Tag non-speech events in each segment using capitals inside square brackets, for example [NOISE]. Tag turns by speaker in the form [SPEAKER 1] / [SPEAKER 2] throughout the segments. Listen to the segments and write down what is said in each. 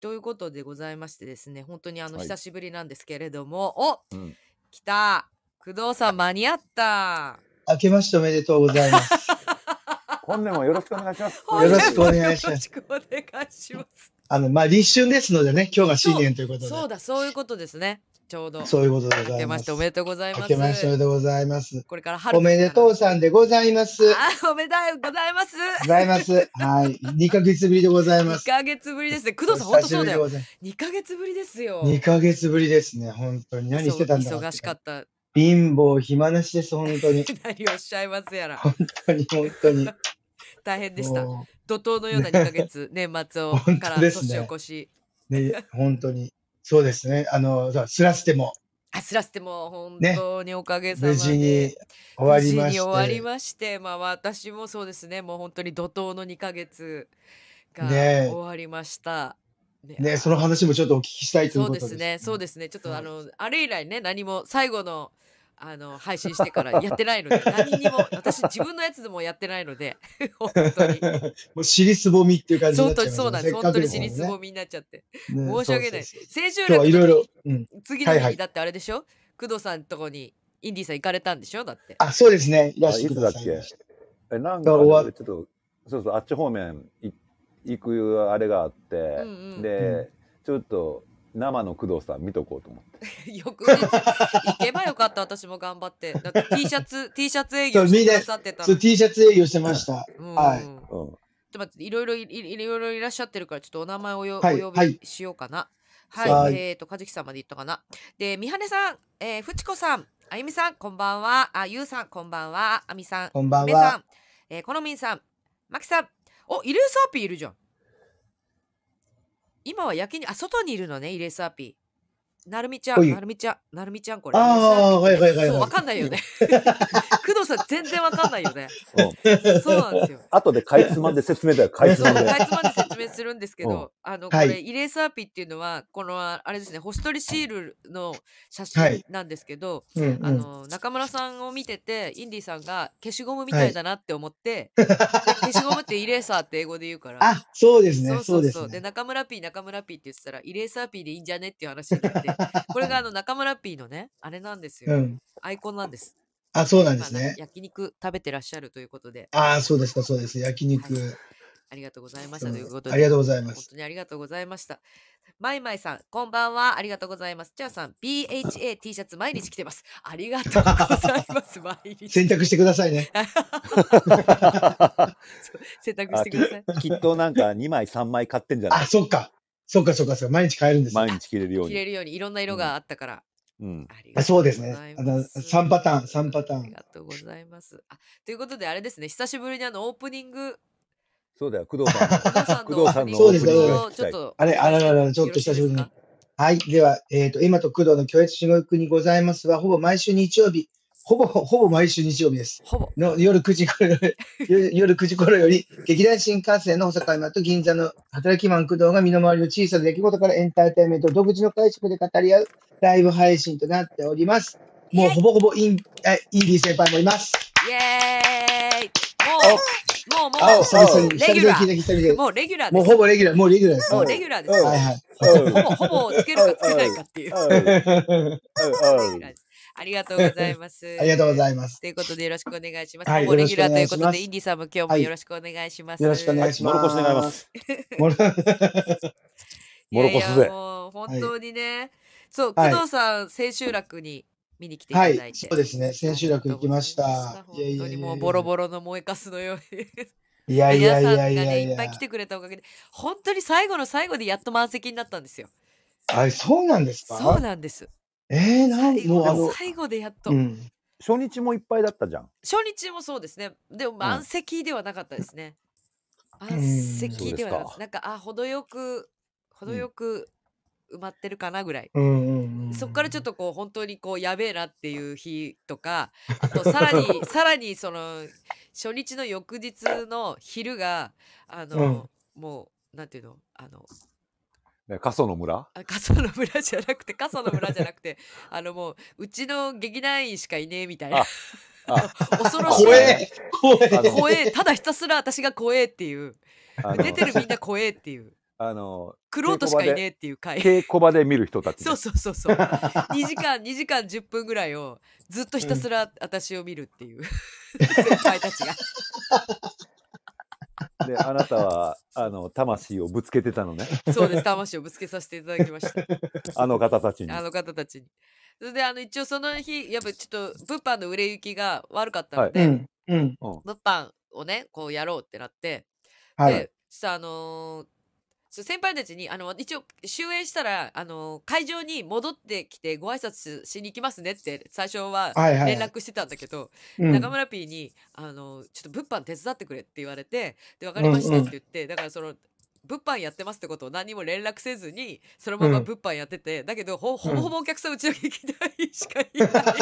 [SPEAKER 1] ということでございましてですね、本当にあの、
[SPEAKER 2] はい
[SPEAKER 1] 久しぶりなんですけれども、お
[SPEAKER 2] うん。
[SPEAKER 1] 来た工藤さん間に合った
[SPEAKER 3] 明けましておめでとうございます。
[SPEAKER 1] [LAUGHS]
[SPEAKER 2] 本年もよろしくお願いします。
[SPEAKER 3] [LAUGHS] よろしくお願いします
[SPEAKER 1] よろしくお願いします。
[SPEAKER 3] あの、まあ、立春ですのでね、今日が新年ということで。
[SPEAKER 1] そうだ、そういうことですね。ちょうど。
[SPEAKER 3] そういうことでご
[SPEAKER 1] 明
[SPEAKER 3] ざ
[SPEAKER 1] け
[SPEAKER 3] い
[SPEAKER 1] ま
[SPEAKER 3] ま
[SPEAKER 1] して
[SPEAKER 3] す。
[SPEAKER 1] おめでとうございます。
[SPEAKER 3] 明けましておめでとうございます。
[SPEAKER 1] これから春
[SPEAKER 3] おめでとう
[SPEAKER 1] ざい
[SPEAKER 3] さんでございます。ご
[SPEAKER 1] ます。あ、おめでとうございます。
[SPEAKER 3] ざいます。はい。2ヶ月ぶりでございま
[SPEAKER 1] 2
[SPEAKER 3] す。
[SPEAKER 1] ヶ月ぶりですね。工
[SPEAKER 3] お
[SPEAKER 1] 藤さん、本当
[SPEAKER 3] 久し
[SPEAKER 1] そ
[SPEAKER 3] ぶ
[SPEAKER 1] う
[SPEAKER 3] り
[SPEAKER 1] だ
[SPEAKER 3] で
[SPEAKER 1] よ
[SPEAKER 3] ご。ざいます。
[SPEAKER 1] 2ヶ月ぶりですよ。
[SPEAKER 3] 2ヶ月ぶりですね、本当に。何してたんだ
[SPEAKER 1] そ
[SPEAKER 3] ろ
[SPEAKER 1] う
[SPEAKER 3] う
[SPEAKER 1] 忙しかった。 [LAUGHS]
[SPEAKER 3] 貧乏、暇なしです、本当に。
[SPEAKER 1] 何をおっしゃいますやら。
[SPEAKER 3] 本当に、本当に。
[SPEAKER 1] 大変でした。
[SPEAKER 3] も
[SPEAKER 1] 怒涛のような2ヶ月、年末を
[SPEAKER 3] [LAUGHS] 本
[SPEAKER 1] か
[SPEAKER 3] 当
[SPEAKER 1] ら
[SPEAKER 3] ですね
[SPEAKER 1] 年を越し。
[SPEAKER 3] うね、本当に。そうですね。あの、そうすらしても
[SPEAKER 1] あすらしても本
[SPEAKER 3] ね
[SPEAKER 1] 当におかげさま
[SPEAKER 3] 無
[SPEAKER 1] で、
[SPEAKER 3] 事に終わりま
[SPEAKER 1] 無事に終わり
[SPEAKER 3] して。
[SPEAKER 1] まして、まあ私もそうですね、もう本当に怒涛の2ヶ月が
[SPEAKER 3] ねえ
[SPEAKER 1] 終わりました。ね
[SPEAKER 3] ね、その話もちょっとお聞きしたいとい
[SPEAKER 1] そ
[SPEAKER 3] う
[SPEAKER 1] う
[SPEAKER 3] こと
[SPEAKER 1] で
[SPEAKER 3] です
[SPEAKER 1] すね、そうですね、ちょっとあ
[SPEAKER 3] そ
[SPEAKER 1] の、あれ以来ね、何も最後の。あの配信してからやってない
[SPEAKER 3] [LAUGHS]
[SPEAKER 1] ので何にも私自分のやつでもやってないので [LAUGHS] 本当
[SPEAKER 3] [LAUGHS]
[SPEAKER 1] に
[SPEAKER 3] もう尻すぼみっていう感じに
[SPEAKER 1] そう
[SPEAKER 3] なっちゃい
[SPEAKER 1] と
[SPEAKER 3] ます
[SPEAKER 1] そうなんです本当に尻すぼ
[SPEAKER 3] み。
[SPEAKER 1] みになっちゃって
[SPEAKER 3] ね
[SPEAKER 1] 申し訳ない
[SPEAKER 3] そうそう
[SPEAKER 1] 先週
[SPEAKER 3] そう今日はいろいろ。うん。
[SPEAKER 1] 次の日
[SPEAKER 3] はいは
[SPEAKER 1] に
[SPEAKER 3] い
[SPEAKER 1] だってあれでしょ工藤さんとこにインディーさん行かれたんでしょだって
[SPEAKER 3] あ、そうですね。いらしてくださいま
[SPEAKER 2] あいつ
[SPEAKER 3] した。
[SPEAKER 2] えなんか、
[SPEAKER 3] あ終わっ
[SPEAKER 2] ちょっと、そうそう、あっち方面い行くあれがあって、
[SPEAKER 1] んうん
[SPEAKER 2] で、ちょっと生の工藤さん見とこうと思って。
[SPEAKER 1] [LAUGHS] 翌日行けばよかった私も頑張ってだって T シャツ
[SPEAKER 3] [LAUGHS]
[SPEAKER 1] T シャツ営業してくださってた
[SPEAKER 3] そ
[SPEAKER 1] の
[SPEAKER 3] う、T シャツ営業してました。
[SPEAKER 1] うん
[SPEAKER 3] はい
[SPEAKER 1] ちょっ
[SPEAKER 2] うん。
[SPEAKER 1] と待っていろいろいいいろいろいらっしゃってるからちょっとお名前をよ、
[SPEAKER 3] はい
[SPEAKER 1] お呼
[SPEAKER 3] は
[SPEAKER 1] び
[SPEAKER 3] い
[SPEAKER 1] しようかなはい、
[SPEAKER 3] はい
[SPEAKER 1] えーと和樹さんまで言ったかなで三羽さん、えー、ふちこさんあゆみさんこんばんはあゆうさんこんばんはあみさん
[SPEAKER 3] こんばん
[SPEAKER 1] めさ
[SPEAKER 3] は。
[SPEAKER 1] ん、えー、このみんさんまきさんおイレースアピーいるじゃん今は焼きにあ外にいるのねイレースアピーなるみちゃ
[SPEAKER 3] お
[SPEAKER 1] ん
[SPEAKER 3] い
[SPEAKER 1] なるみちゃんなるみちゃんこれ
[SPEAKER 3] ああー、はいはい
[SPEAKER 1] そ、
[SPEAKER 3] はいうは
[SPEAKER 1] わ
[SPEAKER 3] い。
[SPEAKER 1] かんないよね。 [LAUGHS] 工藤さん、全然わかんないよね。
[SPEAKER 2] うん
[SPEAKER 1] そうなんですよ。
[SPEAKER 2] 後でかいつまんで説明だよ、かい
[SPEAKER 1] そ
[SPEAKER 2] つ
[SPEAKER 1] う、
[SPEAKER 2] まんで。
[SPEAKER 1] かいつまんで説明するんですけ
[SPEAKER 2] うん
[SPEAKER 1] ど、あの、こ
[SPEAKER 3] はい
[SPEAKER 1] れ、イレースアーピーっていうのは、この、ああれですね、星取りシールの写
[SPEAKER 3] は
[SPEAKER 1] 真
[SPEAKER 3] い
[SPEAKER 1] なんですけど、
[SPEAKER 3] うんうん
[SPEAKER 1] あの、中村さんを見てて、インディさんが消しゴムみたいだなって思
[SPEAKER 3] [LAUGHS]
[SPEAKER 1] って、で消しゴムってイレーサーって英語で言うから。
[SPEAKER 3] あ、そうですね。そうで
[SPEAKER 1] そう
[SPEAKER 3] す
[SPEAKER 1] で
[SPEAKER 3] ね。
[SPEAKER 1] 中村 P 中村 P って言ってたらイレーサー P でいいんじゃねっていう話になってこれがあの中村 P のねあれなんですよ、
[SPEAKER 3] うん。
[SPEAKER 1] アイコンなんです
[SPEAKER 3] あ、そうなんで
[SPEAKER 1] 今
[SPEAKER 3] す
[SPEAKER 1] なん
[SPEAKER 3] ね
[SPEAKER 1] か。焼肉食べてらっしゃるということで、
[SPEAKER 3] ああ、そうですか、そうです。焼肉。
[SPEAKER 1] はいありがとうございました
[SPEAKER 3] うん
[SPEAKER 1] ということで、
[SPEAKER 3] ありがとうございま
[SPEAKER 1] 本
[SPEAKER 3] す。
[SPEAKER 1] 当にありがとうございました。マイマイさん、こんばんは。ありがとうございます。チャーさん、BHA T シャツ毎日着てます。ありがとうござい
[SPEAKER 3] [LAUGHS]
[SPEAKER 1] ます。毎日。
[SPEAKER 3] 選択してくださいね。
[SPEAKER 1] 洗濯してください。
[SPEAKER 2] きっとなんか2枚3枚買ってんじゃな
[SPEAKER 3] あ、
[SPEAKER 2] い
[SPEAKER 3] そっか。そっかそっかそっか。毎日買えるんですね。
[SPEAKER 2] 毎日着れるよう
[SPEAKER 1] 着れ
[SPEAKER 2] に。
[SPEAKER 1] るようにいろんな色があったから。
[SPEAKER 2] うん。
[SPEAKER 1] あり
[SPEAKER 3] あ
[SPEAKER 1] がと
[SPEAKER 3] そ
[SPEAKER 1] ご
[SPEAKER 3] うう
[SPEAKER 1] ざ
[SPEAKER 3] ですね。
[SPEAKER 1] い
[SPEAKER 3] あ
[SPEAKER 1] ま
[SPEAKER 3] の、
[SPEAKER 1] す
[SPEAKER 3] 3パターン、3パター
[SPEAKER 1] あり
[SPEAKER 3] ン。
[SPEAKER 1] がとうございます。あということで、あれですね、久しぶりにあのオープニン [LAUGHS] グ、
[SPEAKER 2] そうだよ、工藤さんの。
[SPEAKER 1] 工藤さんの
[SPEAKER 3] そ
[SPEAKER 1] オ
[SPEAKER 3] う
[SPEAKER 1] ー
[SPEAKER 3] です
[SPEAKER 1] プニング
[SPEAKER 2] そ
[SPEAKER 1] を
[SPEAKER 2] うです
[SPEAKER 1] ちょっと。
[SPEAKER 3] あれ、あらららら、ちょっと久しぶりに。はい。では、えっ、と、今と工藤の共越しの国にございますは、ほぼ毎週日曜日、ほぼ、ほぼ毎週日曜日です。
[SPEAKER 1] ほぼ。
[SPEAKER 3] の夜9時頃よ [LAUGHS] り、夜夜9時頃より、劇団新幹線の細川馬と銀座の働きマン工藤が身の回りの小さな出来事からエンターテインメントを独自の解釈で語り合うライブ配信となっております。もうほぼほぼイン、あインディ先輩もいます。
[SPEAKER 1] イエーイもう、もう、もう、
[SPEAKER 3] 久々に、
[SPEAKER 1] レ
[SPEAKER 3] 久
[SPEAKER 1] ギュラ
[SPEAKER 3] 々
[SPEAKER 1] ー
[SPEAKER 3] に聞いた、久々に聞い
[SPEAKER 1] もうレギュラー
[SPEAKER 3] た。
[SPEAKER 1] で
[SPEAKER 3] もう
[SPEAKER 1] す。
[SPEAKER 3] ほぼレギュラー、もうレギュラーです。
[SPEAKER 1] も
[SPEAKER 3] は
[SPEAKER 1] う
[SPEAKER 2] ぼ
[SPEAKER 1] レギュラーで
[SPEAKER 2] う
[SPEAKER 1] す。
[SPEAKER 2] ん
[SPEAKER 3] いはい。
[SPEAKER 2] うん
[SPEAKER 1] ほぼ、ほぼつけるかつけないかっていう。レ
[SPEAKER 2] うんうん
[SPEAKER 1] ギュラーですありがとうございます。
[SPEAKER 3] [LAUGHS] ありがとうご
[SPEAKER 1] います。
[SPEAKER 3] ざいます。
[SPEAKER 1] ということでよろしくお願いします。
[SPEAKER 3] はい
[SPEAKER 1] ほぼレギュラーというこ
[SPEAKER 3] よ
[SPEAKER 1] と
[SPEAKER 3] ろ
[SPEAKER 1] で、
[SPEAKER 3] しくお願いします
[SPEAKER 1] インディさんも今日も
[SPEAKER 3] はい
[SPEAKER 1] よろしくお願いします。
[SPEAKER 3] よろしくお願いし
[SPEAKER 2] もろこし願います。
[SPEAKER 3] もろ
[SPEAKER 1] いやいや
[SPEAKER 2] もろこすぜ
[SPEAKER 1] もう本当にね。そう、
[SPEAKER 3] はい
[SPEAKER 1] 工藤さん、千秋楽に見に来ていた
[SPEAKER 3] は
[SPEAKER 1] だい
[SPEAKER 3] い
[SPEAKER 1] て。、
[SPEAKER 3] そうですね。千秋楽行きました。
[SPEAKER 1] ありがとうございました本当にもうボロボロの燃えかすのように。
[SPEAKER 3] いやい
[SPEAKER 1] 皆
[SPEAKER 3] や
[SPEAKER 1] さ
[SPEAKER 3] い
[SPEAKER 1] ん
[SPEAKER 3] や
[SPEAKER 1] が
[SPEAKER 3] いや
[SPEAKER 1] ね、
[SPEAKER 3] い
[SPEAKER 1] いっぱ
[SPEAKER 3] や
[SPEAKER 1] い来。てくれたおかげで、本当に最後の最後でやっと満席になったんですよ。
[SPEAKER 3] あ、そうなんです
[SPEAKER 1] そう
[SPEAKER 3] か
[SPEAKER 1] なんです。
[SPEAKER 3] えー、なん
[SPEAKER 1] 最後
[SPEAKER 3] もうあ
[SPEAKER 1] の
[SPEAKER 3] の、
[SPEAKER 1] 最後でやっと。
[SPEAKER 3] うん。
[SPEAKER 2] 初日もいっぱいだったじゃん。
[SPEAKER 1] 初日もそうですね。でも満席ではなかったですね。満席ではなかっ
[SPEAKER 2] そうで
[SPEAKER 1] た。
[SPEAKER 2] すか
[SPEAKER 1] なんか、あ、程よく、程よく埋まってるかなぐらい。
[SPEAKER 3] うんうんうん、
[SPEAKER 1] そこからちょっとこう本当にこうやべえなっていう日とかあとさらにさらにその初日の翌日の昼があの、もうなんていうのあの
[SPEAKER 2] ね過疎の村
[SPEAKER 1] あ [LAUGHS] 過疎の村じゃなくて過疎の村じゃなくて [LAUGHS] あのもううちの劇団員しかいねえみたいな
[SPEAKER 2] ああ
[SPEAKER 1] [LAUGHS] 恐ろしい
[SPEAKER 3] 怖え怖え
[SPEAKER 2] あの
[SPEAKER 1] 怖えただひたすら私が怖えっていう
[SPEAKER 2] あの
[SPEAKER 1] 出てるみんな怖えっていう
[SPEAKER 2] あの、
[SPEAKER 1] くろうとしかいねえっていう回。
[SPEAKER 2] 稽古場で見る人たちね。
[SPEAKER 1] そうそうそうそう。2時間、2時間10分ぐらいをずっとひたすら私を見るっていう先輩たちが。
[SPEAKER 2] で、あなたは、あの、魂をぶつけてた
[SPEAKER 1] [LAUGHS]
[SPEAKER 2] のね。
[SPEAKER 1] そうです。魂をぶつけさせていただきました。
[SPEAKER 2] あの方たちに。
[SPEAKER 1] あの方たちに。それで、あの、一応その日、やっぱちょっと物販の売れ行きが悪かったので、
[SPEAKER 3] うん。うん。
[SPEAKER 1] 物販をね、こうやろうってなって、
[SPEAKER 3] はい。
[SPEAKER 1] で、そしたらあのーそう先輩たちに、あの、一応、終演したら、あのー会場に戻ってきてご挨拶ししに行きますねって、最初は
[SPEAKER 3] はいはい。
[SPEAKER 1] 連絡してたんだけど、
[SPEAKER 3] うん
[SPEAKER 1] 中村 P に、あのーちょっと物販手伝ってくれって言われて、で、わかりましたって言って、だからその、物販やってますってことを何も連絡せずに、そのまま
[SPEAKER 3] うん
[SPEAKER 1] 物販やってて、だけどほ、ほ
[SPEAKER 3] うん
[SPEAKER 1] ぼほぼお客さんうちの劇団員しかいないから、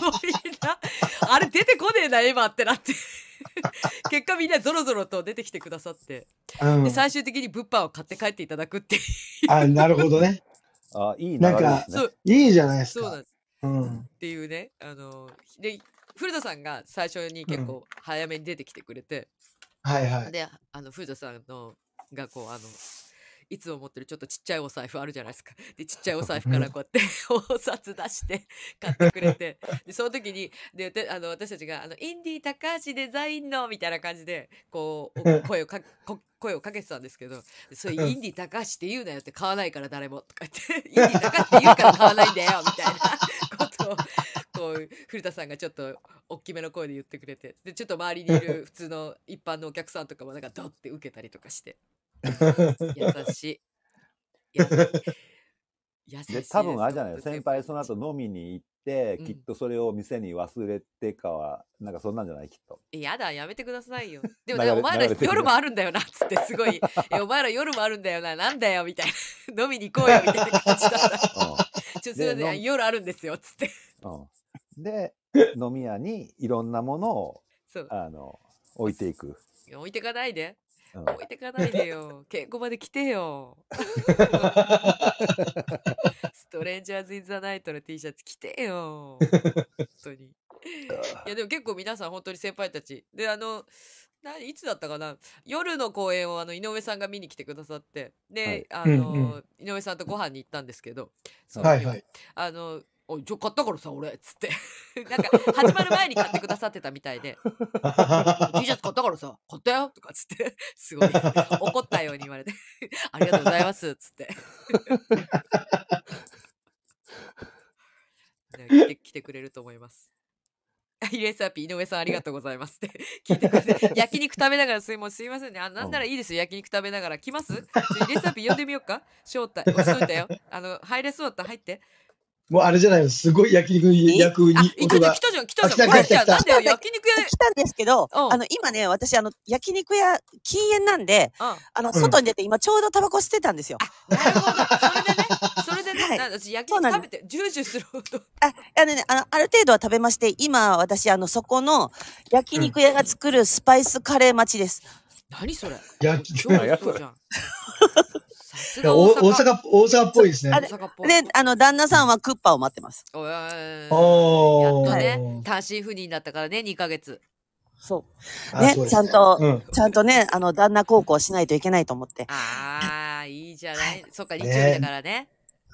[SPEAKER 1] もうみんな、あれ出てこねえな、今ってな
[SPEAKER 3] [LAUGHS]
[SPEAKER 1] って。結果みんなゾロゾロと出てきてくださって。
[SPEAKER 3] う
[SPEAKER 1] で
[SPEAKER 3] ん
[SPEAKER 1] 最終的に物販を買って帰っていただく
[SPEAKER 3] [LAUGHS]
[SPEAKER 1] っていう
[SPEAKER 3] あ、なるほどね。
[SPEAKER 2] あ、いい流れ
[SPEAKER 3] なん
[SPEAKER 2] で
[SPEAKER 3] か
[SPEAKER 2] す
[SPEAKER 1] そ
[SPEAKER 2] ね。
[SPEAKER 1] う
[SPEAKER 3] いいじゃないです
[SPEAKER 1] そうなん
[SPEAKER 3] か。
[SPEAKER 1] です
[SPEAKER 3] うん。
[SPEAKER 1] っていうねあので古田さんが最初に結構早めに出てきてくれて、
[SPEAKER 3] はいはい。
[SPEAKER 1] であの古田さんのがこうあのいつも持ってるちょっとちっちゃいお財布あるじゃないですか [LAUGHS] でちっちゃいお財布からこうやって [LAUGHS] お札出して買ってくれてでその時にでであの私たちがあの「インディ高橋デザインの」みたいな感じでこうお声をかこ声をかけてたんですけど「そういうインディ高橋って言うなよ」って買わないから誰もとか言って「インデ [LAUGHS] ィ高橋って言うから買わないんだよ」みたいなことをこう古田さんがちょっと大きめの声で言ってくれてでちょっと周りにい
[SPEAKER 2] [LAUGHS]
[SPEAKER 1] る普通の一般のお客さんとかもなんかドッて受けたりとかして
[SPEAKER 2] [LAUGHS]
[SPEAKER 1] 優しい優しい優しい
[SPEAKER 2] で、
[SPEAKER 1] です
[SPEAKER 2] 多分あれじゃない
[SPEAKER 1] 本当
[SPEAKER 2] 先輩その後飲みに行って、
[SPEAKER 1] うん
[SPEAKER 2] きっとそれを店に忘れてかは、なんかそんなんじゃないきっ
[SPEAKER 1] [LAUGHS]
[SPEAKER 2] と。
[SPEAKER 1] えやだやめてください
[SPEAKER 2] [LAUGHS]
[SPEAKER 1] よでも
[SPEAKER 2] 流れ
[SPEAKER 1] ねお前ら
[SPEAKER 2] 流れてる
[SPEAKER 1] 夜もあるんだよなっつってすごいえお前ら夜もあるんだよななんだよみたいな飲みに行こうよみたいな感じだったちょすいませ
[SPEAKER 2] で飲
[SPEAKER 1] ん夜あるんですよっつって
[SPEAKER 2] うん。うん。で、飲み屋にいろんなものを、
[SPEAKER 1] そう
[SPEAKER 2] あの、置いていく。
[SPEAKER 1] いや置いてかないで
[SPEAKER 2] うん
[SPEAKER 1] 置いてかないでよ
[SPEAKER 3] [LAUGHS]
[SPEAKER 1] 稽古まで来てよストレンジャーズ・イン・ザ・ナイトの T シャツ着てよ本当にいやでも結構皆さん本当に先輩たちであのないつだったかな夜の公演をあの井上さんが見に来てくださってで、あの、
[SPEAKER 3] うんう
[SPEAKER 1] 井上さんとご飯に行ったんですけどその
[SPEAKER 3] は
[SPEAKER 1] 時
[SPEAKER 3] い
[SPEAKER 1] も
[SPEAKER 3] はい。
[SPEAKER 1] あの「おいちょ買ったからさ俺」っつって [LAUGHS] なんか始まる前に買ってくださってたみたいで T シャツ買ったからさ、買ったよとかっつって、 [LAUGHS] すごい怒ったように言われて、 [LAUGHS] ありがとうございますっつって。 [LAUGHS] ね来て来てくれると思います。 [LAUGHS] イレスアピー井上さんありがとうございますって [LAUGHS] 聞いてくれて焼肉食べながらすいもすいませんねあなんならいいですよ焼肉食べながら来ますちょイレスアピー呼んでみようか招待押しといたよあの入れそうだったら入って
[SPEAKER 3] もうあれじゃないのすごい焼肉に、役に
[SPEAKER 1] あいた
[SPEAKER 3] 音
[SPEAKER 1] じゃん
[SPEAKER 3] が
[SPEAKER 1] 来。たじゃん来たじゃ
[SPEAKER 3] あ
[SPEAKER 1] ん
[SPEAKER 3] 来た
[SPEAKER 1] これじゃん
[SPEAKER 3] 来た
[SPEAKER 1] なんだよ
[SPEAKER 4] 来た
[SPEAKER 1] 焼肉屋で
[SPEAKER 4] 来たんですけ
[SPEAKER 1] う
[SPEAKER 4] ど、
[SPEAKER 1] ん
[SPEAKER 4] あの今ね私あの焼肉屋禁煙なんで
[SPEAKER 1] うん
[SPEAKER 4] あの
[SPEAKER 3] ん
[SPEAKER 4] 外に出て今ちょうどタバコ吸ってたんですよ。
[SPEAKER 1] なるほど。それでね、 [LAUGHS] それでね、
[SPEAKER 4] はい
[SPEAKER 1] なんだ私焼
[SPEAKER 4] そう
[SPEAKER 1] 肉
[SPEAKER 4] なん
[SPEAKER 1] 食べて、ジュージューするほど。
[SPEAKER 4] ああのねあのある程度は食べまして今私あのそこの焼肉屋が作るスパイスカレー待ちです。
[SPEAKER 1] 何それ。
[SPEAKER 3] 焼き
[SPEAKER 1] 超美味しそうじゃん。さすが
[SPEAKER 3] お
[SPEAKER 1] 大
[SPEAKER 3] 大
[SPEAKER 1] 阪。
[SPEAKER 3] 阪、大阪っぽいですね。
[SPEAKER 1] 大
[SPEAKER 3] あ
[SPEAKER 4] れ
[SPEAKER 1] 阪っぽい。
[SPEAKER 4] であの旦那さんはクッパを待ってます。
[SPEAKER 1] おい
[SPEAKER 3] おー
[SPEAKER 1] やっとね、単身赴任だったからね、二ヶ月。
[SPEAKER 4] そう
[SPEAKER 3] あ
[SPEAKER 4] ね
[SPEAKER 3] そうです
[SPEAKER 4] ちゃんと、
[SPEAKER 3] うん。
[SPEAKER 4] ちゃんとねあの旦那孝行しないといけないと思って。
[SPEAKER 1] ああ、いいじゃない。そっか、日
[SPEAKER 3] ね
[SPEAKER 1] 曜日だからね。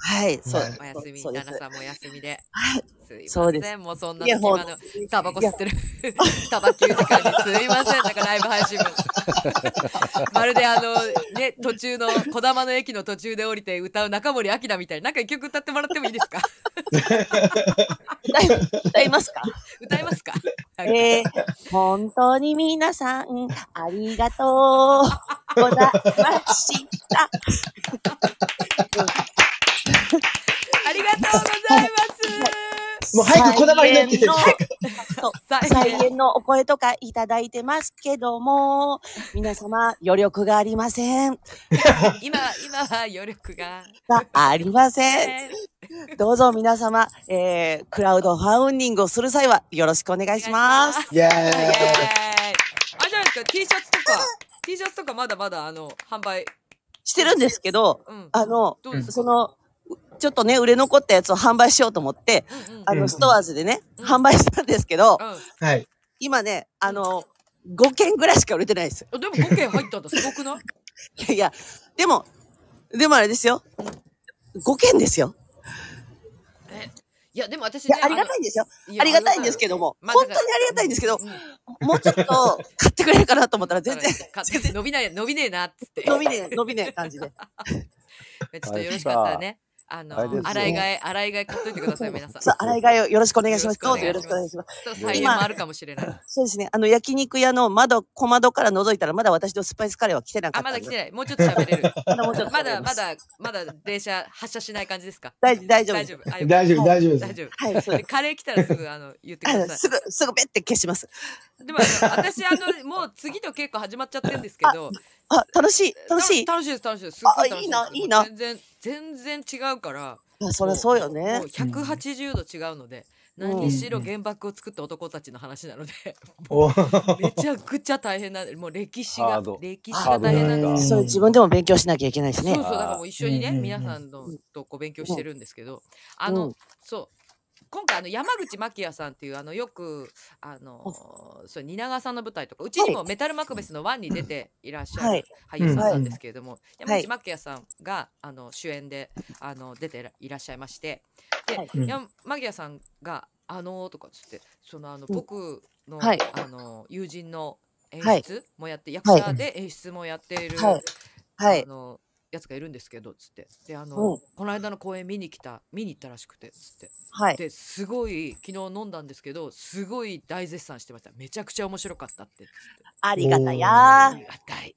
[SPEAKER 4] はいそう
[SPEAKER 3] はい
[SPEAKER 1] お休み、
[SPEAKER 4] そう
[SPEAKER 1] 旦
[SPEAKER 4] です
[SPEAKER 1] 那。さんもお休みで。
[SPEAKER 4] はい
[SPEAKER 1] すい
[SPEAKER 4] そ
[SPEAKER 1] ま
[SPEAKER 4] うで
[SPEAKER 1] せん、もうそんない
[SPEAKER 4] や
[SPEAKER 1] 隙
[SPEAKER 4] ほう
[SPEAKER 1] 間の。タバコ吸ってる。タバ休時間にすいません、なんかライブ配信も。まるであの、ね、途中の、こだまの駅の途中で降りて歌う中森明菜みたいに、なんか一曲歌ってもらってもいいですか
[SPEAKER 4] いや歌いますか。
[SPEAKER 1] 歌いますかなんか
[SPEAKER 4] えー、本当に皆さん、ありがとうございました。
[SPEAKER 1] ありがとうございます
[SPEAKER 3] もう早くこだまになって
[SPEAKER 4] 再演
[SPEAKER 3] [LAUGHS]
[SPEAKER 4] のそう
[SPEAKER 1] 再
[SPEAKER 4] 再
[SPEAKER 1] 演
[SPEAKER 4] 演のお声とかいただいてますけども、皆様、余力がありません。
[SPEAKER 1] 今、今は余力が。
[SPEAKER 4] がありませ
[SPEAKER 1] ね
[SPEAKER 4] ん。どうぞ皆様、えー、クラウドファウンディングをする際はよろしくお願いします。
[SPEAKER 1] お願いし
[SPEAKER 3] イェーイ
[SPEAKER 1] イエーイあ、じゃないですか、T シャツとか、T シャツとかまだまだ、あの、販売。
[SPEAKER 4] してるんですけど、
[SPEAKER 1] うん。
[SPEAKER 4] あの、
[SPEAKER 1] どうですか
[SPEAKER 4] その、ちょっとね、売れ残ったやつを販売しようと思って、
[SPEAKER 1] うんうん
[SPEAKER 4] あ
[SPEAKER 3] う
[SPEAKER 4] の、
[SPEAKER 3] ん
[SPEAKER 4] ストアーズでね、
[SPEAKER 1] うん
[SPEAKER 4] 販売したんですけど、
[SPEAKER 1] うん
[SPEAKER 3] はい。
[SPEAKER 4] 今ね、あの、5件ぐらいしか売れてないです。
[SPEAKER 1] あでも5件入ったんだ、すごくない
[SPEAKER 4] いやいや、でも、でもあれですよ。5件ですよ。
[SPEAKER 1] いやでも私
[SPEAKER 4] いや
[SPEAKER 1] ね、
[SPEAKER 4] ありがたいんですよ。
[SPEAKER 1] いや
[SPEAKER 4] ありがたいんですけども。
[SPEAKER 1] まあ
[SPEAKER 4] 本
[SPEAKER 1] だ
[SPEAKER 4] 当
[SPEAKER 1] か
[SPEAKER 4] に
[SPEAKER 1] ら
[SPEAKER 4] ありがたいんですけど
[SPEAKER 1] う、ん
[SPEAKER 4] もうちょっと買ってくれるかなと思ったら
[SPEAKER 1] [LAUGHS]
[SPEAKER 4] 全然、
[SPEAKER 1] か伸びない伸びねえなっつって
[SPEAKER 4] 伸びねえ、伸びねえ感
[SPEAKER 1] [LAUGHS]
[SPEAKER 4] じで。
[SPEAKER 1] ちょっとよろしかったらねあの
[SPEAKER 2] あれですよ
[SPEAKER 1] 洗い替え洗い替え買っといてください皆さん
[SPEAKER 4] そう、洗い替えをよろしくお願いします。ど
[SPEAKER 1] よろ
[SPEAKER 4] う
[SPEAKER 1] し
[SPEAKER 4] ぞ
[SPEAKER 1] くお
[SPEAKER 4] よろ
[SPEAKER 1] 願い
[SPEAKER 4] し
[SPEAKER 1] します
[SPEAKER 4] くお願いします。
[SPEAKER 1] ちょっと再現もあるかもしれない
[SPEAKER 4] そうですね。あの、焼肉屋の窓、小窓から覗いたら、まだ私のスパイスカレーは来てなか
[SPEAKER 1] あ
[SPEAKER 4] った
[SPEAKER 1] まだ
[SPEAKER 4] んで。
[SPEAKER 1] 来てないもうちょっと喋れる
[SPEAKER 4] ま [LAUGHS] だもうちょっと
[SPEAKER 1] まだま。だまだ電車発車しない感じですか
[SPEAKER 4] 大丈夫、大丈夫で
[SPEAKER 1] 大
[SPEAKER 4] す。
[SPEAKER 1] 丈夫あよかっ
[SPEAKER 3] 大丈夫、大丈夫
[SPEAKER 1] た
[SPEAKER 3] で
[SPEAKER 1] 大
[SPEAKER 3] す。
[SPEAKER 1] 丈夫
[SPEAKER 4] はい、そう
[SPEAKER 1] で
[SPEAKER 4] です。
[SPEAKER 1] カレー来たらすぐあの言ってく
[SPEAKER 4] あ
[SPEAKER 1] だ
[SPEAKER 4] の
[SPEAKER 1] さい
[SPEAKER 4] すぐ、すぐべって消します。
[SPEAKER 1] でもあの私あのもう次の結構始まっちゃってるんですけど
[SPEAKER 4] あ、楽しい、楽しい。
[SPEAKER 1] 楽しいです楽しいですすっごい楽しいです
[SPEAKER 4] あいいないいな
[SPEAKER 1] 全然全然違うから
[SPEAKER 4] あそりゃそうよね
[SPEAKER 1] もう。180度違うので、何にしろ原爆を作った男たちの話なので、
[SPEAKER 3] お
[SPEAKER 1] めちゃくちゃ大変なもう歴史
[SPEAKER 2] ハ
[SPEAKER 1] が
[SPEAKER 2] ード
[SPEAKER 1] 歴史が大変なん
[SPEAKER 3] う
[SPEAKER 1] で
[SPEAKER 3] ん
[SPEAKER 1] す
[SPEAKER 4] それ自分でも勉強しなきゃいけないし
[SPEAKER 1] そう
[SPEAKER 4] ね
[SPEAKER 1] そうだ。からもう一緒にね、
[SPEAKER 3] うんうんうん
[SPEAKER 1] 皆さんのとこう勉強してるんですけど、あの、
[SPEAKER 4] うん
[SPEAKER 1] そう今回あの山口真紀也さんっていうあのよくあのそう蜷川さんの舞台とかうちにもメタルマクベスのワンに出ていらっしゃ
[SPEAKER 4] は
[SPEAKER 1] る
[SPEAKER 4] い
[SPEAKER 1] 俳優さんなんですけれども、
[SPEAKER 4] い
[SPEAKER 1] 山口真紀也さんがあの主演であの出ていらっしゃいましてで、
[SPEAKER 4] はい
[SPEAKER 3] うん
[SPEAKER 1] 山真紀也さんが「あのー」とかっつってそのあの
[SPEAKER 4] うん
[SPEAKER 1] 僕の,、
[SPEAKER 4] はい
[SPEAKER 1] あの友人の演
[SPEAKER 4] はい
[SPEAKER 1] 出もやって、
[SPEAKER 4] は
[SPEAKER 1] 役
[SPEAKER 4] い
[SPEAKER 1] 者で演出もやっている、
[SPEAKER 4] はいは
[SPEAKER 1] あ
[SPEAKER 4] い。
[SPEAKER 1] のやつがいるんですけどつってであの、
[SPEAKER 4] うん
[SPEAKER 1] この間の公演見に来た見に行ったらしくてつって
[SPEAKER 4] はい。
[SPEAKER 1] ですごい昨日飲んだんですけどすごい大絶賛してましためちゃくちゃ面白かったってつって
[SPEAKER 4] ありがた
[SPEAKER 1] あ
[SPEAKER 4] や
[SPEAKER 1] り。がたい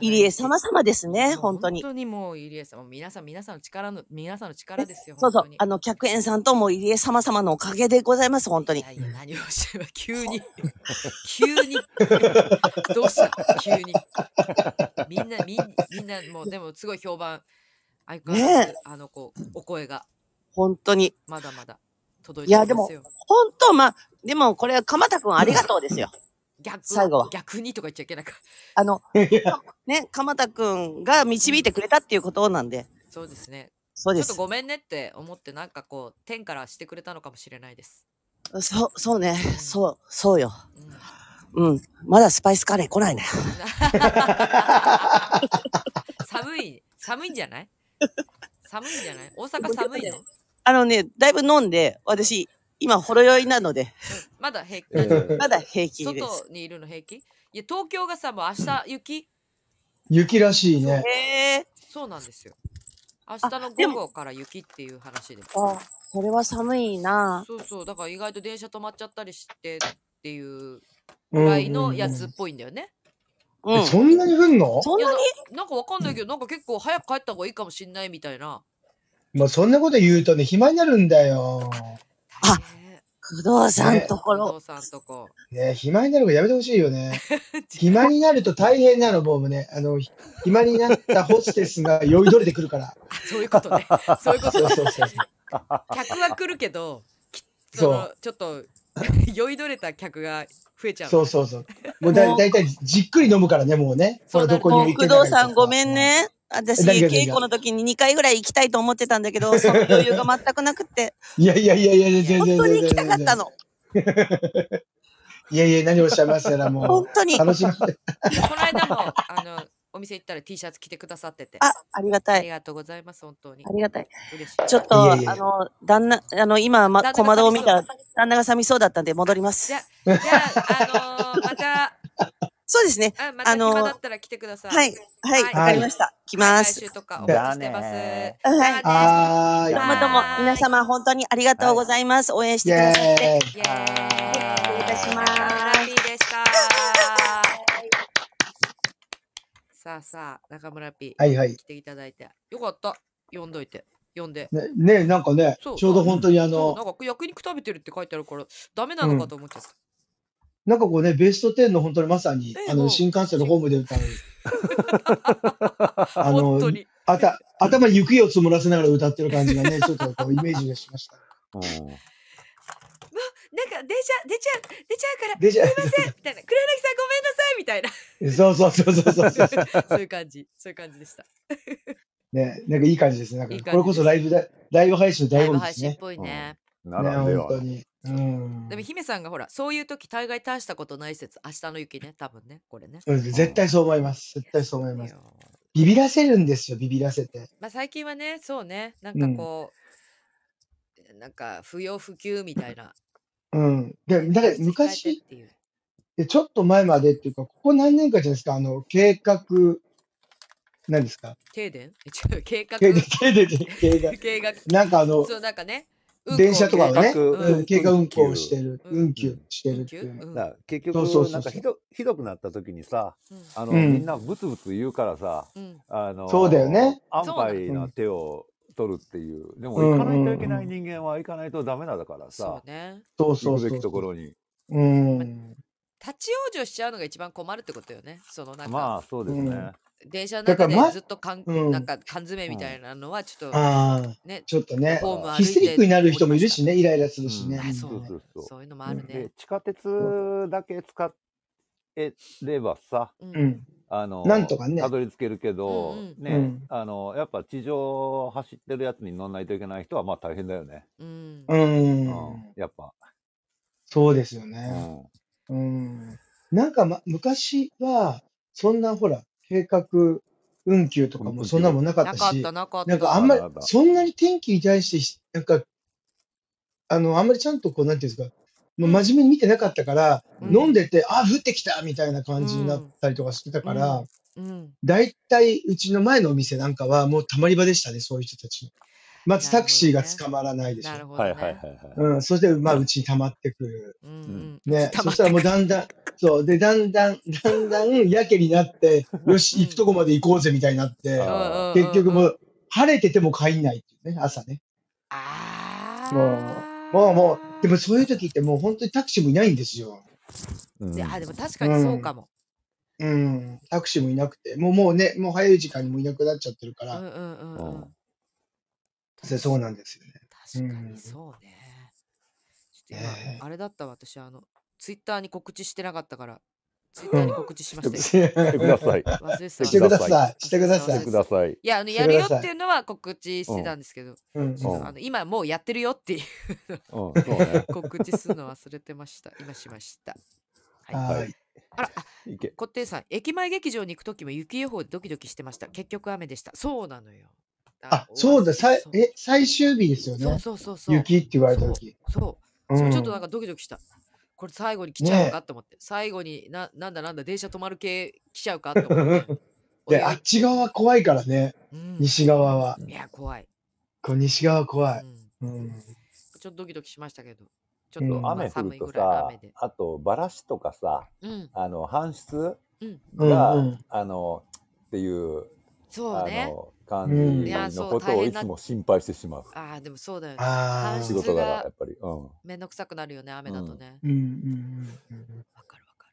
[SPEAKER 4] 入江様様です
[SPEAKER 1] も
[SPEAKER 4] ね、
[SPEAKER 1] う
[SPEAKER 4] 本当に。
[SPEAKER 1] 本当にもう入江さんもう皆さん皆さんの力の皆さんの力ですよ
[SPEAKER 4] そうそう
[SPEAKER 1] 本当に。
[SPEAKER 4] あの、客演さんとも入江様様のおかげでございます、本当に
[SPEAKER 1] い。やいや何をして
[SPEAKER 4] [LAUGHS]
[SPEAKER 1] る急に急にどうした急にみんなみんみんなもうでもすごい評判相変わらず、
[SPEAKER 4] ね
[SPEAKER 1] あのこうお声が
[SPEAKER 4] 本当に。
[SPEAKER 1] まだまだ届い
[SPEAKER 4] い
[SPEAKER 1] てお
[SPEAKER 4] や
[SPEAKER 1] りますよ。
[SPEAKER 4] 本当、まあ、でもこれは鎌田くんありがと
[SPEAKER 1] [LAUGHS]
[SPEAKER 4] うですよ。
[SPEAKER 1] 逆
[SPEAKER 4] 最後は
[SPEAKER 1] 逆にとか言っちゃいけないか。
[SPEAKER 4] あの、
[SPEAKER 3] いや
[SPEAKER 4] ね、鎌田くんが導いてくれたっていうことなんで。
[SPEAKER 1] そうですね。
[SPEAKER 4] そう
[SPEAKER 1] ちょ
[SPEAKER 4] で
[SPEAKER 1] っと
[SPEAKER 4] す。
[SPEAKER 1] ごめんねって思ってなんかこう天からしてくれたのかもしれないです。
[SPEAKER 4] そう、そうね。そう、そうよ。
[SPEAKER 1] うん、
[SPEAKER 4] うん。まだスパイスカレー来ないね。
[SPEAKER 1] 寒い寒いんじゃない？寒いんじゃない？大阪寒いの？
[SPEAKER 4] あのね、だいぶ飲んで、私、今、ほろ酔いなので、
[SPEAKER 1] まだ平気。
[SPEAKER 2] ええ
[SPEAKER 4] まだ平気です。
[SPEAKER 1] 外にいるの平気？いや東京がさもう明日雪
[SPEAKER 3] 雪らしいね。
[SPEAKER 4] へえ。
[SPEAKER 1] そうなんですよ。明日の
[SPEAKER 4] で
[SPEAKER 1] 午
[SPEAKER 4] も
[SPEAKER 1] 後から雪っていう話で。
[SPEAKER 4] あ、これは寒いな。
[SPEAKER 1] そうそうだから意外と電車止まっちゃったりしてっていう
[SPEAKER 3] う
[SPEAKER 1] ぐ
[SPEAKER 3] ん
[SPEAKER 1] らいのやつっぽいんだよね。
[SPEAKER 4] うん
[SPEAKER 3] え。そんなに降んの
[SPEAKER 4] そんなに
[SPEAKER 1] いやなんかわかんないけど、なんか結構早く帰った方がいいかもしんないみたいな。
[SPEAKER 3] まあ、そんなこと言うとね、暇になるんだよ。
[SPEAKER 4] あ
[SPEAKER 1] ね
[SPEAKER 4] 工藤さんとこ
[SPEAKER 1] お
[SPEAKER 4] ろ。
[SPEAKER 1] 父さんとこ。
[SPEAKER 3] ね、暇になるからやめてほしいよ
[SPEAKER 4] [LAUGHS]
[SPEAKER 3] ね。暇になると大変なの、もうね。あの、ひ暇になったホステスが酔いどれてくる
[SPEAKER 4] [LAUGHS]
[SPEAKER 3] から。
[SPEAKER 1] あそういうことね。そういうこ
[SPEAKER 3] そ
[SPEAKER 1] と
[SPEAKER 3] う
[SPEAKER 1] ね。
[SPEAKER 3] そうそうそう。
[SPEAKER 1] 客は来るけど、きそ
[SPEAKER 3] そう
[SPEAKER 1] のちょっと酔いどれた客が増えちゃう。
[SPEAKER 3] そうそうそう。もうだだいたいじっくり飲むからね、もうね。
[SPEAKER 1] そう
[SPEAKER 3] ほらどこに
[SPEAKER 4] もう
[SPEAKER 3] 行けな
[SPEAKER 4] 工
[SPEAKER 3] い
[SPEAKER 4] 藤さんごめん。ね。私、
[SPEAKER 3] 大丈夫大
[SPEAKER 4] 稽
[SPEAKER 3] 丈夫
[SPEAKER 4] 古の時に2回ぐらい行きたいと思ってたんだけど、その余裕が全くなくって、
[SPEAKER 3] いやいやいやいや [LAUGHS] いや、全然
[SPEAKER 4] 本当に行きた
[SPEAKER 3] 全然
[SPEAKER 4] かったの。
[SPEAKER 3] いやいや、何をおっしゃいますやら、も
[SPEAKER 4] [LAUGHS] 本当
[SPEAKER 3] う。
[SPEAKER 4] に。
[SPEAKER 3] 楽しみ。
[SPEAKER 1] この間もあのお店行ったら T シャツ着てくださってて。
[SPEAKER 4] あ、ありがた
[SPEAKER 1] あ
[SPEAKER 4] い
[SPEAKER 1] り。がとうございます本当に
[SPEAKER 4] ありがたい。
[SPEAKER 1] 嬉しい。
[SPEAKER 4] ちょっ
[SPEAKER 3] い
[SPEAKER 4] と、
[SPEAKER 3] やいやいや
[SPEAKER 4] あの、旦那、あの、今、ま、
[SPEAKER 1] 旦那が
[SPEAKER 4] 小窓を見
[SPEAKER 1] 寂
[SPEAKER 4] た
[SPEAKER 1] しそ
[SPEAKER 4] 旦那が寂しそうだったんで戻ります
[SPEAKER 1] じゃ。じゃああのーまた
[SPEAKER 4] そうですね。
[SPEAKER 1] あまた
[SPEAKER 4] あのー
[SPEAKER 1] 暇だったら来てください。
[SPEAKER 4] はい。はい。わ
[SPEAKER 1] はい
[SPEAKER 4] かりました。来
[SPEAKER 1] ま。
[SPEAKER 4] ますす
[SPEAKER 1] 来。週とかお待ちしてま
[SPEAKER 2] じゃあね
[SPEAKER 1] す。
[SPEAKER 4] はい
[SPEAKER 1] じゃあね
[SPEAKER 3] あーい
[SPEAKER 4] [LAUGHS] どうもどうも、皆様本当にありがとうございます。応援し
[SPEAKER 3] イ
[SPEAKER 4] てくださって。
[SPEAKER 3] ェーイ。
[SPEAKER 1] イエーイ。
[SPEAKER 2] 失礼いたします
[SPEAKER 1] ラッピーでした。さあさあ、中村ピー、
[SPEAKER 3] はいはい
[SPEAKER 1] 来。ていただいて。よかった。呼んどいて。呼んで。
[SPEAKER 3] ね、ねなんかね、ち
[SPEAKER 1] そ
[SPEAKER 3] ょ
[SPEAKER 1] う
[SPEAKER 3] うど本当にあ
[SPEAKER 1] そう
[SPEAKER 3] の
[SPEAKER 1] な、んか焼肉食べてるって書いてあるから、ダメなのかと思っちゃった。
[SPEAKER 3] なんかこうね、ベスト10の本当にまさに
[SPEAKER 1] え、え
[SPEAKER 3] あ
[SPEAKER 1] う
[SPEAKER 3] の、
[SPEAKER 1] ん
[SPEAKER 3] 新幹線のホーム
[SPEAKER 1] [LAUGHS]
[SPEAKER 3] で歌う。あ
[SPEAKER 1] 本
[SPEAKER 3] の
[SPEAKER 1] 当、に。
[SPEAKER 3] あた、頭に雪を積もらせながら歌ってる感じが
[SPEAKER 1] [LAUGHS]
[SPEAKER 3] ね、ちょっとこう、イメージがしました。
[SPEAKER 2] うん
[SPEAKER 1] なんか出ちゃ、出ちゃ、出ちゃうから、
[SPEAKER 3] で、じゃあ
[SPEAKER 1] す [LAUGHS] いま
[SPEAKER 3] [LAUGHS]
[SPEAKER 1] せんみたいな。黒柳さんごめんなさいみたいな。
[SPEAKER 3] そうそうそうそうそうそう。 [LAUGHS]
[SPEAKER 1] そういう感じ。そういう感じでした。
[SPEAKER 3] ね、
[SPEAKER 1] [LAUGHS]
[SPEAKER 3] なんかいい感じですね。なんか
[SPEAKER 1] いい感じ
[SPEAKER 3] これこそライブだ、ライブ配信の
[SPEAKER 1] ラ
[SPEAKER 3] 醍
[SPEAKER 1] イ
[SPEAKER 3] 醐
[SPEAKER 1] ブ
[SPEAKER 3] 味で
[SPEAKER 1] 配
[SPEAKER 3] す
[SPEAKER 1] 信っ
[SPEAKER 3] ね。
[SPEAKER 1] ぽいね。
[SPEAKER 3] ね、
[SPEAKER 2] 並んで
[SPEAKER 3] 本
[SPEAKER 2] よ。
[SPEAKER 3] 当に。うん
[SPEAKER 1] で。も姫さんがほら、そういう時大概大したことない説、明日の雪ね、多分ね、これね。
[SPEAKER 3] うん絶対そう思います。絶対そう思います。
[SPEAKER 1] いや
[SPEAKER 3] ビビらせるんですよ、ビビらせて。
[SPEAKER 1] まあ、最近はね、そうね、なんかこう、なんか不要不急みたいな。
[SPEAKER 3] うん。で、だから
[SPEAKER 1] 控え
[SPEAKER 3] 昔
[SPEAKER 1] て、っていう
[SPEAKER 3] でちょっと前までっていうか、ここ何年かじゃないですか、あの、計画、何ですか
[SPEAKER 1] 停電 [LAUGHS] え違う計画
[SPEAKER 3] 計画、計画、計
[SPEAKER 1] [LAUGHS]
[SPEAKER 3] 画。
[SPEAKER 1] 計画
[SPEAKER 3] なんかあの、
[SPEAKER 1] そうなんかね、
[SPEAKER 3] 電車とか
[SPEAKER 1] を
[SPEAKER 3] のね、
[SPEAKER 1] うん
[SPEAKER 3] うん、経過運行してる、
[SPEAKER 1] うん
[SPEAKER 3] 運休してるっていう。
[SPEAKER 2] だから結
[SPEAKER 3] そうそうそ
[SPEAKER 2] 局な
[SPEAKER 3] うそう
[SPEAKER 2] んかひどひどくなった時にさあの、
[SPEAKER 3] うん
[SPEAKER 2] みんなブツブツ言うからさ
[SPEAKER 1] うん
[SPEAKER 2] あの
[SPEAKER 3] そうだよね
[SPEAKER 2] 安牌な手を取るっていうでも行かないといけない人間は行かないとダメなんだから
[SPEAKER 1] そ
[SPEAKER 2] さ、
[SPEAKER 1] うね。
[SPEAKER 3] そうそ
[SPEAKER 2] 行
[SPEAKER 3] う
[SPEAKER 2] く
[SPEAKER 3] そう。
[SPEAKER 2] べきところに
[SPEAKER 3] うん。
[SPEAKER 1] 立ち往生しちゃうのが一番困るってことよね。そのなんか、
[SPEAKER 2] まあそうですね、
[SPEAKER 1] 電車の
[SPEAKER 3] だか
[SPEAKER 1] 中
[SPEAKER 3] ら
[SPEAKER 1] で
[SPEAKER 3] ま
[SPEAKER 1] ずっと缶、
[SPEAKER 3] うん
[SPEAKER 1] なんか缶詰みたいなのはちょっと
[SPEAKER 3] ああ、
[SPEAKER 1] ね、
[SPEAKER 3] ちょっとね、
[SPEAKER 1] ホーム歩いて
[SPEAKER 3] ヒステリックになる人もいるしね、イライラするしね。
[SPEAKER 2] うん
[SPEAKER 1] あそう
[SPEAKER 2] そうそうそう
[SPEAKER 1] そういうのもあるね
[SPEAKER 2] で。地下鉄だけ使えればさ
[SPEAKER 1] う
[SPEAKER 3] う。ん。
[SPEAKER 2] あの
[SPEAKER 3] なんとかね
[SPEAKER 2] たどり着けるけど、
[SPEAKER 1] うんうん
[SPEAKER 2] ね、
[SPEAKER 3] うん
[SPEAKER 2] あのやっぱ地上を走ってるやつに乗んないといけない人はまあ大変だよね、
[SPEAKER 1] うん
[SPEAKER 3] う。
[SPEAKER 2] うんやっぱ、
[SPEAKER 3] そうですよ
[SPEAKER 2] う
[SPEAKER 3] ね。
[SPEAKER 2] ん
[SPEAKER 3] うん。なんか、ま、昔は、そんなほら、計画運休とかもそんなもんなかっ
[SPEAKER 1] な
[SPEAKER 3] た
[SPEAKER 1] かっ
[SPEAKER 3] し、
[SPEAKER 1] た、なかった。
[SPEAKER 3] なんかあんまり
[SPEAKER 2] なかっ、た
[SPEAKER 3] そんなに天気に対してし、なんか、あの、あんまりちゃんとこう、なんていうんですか、もう真面目に見てなかったから、
[SPEAKER 1] うん
[SPEAKER 3] 飲んでて、あ、降ってきたみたいな感じになったりとかしてたから、
[SPEAKER 1] うん、
[SPEAKER 3] 大体、うちの前のお店なんかは、もうたまり場でしたね、そういう人たちの。まずタクシーが捕まらないでしょ。
[SPEAKER 1] なるほど、
[SPEAKER 2] は
[SPEAKER 1] ね。
[SPEAKER 2] いはいはいはい、
[SPEAKER 3] うん、そして、まあ、うちに溜まってくる。
[SPEAKER 1] うんうん
[SPEAKER 3] ね、
[SPEAKER 1] [LAUGHS] 溜ま
[SPEAKER 3] そ
[SPEAKER 1] っ
[SPEAKER 3] したらもうだんだん、そう、で、だんだん、だんだん、やけに
[SPEAKER 1] [LAUGHS]
[SPEAKER 3] なって、よし、
[SPEAKER 1] うん
[SPEAKER 3] 行くとこまで行こうぜ、みたいになって、
[SPEAKER 2] あ
[SPEAKER 1] うん
[SPEAKER 3] 結局
[SPEAKER 1] うん
[SPEAKER 3] も
[SPEAKER 1] うん
[SPEAKER 3] う、晴れてても帰んないっていうね、朝ね。
[SPEAKER 1] ああ。
[SPEAKER 3] もう、もう、でもそういう時ってもう本当にタクシーもいないんですよ。
[SPEAKER 2] うん
[SPEAKER 1] いや、でも確かにそうかも。
[SPEAKER 3] うん、タクシーもいなくて、もう、もうね、もう早い時間にもいなくなっちゃってるか
[SPEAKER 1] う
[SPEAKER 3] ら、
[SPEAKER 1] んうんうん
[SPEAKER 2] う
[SPEAKER 1] うんん。
[SPEAKER 3] そうそうなんですよね。
[SPEAKER 1] 確か
[SPEAKER 3] うん
[SPEAKER 1] にそうね。ちょっと今
[SPEAKER 3] ねえ
[SPEAKER 1] あれだったわ私あのツイッターに告知してなかったからツイッターに告知しましたよ。
[SPEAKER 2] してください。
[SPEAKER 1] 忘れてた
[SPEAKER 3] してください。してくだ
[SPEAKER 2] し
[SPEAKER 3] さ
[SPEAKER 2] て
[SPEAKER 3] い
[SPEAKER 2] く。
[SPEAKER 1] [LAUGHS]
[SPEAKER 2] ださい。
[SPEAKER 1] いやあの
[SPEAKER 3] して
[SPEAKER 1] や
[SPEAKER 3] くださ
[SPEAKER 1] る
[SPEAKER 3] い
[SPEAKER 1] よっていうのは告知してたんですけど、
[SPEAKER 3] うん
[SPEAKER 1] ちょっ
[SPEAKER 2] うん
[SPEAKER 1] とあの今もうやってるよっていう
[SPEAKER 2] うん、そうね。
[SPEAKER 1] 告知するの忘れてました。今しました。はい。
[SPEAKER 3] はい。
[SPEAKER 1] あら、あ
[SPEAKER 2] いけ。
[SPEAKER 1] こってんさん、駅前劇場に行くときも雪予報でドキドキしてました。結局雨でした。そうなのよ。
[SPEAKER 3] あ、そうだ、さい
[SPEAKER 1] そう
[SPEAKER 3] え、最終日ですよ
[SPEAKER 1] そう
[SPEAKER 3] ね。
[SPEAKER 1] そうそうそう。
[SPEAKER 3] 雪って言われた時。
[SPEAKER 1] そう。
[SPEAKER 3] う
[SPEAKER 1] そうんちょっとなんかドキドキした。これ最後に来ちゃうの
[SPEAKER 3] ね。
[SPEAKER 1] かと思って、最後にななんだなんだ電車止まる系来ちゃうかと思って
[SPEAKER 3] [LAUGHS] で、あっち側は怖いからね、
[SPEAKER 1] うん
[SPEAKER 3] 西側は。
[SPEAKER 1] いや、怖い、
[SPEAKER 3] こう西側は怖
[SPEAKER 1] う
[SPEAKER 3] い。
[SPEAKER 1] ん
[SPEAKER 3] うん。
[SPEAKER 1] ちょっとドキドキしましたけど、ちょっと、
[SPEAKER 3] うん
[SPEAKER 1] まあ
[SPEAKER 2] 雨降
[SPEAKER 1] 寒
[SPEAKER 2] る
[SPEAKER 1] い
[SPEAKER 2] と
[SPEAKER 1] ぐらいの
[SPEAKER 2] さ
[SPEAKER 1] 雨で、。
[SPEAKER 2] あとバラシとかさ、
[SPEAKER 1] うん、
[SPEAKER 2] あの搬出が、
[SPEAKER 3] うんうん。
[SPEAKER 2] あのっていう
[SPEAKER 1] そう
[SPEAKER 2] あ
[SPEAKER 1] ね。
[SPEAKER 2] の感じ
[SPEAKER 3] うんい
[SPEAKER 1] やそ
[SPEAKER 2] の
[SPEAKER 1] う
[SPEAKER 2] こと
[SPEAKER 1] 大
[SPEAKER 2] を
[SPEAKER 1] 変
[SPEAKER 2] い
[SPEAKER 1] な
[SPEAKER 2] つも心配してしまう。
[SPEAKER 1] ああ、でもそうだよね。
[SPEAKER 3] あ
[SPEAKER 1] 搬
[SPEAKER 2] 仕
[SPEAKER 1] 出
[SPEAKER 2] 事柄
[SPEAKER 1] が
[SPEAKER 2] やっぱり。うん。
[SPEAKER 1] めんどくさくなるよね、雨だとね。
[SPEAKER 3] うんうんうん
[SPEAKER 1] わ、かるわかる。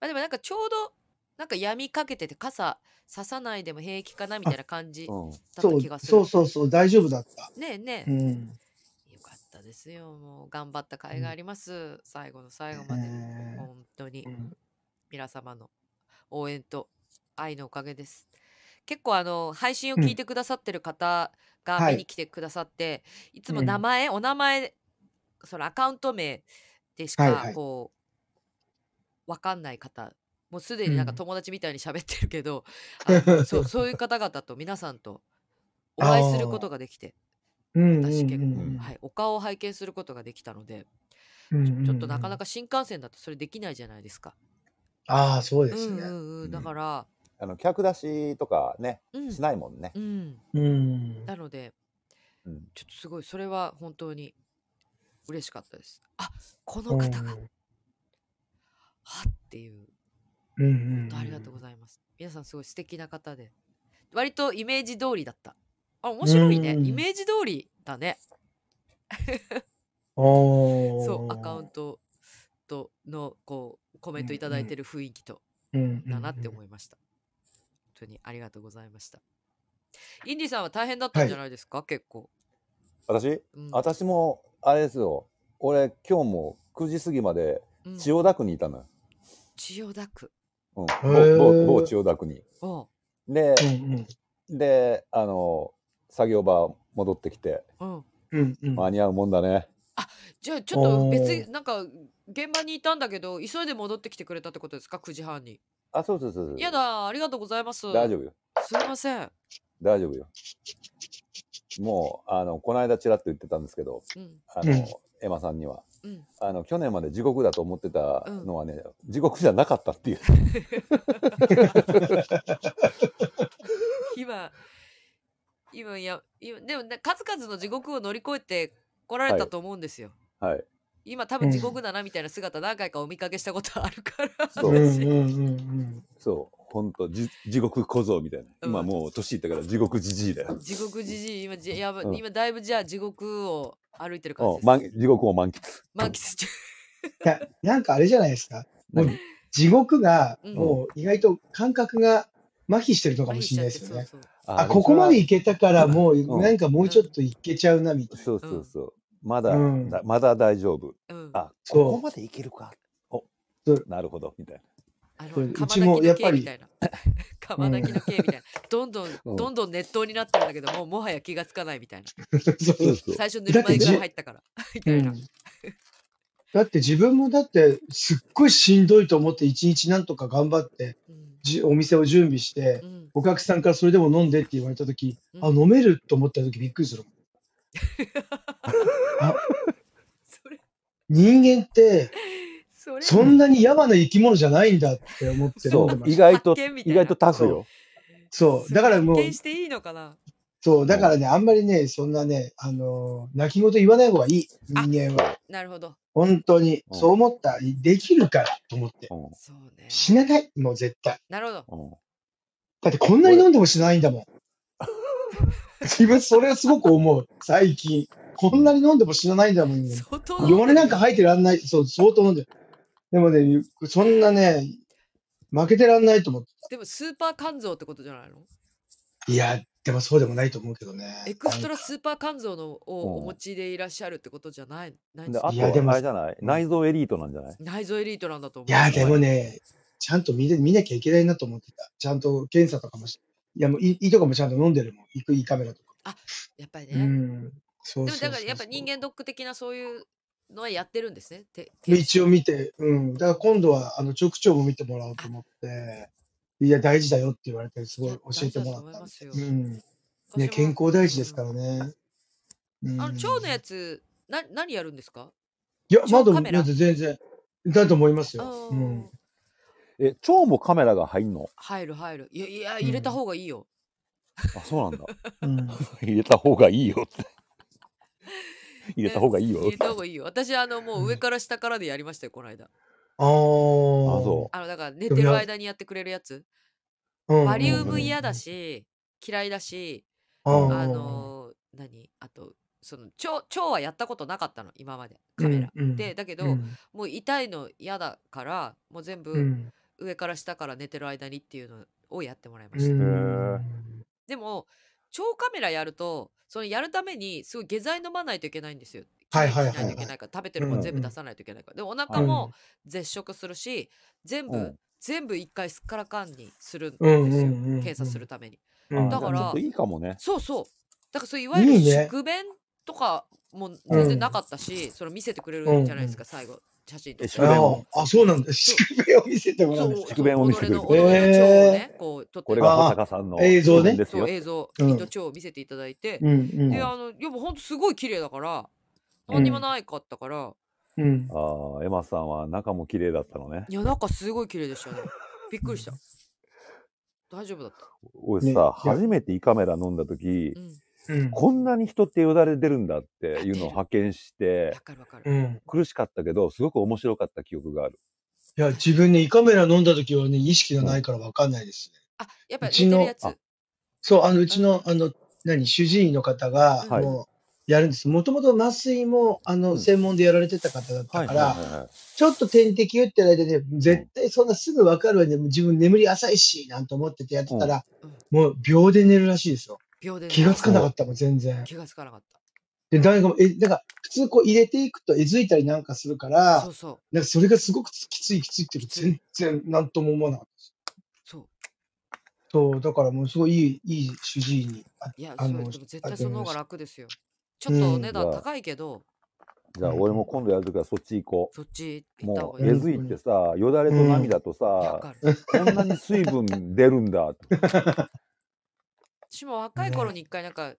[SPEAKER 1] まあでもなんかちょうど、なんか闇かけてて傘ささないでも平気かなみたいな感じだ
[SPEAKER 2] うん。
[SPEAKER 1] った
[SPEAKER 3] そう
[SPEAKER 1] 気がする。
[SPEAKER 3] そうそうそう、大丈夫だった。
[SPEAKER 1] ねえね
[SPEAKER 3] う
[SPEAKER 1] え、
[SPEAKER 3] ん。
[SPEAKER 1] よかったですよ。もう頑張った甲斐があります。最後の最後まで。
[SPEAKER 3] ねえ
[SPEAKER 1] 本当に
[SPEAKER 3] うん
[SPEAKER 1] 皆様の応援と愛のおかげです。結構あの配信を聞いてくださってる方が
[SPEAKER 3] はい
[SPEAKER 1] 見に来てくださって、い、つも
[SPEAKER 3] うん
[SPEAKER 1] 名前、お名前そのアカウント名でし
[SPEAKER 3] はいは
[SPEAKER 1] か
[SPEAKER 3] い
[SPEAKER 1] こうわ、かんない方もうすでになんか
[SPEAKER 3] うん
[SPEAKER 1] 友達みたいに喋ってるけど、あ
[SPEAKER 3] [LAUGHS]
[SPEAKER 1] のそうそういう方々と皆さんとお会いすることができて
[SPEAKER 3] うん
[SPEAKER 1] 私結構、
[SPEAKER 2] うん
[SPEAKER 1] はい、お顔を拝見することができたので、ちょっとなかなか新幹線だとそれできないじゃないですか。
[SPEAKER 3] ああそう
[SPEAKER 1] う
[SPEAKER 3] で
[SPEAKER 1] ん
[SPEAKER 3] す
[SPEAKER 1] う
[SPEAKER 3] ね
[SPEAKER 1] んう、
[SPEAKER 2] うんん
[SPEAKER 1] だから、
[SPEAKER 2] あの客出しとかね
[SPEAKER 1] うん
[SPEAKER 2] しないもんね。
[SPEAKER 1] うん、
[SPEAKER 3] うん
[SPEAKER 1] なので
[SPEAKER 2] うん。
[SPEAKER 1] ちょっとすごいそれは本当に嬉しかったです。あこ
[SPEAKER 3] う
[SPEAKER 1] の
[SPEAKER 3] ん
[SPEAKER 1] 方が、はっていう
[SPEAKER 3] うんうん
[SPEAKER 1] ありがとうございます。皆さんすごい素敵な方で割とイメージ通りだった。あ面白いね
[SPEAKER 3] うん
[SPEAKER 1] イメージ通りだね。
[SPEAKER 3] おー
[SPEAKER 1] そうアカウントとのこうコメントいただいてる雰囲気と。
[SPEAKER 3] うん
[SPEAKER 1] だなって思いました。本当にありがとうございました。インディさんは大変だったんじゃないですか、結構。
[SPEAKER 2] 私
[SPEAKER 1] うん
[SPEAKER 2] 私もあれですよ。俺今日も9時過ぎまで
[SPEAKER 1] うん
[SPEAKER 2] 千代田区にいたのよ。
[SPEAKER 1] 千代田区。
[SPEAKER 2] うん。
[SPEAKER 3] へー
[SPEAKER 2] 某某某千代田区に。
[SPEAKER 1] おう
[SPEAKER 2] で、
[SPEAKER 3] うん
[SPEAKER 2] で、あの、作業場戻ってきて、
[SPEAKER 1] うん、
[SPEAKER 3] うんうん
[SPEAKER 2] 間に合うもんだね。
[SPEAKER 1] じゃあちょっと別
[SPEAKER 3] お
[SPEAKER 1] になんか現場にいたんだけど急いで戻ってきてくれたってことですか9時半に。
[SPEAKER 2] あ、そうそうそうそう。
[SPEAKER 1] やだ、ありがとうございます。
[SPEAKER 2] 大丈夫よ。
[SPEAKER 1] すいません。
[SPEAKER 2] 大丈夫よ。もう、あの、この間ちらっと言ってたんですけど、
[SPEAKER 1] うん。
[SPEAKER 2] あの、
[SPEAKER 3] うん
[SPEAKER 2] エマさんには。
[SPEAKER 1] うん。
[SPEAKER 2] あの去年まで地獄だと思ってたのはね、地獄じゃなかったっていう
[SPEAKER 1] 今、今、いや、今、でもな、数々の地獄を乗り越えて来られた
[SPEAKER 2] はい
[SPEAKER 1] と思うんですよ。
[SPEAKER 2] はい
[SPEAKER 1] 今、多分地獄だなみたいな姿何回かお見かけしたことあるから。
[SPEAKER 2] そう
[SPEAKER 3] うん
[SPEAKER 1] 私
[SPEAKER 3] うんうんうん。
[SPEAKER 2] そうほんとじ地獄小僧みたいな、
[SPEAKER 1] うん
[SPEAKER 2] 今もう年いったから地獄じじいだよ、
[SPEAKER 1] [LAUGHS] 地獄じじい、今、じやば
[SPEAKER 2] うん
[SPEAKER 1] 今だいぶじゃあ地獄を歩いてる感じ
[SPEAKER 2] う
[SPEAKER 1] で
[SPEAKER 2] ん
[SPEAKER 1] す。
[SPEAKER 2] 満地獄を満喫
[SPEAKER 1] 満喫中。
[SPEAKER 3] ななんかあれじゃないですか。もう
[SPEAKER 2] 何
[SPEAKER 3] 地獄が、
[SPEAKER 1] うん
[SPEAKER 3] もう意外と感覚が麻痺してるのか
[SPEAKER 1] 麻
[SPEAKER 3] も
[SPEAKER 1] 痺
[SPEAKER 3] し
[SPEAKER 1] しち
[SPEAKER 3] れな
[SPEAKER 1] ゃ
[SPEAKER 3] い
[SPEAKER 1] っ
[SPEAKER 3] で
[SPEAKER 1] て
[SPEAKER 3] す
[SPEAKER 1] そ
[SPEAKER 3] よ
[SPEAKER 1] う
[SPEAKER 3] ね。
[SPEAKER 1] そう。
[SPEAKER 3] あ、ここまでいけたからも
[SPEAKER 2] う
[SPEAKER 3] う、
[SPEAKER 2] ん
[SPEAKER 3] なんかもうちょっといけちゃうな、みたいな。
[SPEAKER 2] そうそうそうまだ,だ、
[SPEAKER 3] うん
[SPEAKER 2] まだ大丈夫
[SPEAKER 1] うん。
[SPEAKER 2] あ
[SPEAKER 3] そう
[SPEAKER 2] ここまでいけるかお
[SPEAKER 3] そう
[SPEAKER 2] なるほどみたい
[SPEAKER 1] あの
[SPEAKER 3] これう
[SPEAKER 1] 釜炊
[SPEAKER 3] ち
[SPEAKER 1] き
[SPEAKER 3] も
[SPEAKER 1] の
[SPEAKER 3] やっぱ
[SPEAKER 1] 刑
[SPEAKER 3] り
[SPEAKER 1] みたいな。 [LAUGHS] 釜炊きの刑みたいな。どんどん、
[SPEAKER 2] うん
[SPEAKER 1] どんどん熱湯になってるんだけど、もうもはや気がつかないみたいな。
[SPEAKER 3] そう
[SPEAKER 2] なそうそう
[SPEAKER 1] 最初ぬるま湯から入ったから。みたいな。
[SPEAKER 3] [LAUGHS] だって自分もだって、すっごいしんどいと思って、一日なんとか頑張って、
[SPEAKER 1] うん
[SPEAKER 3] じお店を準備して
[SPEAKER 1] う、ん
[SPEAKER 3] お客さんからそれでも飲んでって言われたとき、
[SPEAKER 1] うん
[SPEAKER 3] あ、飲めると思ったときびっくりするもん。
[SPEAKER 1] それ、
[SPEAKER 3] 人間って、
[SPEAKER 1] それ、
[SPEAKER 3] そんなに野蛮な生き物じゃないんだって思って
[SPEAKER 2] そ
[SPEAKER 3] 飲んで
[SPEAKER 2] う
[SPEAKER 3] ま
[SPEAKER 2] 意
[SPEAKER 3] す。
[SPEAKER 2] 外と
[SPEAKER 1] 発見みた
[SPEAKER 2] 意
[SPEAKER 1] いな
[SPEAKER 2] 外とタフよ
[SPEAKER 3] そう。だからもう
[SPEAKER 1] 発、見していいのかな
[SPEAKER 3] そう。だからね、あんまりね、そんなね、あのー泣き言言わない方がいい。
[SPEAKER 1] あ
[SPEAKER 3] 人間は。
[SPEAKER 1] なるほど。
[SPEAKER 3] 本当に。
[SPEAKER 2] うん
[SPEAKER 3] そう思った。できるからと思って。
[SPEAKER 2] うん
[SPEAKER 1] そうね。
[SPEAKER 3] 死なない。もう絶対。
[SPEAKER 1] なるほど。
[SPEAKER 2] うん
[SPEAKER 3] だってこんなに飲んでも死なないんだもん。自分、それはすごく思う。最近。こんなに飲んでも死なないんだもん。
[SPEAKER 1] 相当飲んでる
[SPEAKER 3] 汚れなんか入ってらんない。そう、相当飲んでる。でもね、そんなね、負けてらんないと思っ
[SPEAKER 1] でもスーパー肝臓ってことじゃないの
[SPEAKER 3] て。いや、でもそうでもないと思うけどね。
[SPEAKER 1] エクスト
[SPEAKER 3] ラ
[SPEAKER 1] ラスーパー肝臓のを
[SPEAKER 2] う
[SPEAKER 1] お
[SPEAKER 2] ん
[SPEAKER 1] 持ちでいらっしゃるってことじゃないないん
[SPEAKER 2] で
[SPEAKER 1] です
[SPEAKER 2] あ
[SPEAKER 1] か
[SPEAKER 2] と
[SPEAKER 3] いやでも
[SPEAKER 2] はあれじゃない内臓エリートなんじゃない
[SPEAKER 1] 内臓エリートなんだと思う。
[SPEAKER 3] いや、でもね、ちゃんと見れ見なきゃいけないなと思ってた。ちゃんと検査とかもし、いや、もう胃胃とかもちゃんと飲んでるもん。胃胃カメラとか。
[SPEAKER 1] やっぱり
[SPEAKER 3] う
[SPEAKER 1] ね。
[SPEAKER 3] ん。そう
[SPEAKER 1] で
[SPEAKER 3] そ
[SPEAKER 1] も
[SPEAKER 3] うそうそう
[SPEAKER 1] だからやっぱ人間ドック的なそういうのはやってるんですね。て
[SPEAKER 3] で一応見て、うん。だから今度は、あの、直腸も見てもらおうと思って、いや、大事だよって言われて、すごい教えてもら
[SPEAKER 1] いや大事だと思
[SPEAKER 3] っ
[SPEAKER 1] い
[SPEAKER 3] たん
[SPEAKER 1] ま
[SPEAKER 3] です
[SPEAKER 1] よ
[SPEAKER 3] うん。ね、健康大事ですからね。う
[SPEAKER 1] うんんあの腸のやつ、な何やるんですか
[SPEAKER 3] いや、ま
[SPEAKER 1] 腸
[SPEAKER 3] だ、
[SPEAKER 1] カ
[SPEAKER 3] ま
[SPEAKER 1] メラ
[SPEAKER 3] だ全然、だと思います
[SPEAKER 1] あ
[SPEAKER 3] よ。
[SPEAKER 1] ー
[SPEAKER 3] うん。
[SPEAKER 2] え腸もカメラが入んの
[SPEAKER 1] 入る入る。いやいや、
[SPEAKER 3] ん
[SPEAKER 1] 入れた方がいいよ。
[SPEAKER 2] あそうなんだ
[SPEAKER 3] うん、
[SPEAKER 2] [LAUGHS] 入れた方がいいよって [LAUGHS] 入れた方がいいよ
[SPEAKER 1] 入れた方がいいよ。私、あの、もう上から下からでやりましたよ、この間。
[SPEAKER 3] ああ。そ
[SPEAKER 2] そ
[SPEAKER 1] あの、だから寝てる間にやってくれるやつ。
[SPEAKER 3] うん。
[SPEAKER 1] バリウム嫌だし、嫌いだし、
[SPEAKER 3] うん、
[SPEAKER 1] あのー、何あと、その腸腸はやったことなかったの今まで
[SPEAKER 3] うん
[SPEAKER 1] カメラ、
[SPEAKER 3] うん
[SPEAKER 1] でだけど、
[SPEAKER 3] うん
[SPEAKER 1] もう痛いの嫌だからもう全
[SPEAKER 3] う
[SPEAKER 1] 部
[SPEAKER 3] ん
[SPEAKER 1] 上から下から寝てる間にっていうのをやってもらいま
[SPEAKER 3] う
[SPEAKER 1] した、
[SPEAKER 3] ん
[SPEAKER 1] でも腸カメラやるとそのやるためにすごい下剤飲まないといけないんですよ。
[SPEAKER 3] はいはいはい
[SPEAKER 1] しないといけないから食べてるも
[SPEAKER 2] うんん
[SPEAKER 1] 全部出さないといけないから、でお腹も絶食するし全部、
[SPEAKER 2] うん
[SPEAKER 1] 全部一回すっからかんにするんです
[SPEAKER 3] う
[SPEAKER 1] よ、
[SPEAKER 3] んうんうんうん
[SPEAKER 1] 検査するために
[SPEAKER 3] うん
[SPEAKER 1] だから
[SPEAKER 2] あじゃあちょっといいかもね
[SPEAKER 1] そうそうだからそういわゆる
[SPEAKER 3] いいね
[SPEAKER 1] 宿便とかも全然なかったし、それ見せてくれるじゃないですか、最後写真撮って
[SPEAKER 2] え宿便を
[SPEAKER 3] ああ、そうなんだ。宿便を見せてもらうんです
[SPEAKER 2] 宿便を見せてくれる
[SPEAKER 1] 己の己の腸をねこう撮って
[SPEAKER 2] これが保坂さん
[SPEAKER 3] あ
[SPEAKER 2] の
[SPEAKER 3] ー映像ね
[SPEAKER 2] です
[SPEAKER 1] そ
[SPEAKER 2] よ
[SPEAKER 1] う。映像、
[SPEAKER 3] うん
[SPEAKER 1] ミート蝶を見せていただいて、
[SPEAKER 3] うんうん
[SPEAKER 1] であのいやもうほんとすごい綺麗だから
[SPEAKER 3] うん
[SPEAKER 1] 何にもないかったから、
[SPEAKER 3] うん
[SPEAKER 2] ああ、エマさんは中も綺麗だったのね。
[SPEAKER 1] いやなんかすごい綺麗でしたねびっくりした大丈夫だっ
[SPEAKER 2] 俺さ、
[SPEAKER 3] ねいや
[SPEAKER 2] 初めて胃カメラ飲んだ時
[SPEAKER 1] た、うん
[SPEAKER 3] うん
[SPEAKER 2] こんなに人ってよだれ出るんだっていうのを発見して
[SPEAKER 1] わ、かるわかる、
[SPEAKER 3] うん
[SPEAKER 2] 苦しかったけど、すごく面白かった記憶がある。
[SPEAKER 3] いや、自分ね、胃カメラ飲んだ時はね、意識がないからわかんないですね。
[SPEAKER 1] あやっぱ
[SPEAKER 3] う
[SPEAKER 1] り
[SPEAKER 3] ち
[SPEAKER 1] 似て
[SPEAKER 3] の
[SPEAKER 1] るやつ
[SPEAKER 2] あ
[SPEAKER 3] そう、あの、うちの、あの、何、主治医の方が、
[SPEAKER 1] はい
[SPEAKER 3] もう、やるんです。もともと麻酔も、あ
[SPEAKER 2] う
[SPEAKER 3] の、
[SPEAKER 2] ん
[SPEAKER 3] 専門でやられてた方だったから、
[SPEAKER 2] は
[SPEAKER 3] ちょっと点滴打ってる間ね、絶対そんなすぐわかるわけで、自分眠り浅いし、なんて思っててやってたら、
[SPEAKER 1] うん
[SPEAKER 3] もう秒で寝るらしいですよ。
[SPEAKER 1] 秒でね
[SPEAKER 3] 気がつかなかったもん、全然。
[SPEAKER 1] 気がつかなかっ
[SPEAKER 3] で、誰かも、え、なんか、普通こう入れていくとえずいたりなんかするか
[SPEAKER 1] た
[SPEAKER 3] ら
[SPEAKER 1] そう、そう
[SPEAKER 3] なんかそれがすごくきついきついっていうか全然なんとも思わなかった。
[SPEAKER 1] そう
[SPEAKER 3] そう、だからもうすごいいい、いい主治医に。あ
[SPEAKER 1] いや
[SPEAKER 3] あ
[SPEAKER 1] そう
[SPEAKER 3] の
[SPEAKER 1] でも絶
[SPEAKER 3] あ
[SPEAKER 1] 対
[SPEAKER 3] と
[SPEAKER 1] そ
[SPEAKER 3] 思
[SPEAKER 1] の
[SPEAKER 3] いま
[SPEAKER 1] 方が
[SPEAKER 3] した
[SPEAKER 1] 楽ですよちょっとお値
[SPEAKER 2] う
[SPEAKER 1] 段
[SPEAKER 2] ん
[SPEAKER 1] 高いけど、
[SPEAKER 2] じゃあ俺も今度やるときはそっち行こ
[SPEAKER 1] そっち
[SPEAKER 2] う。
[SPEAKER 1] 行った方
[SPEAKER 2] も
[SPEAKER 1] がい
[SPEAKER 2] う
[SPEAKER 1] い
[SPEAKER 2] え。ずいってさ、よだれと涙と
[SPEAKER 1] わ
[SPEAKER 2] さ、
[SPEAKER 1] かる。
[SPEAKER 2] こんなに水分出るんだ。
[SPEAKER 1] 私も若い頃に一回なんか、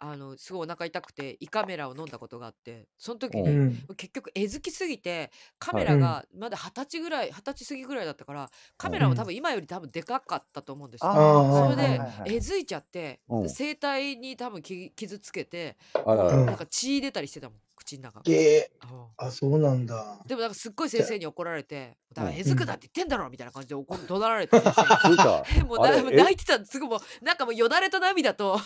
[SPEAKER 1] あの、すごいお腹痛くて、胃カメラを飲んだことがあって、その時
[SPEAKER 2] う
[SPEAKER 1] に、
[SPEAKER 3] ん。
[SPEAKER 1] 結局、えずきすぎて、カ
[SPEAKER 2] はい
[SPEAKER 1] メラ
[SPEAKER 3] うん
[SPEAKER 1] がまだ二十歳ぐらい、二十歳過ぎぐらいだったから、カメラも多分今より多分でかかったと思うんですよ。
[SPEAKER 3] あ
[SPEAKER 1] それ
[SPEAKER 2] はい
[SPEAKER 3] ー
[SPEAKER 1] で
[SPEAKER 2] はいはい
[SPEAKER 1] えずいちゃって
[SPEAKER 2] うん
[SPEAKER 1] 声帯に多分き傷つけて
[SPEAKER 2] あらあ
[SPEAKER 3] うん
[SPEAKER 2] ら
[SPEAKER 1] なんか血出たりしてたもん口の中
[SPEAKER 3] ええ
[SPEAKER 1] うん
[SPEAKER 3] あ、そうなんだ。
[SPEAKER 1] でもなんかすっごい先生に怒られて「だから
[SPEAKER 2] うん
[SPEAKER 1] えずくなって言ってんだろ」みたいな感じで怒怒鳴られて先生
[SPEAKER 2] [LAUGHS] ついた。
[SPEAKER 1] にもう
[SPEAKER 2] あ
[SPEAKER 1] だ
[SPEAKER 2] れ
[SPEAKER 1] いぶ
[SPEAKER 2] え
[SPEAKER 1] 泣いてたすぐもうなんかもうよだれと涙と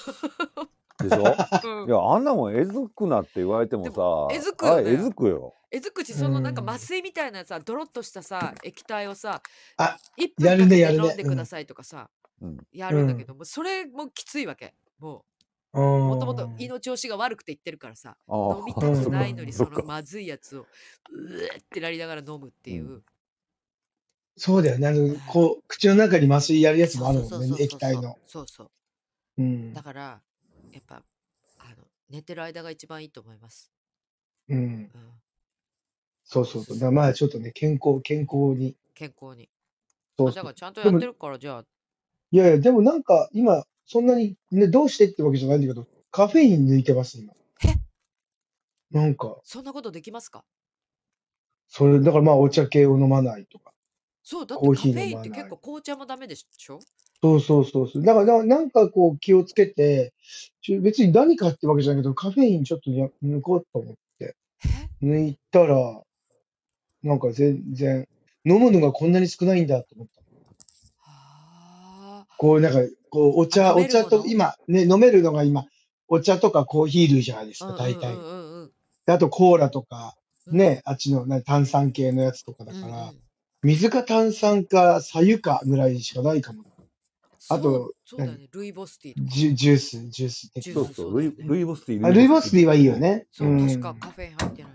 [SPEAKER 2] でしょ
[SPEAKER 1] [LAUGHS] うん
[SPEAKER 2] いや、あんなもんえずくなって言われても
[SPEAKER 1] でも
[SPEAKER 2] さ、
[SPEAKER 1] えずくよね
[SPEAKER 2] あれえずくよ。
[SPEAKER 1] えずくちそのなんか
[SPEAKER 3] うん
[SPEAKER 1] 麻酔みたいなさドロッとしたさ液体をさ
[SPEAKER 3] あ
[SPEAKER 1] 1
[SPEAKER 3] や
[SPEAKER 1] 分
[SPEAKER 3] る
[SPEAKER 1] かけ
[SPEAKER 3] ねや
[SPEAKER 1] て
[SPEAKER 3] るね
[SPEAKER 1] 飲んでくださいとかさ
[SPEAKER 2] うん
[SPEAKER 1] やるんだけどもうそれもきついわけもう
[SPEAKER 3] も
[SPEAKER 1] もともと胃の調子が悪くて言ってるからさ
[SPEAKER 2] ああ
[SPEAKER 1] 飲みたくないのに
[SPEAKER 2] そ
[SPEAKER 1] そ
[SPEAKER 2] っか
[SPEAKER 1] のまずいやつをうえってなりながら飲むっていう、
[SPEAKER 3] そうだよね。あの、こう、口の中に麻酔やるやつもあるも
[SPEAKER 1] そう
[SPEAKER 3] んね
[SPEAKER 1] そうそうそ、う
[SPEAKER 3] 液体の。
[SPEAKER 1] そうそう
[SPEAKER 3] うん
[SPEAKER 1] だ。からやっぱあの寝てる間が一番いいと思います、
[SPEAKER 3] うん。
[SPEAKER 1] うん、
[SPEAKER 3] そうそうそう。だからまあちょっとね、健康、健康に。
[SPEAKER 1] 健康に
[SPEAKER 3] そう
[SPEAKER 1] あだ
[SPEAKER 3] そ
[SPEAKER 1] か
[SPEAKER 3] う
[SPEAKER 1] らちゃんと
[SPEAKER 3] で
[SPEAKER 1] や
[SPEAKER 3] も
[SPEAKER 1] ってるからじゃあ
[SPEAKER 3] いやいや、でもなんか今、そんなに、ね、どうしてってわけじゃないんだけど、カフェイン抜いてます、今。なんか、
[SPEAKER 1] そんなことできますか
[SPEAKER 3] それ、だからまあお茶系を飲まないとか。
[SPEAKER 1] そうだって
[SPEAKER 3] コー
[SPEAKER 1] カフ
[SPEAKER 3] ヒー
[SPEAKER 1] ェイン
[SPEAKER 3] 飲ま
[SPEAKER 1] っ
[SPEAKER 3] ない
[SPEAKER 1] て結構紅茶もダメでしょ
[SPEAKER 3] そうそうそうそう。だからな、なんかこう気をつけて、ちょ別に何かってわけじゃないけど、カフェインちょっとや抜こうと思って、抜いたら、なんか全然、飲むのがこんなに少ないんだと思った。
[SPEAKER 1] [LAUGHS] はあ
[SPEAKER 3] こう、なんか、こう、お
[SPEAKER 1] あ
[SPEAKER 3] 茶、
[SPEAKER 1] 飲
[SPEAKER 3] お
[SPEAKER 1] める
[SPEAKER 3] 茶と
[SPEAKER 1] も、の
[SPEAKER 3] 今、ね、飲めるのが今、お茶とかコーヒー類じゃないです
[SPEAKER 1] うん
[SPEAKER 3] か、
[SPEAKER 1] うん
[SPEAKER 3] 大体
[SPEAKER 1] う。んうんうん
[SPEAKER 3] であとコーラとか、
[SPEAKER 1] うん
[SPEAKER 3] ね、あっちのな炭酸系のやつとかだ
[SPEAKER 1] うん
[SPEAKER 3] か
[SPEAKER 1] うん
[SPEAKER 3] ら、水か炭酸か、左右かぐらいしかないかも。あと
[SPEAKER 1] そうそうだよ
[SPEAKER 3] 何
[SPEAKER 1] ねルイボスティーとか
[SPEAKER 3] ジュジュース、ジュース的
[SPEAKER 1] ジュ
[SPEAKER 2] そ
[SPEAKER 1] ー
[SPEAKER 2] う
[SPEAKER 1] ス
[SPEAKER 2] そう、ルイルイボスティー。
[SPEAKER 3] な。あルイボスティーはいいよ。ね。
[SPEAKER 1] そう、
[SPEAKER 3] ん
[SPEAKER 1] 確かカフェイン入ってない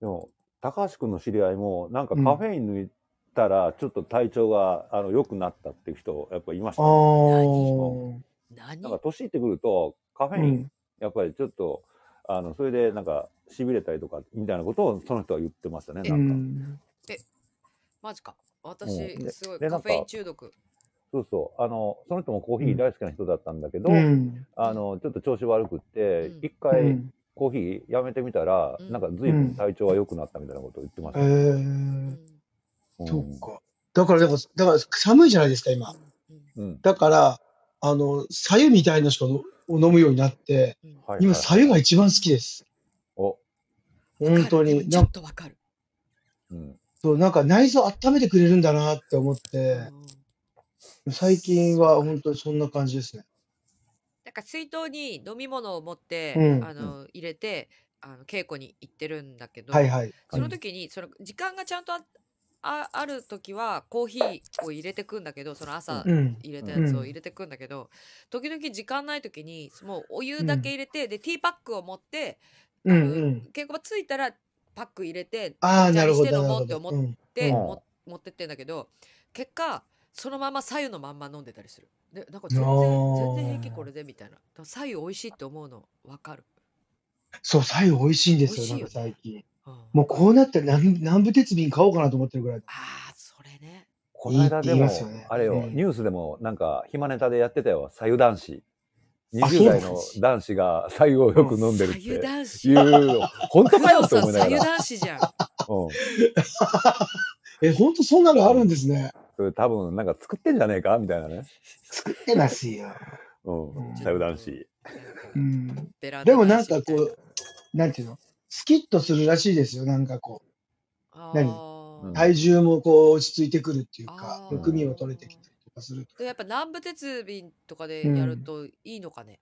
[SPEAKER 2] でも、高橋君の知り合いも、なんか
[SPEAKER 3] うん
[SPEAKER 2] カフェイン抜いたら、ちょっと体調が、あの、良くなったっていう人、やっぱいまし
[SPEAKER 3] あ
[SPEAKER 2] た、ね。
[SPEAKER 3] ー
[SPEAKER 1] 何
[SPEAKER 2] なんか年いってくると、カフェ
[SPEAKER 3] う
[SPEAKER 2] イン、
[SPEAKER 3] ん。
[SPEAKER 2] やっぱりちょっと、あの、それでなんか、痺れたりとか、みたいなことをその人は言ってましたね、なん
[SPEAKER 3] う
[SPEAKER 2] か。
[SPEAKER 3] ん。
[SPEAKER 1] マジか私
[SPEAKER 2] で
[SPEAKER 1] すごい
[SPEAKER 2] でな
[SPEAKER 1] カ
[SPEAKER 2] ん
[SPEAKER 1] フ
[SPEAKER 2] か
[SPEAKER 1] ェイン中毒
[SPEAKER 2] そうそう。あの、その人もコーヒー大好きな人だったんだけど、
[SPEAKER 3] うん。
[SPEAKER 2] あの、ちょっと調子悪くって
[SPEAKER 1] う、ん
[SPEAKER 2] 一、
[SPEAKER 3] う
[SPEAKER 2] 回
[SPEAKER 3] ん
[SPEAKER 2] コーヒーやめてみたら、
[SPEAKER 1] うん
[SPEAKER 2] なんか随分体調が良くなったみたいなことを言ってまし
[SPEAKER 3] え
[SPEAKER 2] たね。
[SPEAKER 3] ー、
[SPEAKER 2] うん
[SPEAKER 3] そっか。だから、だから、だから寒いじゃないですか、今。
[SPEAKER 1] うん
[SPEAKER 2] うん。
[SPEAKER 3] だから、あの、左右みたいなしかのを飲むようになって、
[SPEAKER 1] うん
[SPEAKER 2] はい、はい。
[SPEAKER 3] 今、左右が一番好きです。
[SPEAKER 2] お、
[SPEAKER 3] 本当
[SPEAKER 1] わかるで
[SPEAKER 3] に。
[SPEAKER 1] もち
[SPEAKER 3] な
[SPEAKER 1] ょ
[SPEAKER 3] ん
[SPEAKER 1] っ
[SPEAKER 3] か
[SPEAKER 1] とわかる。
[SPEAKER 2] うん。
[SPEAKER 3] そうなんか内臓温めてくれるんだなって思って、
[SPEAKER 1] うん
[SPEAKER 3] 最近は本当にそんな感じですね。
[SPEAKER 1] なんか水筒に飲み物を持って、
[SPEAKER 3] うん
[SPEAKER 1] あの入れてあの稽古に行ってるんだけど、
[SPEAKER 3] はいはい。
[SPEAKER 1] その時にその時間がちゃんとああある時はコーヒーを入れてくんだけどその朝
[SPEAKER 3] うん。
[SPEAKER 1] 入れたやつ
[SPEAKER 3] う
[SPEAKER 1] を
[SPEAKER 3] ん
[SPEAKER 1] 入れてくんだけど、時々時間ない時にもうお湯だけ入れて、でティーパックを持って、
[SPEAKER 3] うん
[SPEAKER 1] あの
[SPEAKER 3] うん。
[SPEAKER 1] 稽古場着いたらパック入れて
[SPEAKER 3] ああ、
[SPEAKER 1] お茶
[SPEAKER 3] なる
[SPEAKER 1] に
[SPEAKER 3] ほ
[SPEAKER 1] して
[SPEAKER 3] ど。
[SPEAKER 1] 飲
[SPEAKER 3] なる
[SPEAKER 1] もう
[SPEAKER 3] ほ
[SPEAKER 1] って思
[SPEAKER 3] ど。う
[SPEAKER 1] っ
[SPEAKER 3] ん
[SPEAKER 1] て、
[SPEAKER 2] うん
[SPEAKER 1] も持ってってんだけど結果そのまま左右のまんま飲んでたりするでなんか全
[SPEAKER 3] あ
[SPEAKER 1] 然
[SPEAKER 3] ー
[SPEAKER 1] 全然平気これでみたいなだから左右美味しいって思うの分かる、
[SPEAKER 3] そう、左右美味しいんですよ、
[SPEAKER 1] 美味し
[SPEAKER 3] ないん
[SPEAKER 1] よね
[SPEAKER 3] か最近。
[SPEAKER 1] うん
[SPEAKER 3] もうこうなったら南南部鉄瓶買おうかなと思ってるぐらい。
[SPEAKER 1] ああそれね
[SPEAKER 2] この間で
[SPEAKER 3] いい
[SPEAKER 2] も、
[SPEAKER 3] って言いますよね
[SPEAKER 2] あれよ、
[SPEAKER 3] うん
[SPEAKER 2] ニュースでもなんか、暇ネタでやってたよ、左右男子。
[SPEAKER 3] あ
[SPEAKER 2] 20代
[SPEAKER 3] そ
[SPEAKER 2] の
[SPEAKER 3] うなんです
[SPEAKER 2] 男子が左右をよく飲んでるっ
[SPEAKER 1] 左右
[SPEAKER 2] て。
[SPEAKER 1] 男
[SPEAKER 2] い
[SPEAKER 1] 子
[SPEAKER 2] う、本当か
[SPEAKER 1] 工
[SPEAKER 2] よ
[SPEAKER 1] 藤
[SPEAKER 2] って
[SPEAKER 1] さ [LAUGHS] ん
[SPEAKER 2] 思いな
[SPEAKER 1] 左右
[SPEAKER 2] がら。
[SPEAKER 1] 男子じゃん
[SPEAKER 2] うん。
[SPEAKER 3] え、ほんとそんなのあるんですね。
[SPEAKER 2] それ多分、なんか作ってんじゃねえかみたいなね。
[SPEAKER 3] 作ってますよ。
[SPEAKER 2] うん
[SPEAKER 3] うん。
[SPEAKER 2] 左右男子。
[SPEAKER 3] [LAUGHS] うん。
[SPEAKER 1] ベランダ
[SPEAKER 3] でもなんか
[SPEAKER 1] 男子みたい
[SPEAKER 3] こう、なんていうのスキッとするらしいですよ。なんかこ
[SPEAKER 1] あ
[SPEAKER 3] 何
[SPEAKER 1] ー
[SPEAKER 2] うん
[SPEAKER 3] う、体重もこう落ち着いてくるっていうか
[SPEAKER 1] あ、ー
[SPEAKER 3] むくみも取れてきたりとかする。
[SPEAKER 1] でやっぱ南部鉄瓶とかでやるといいのかね、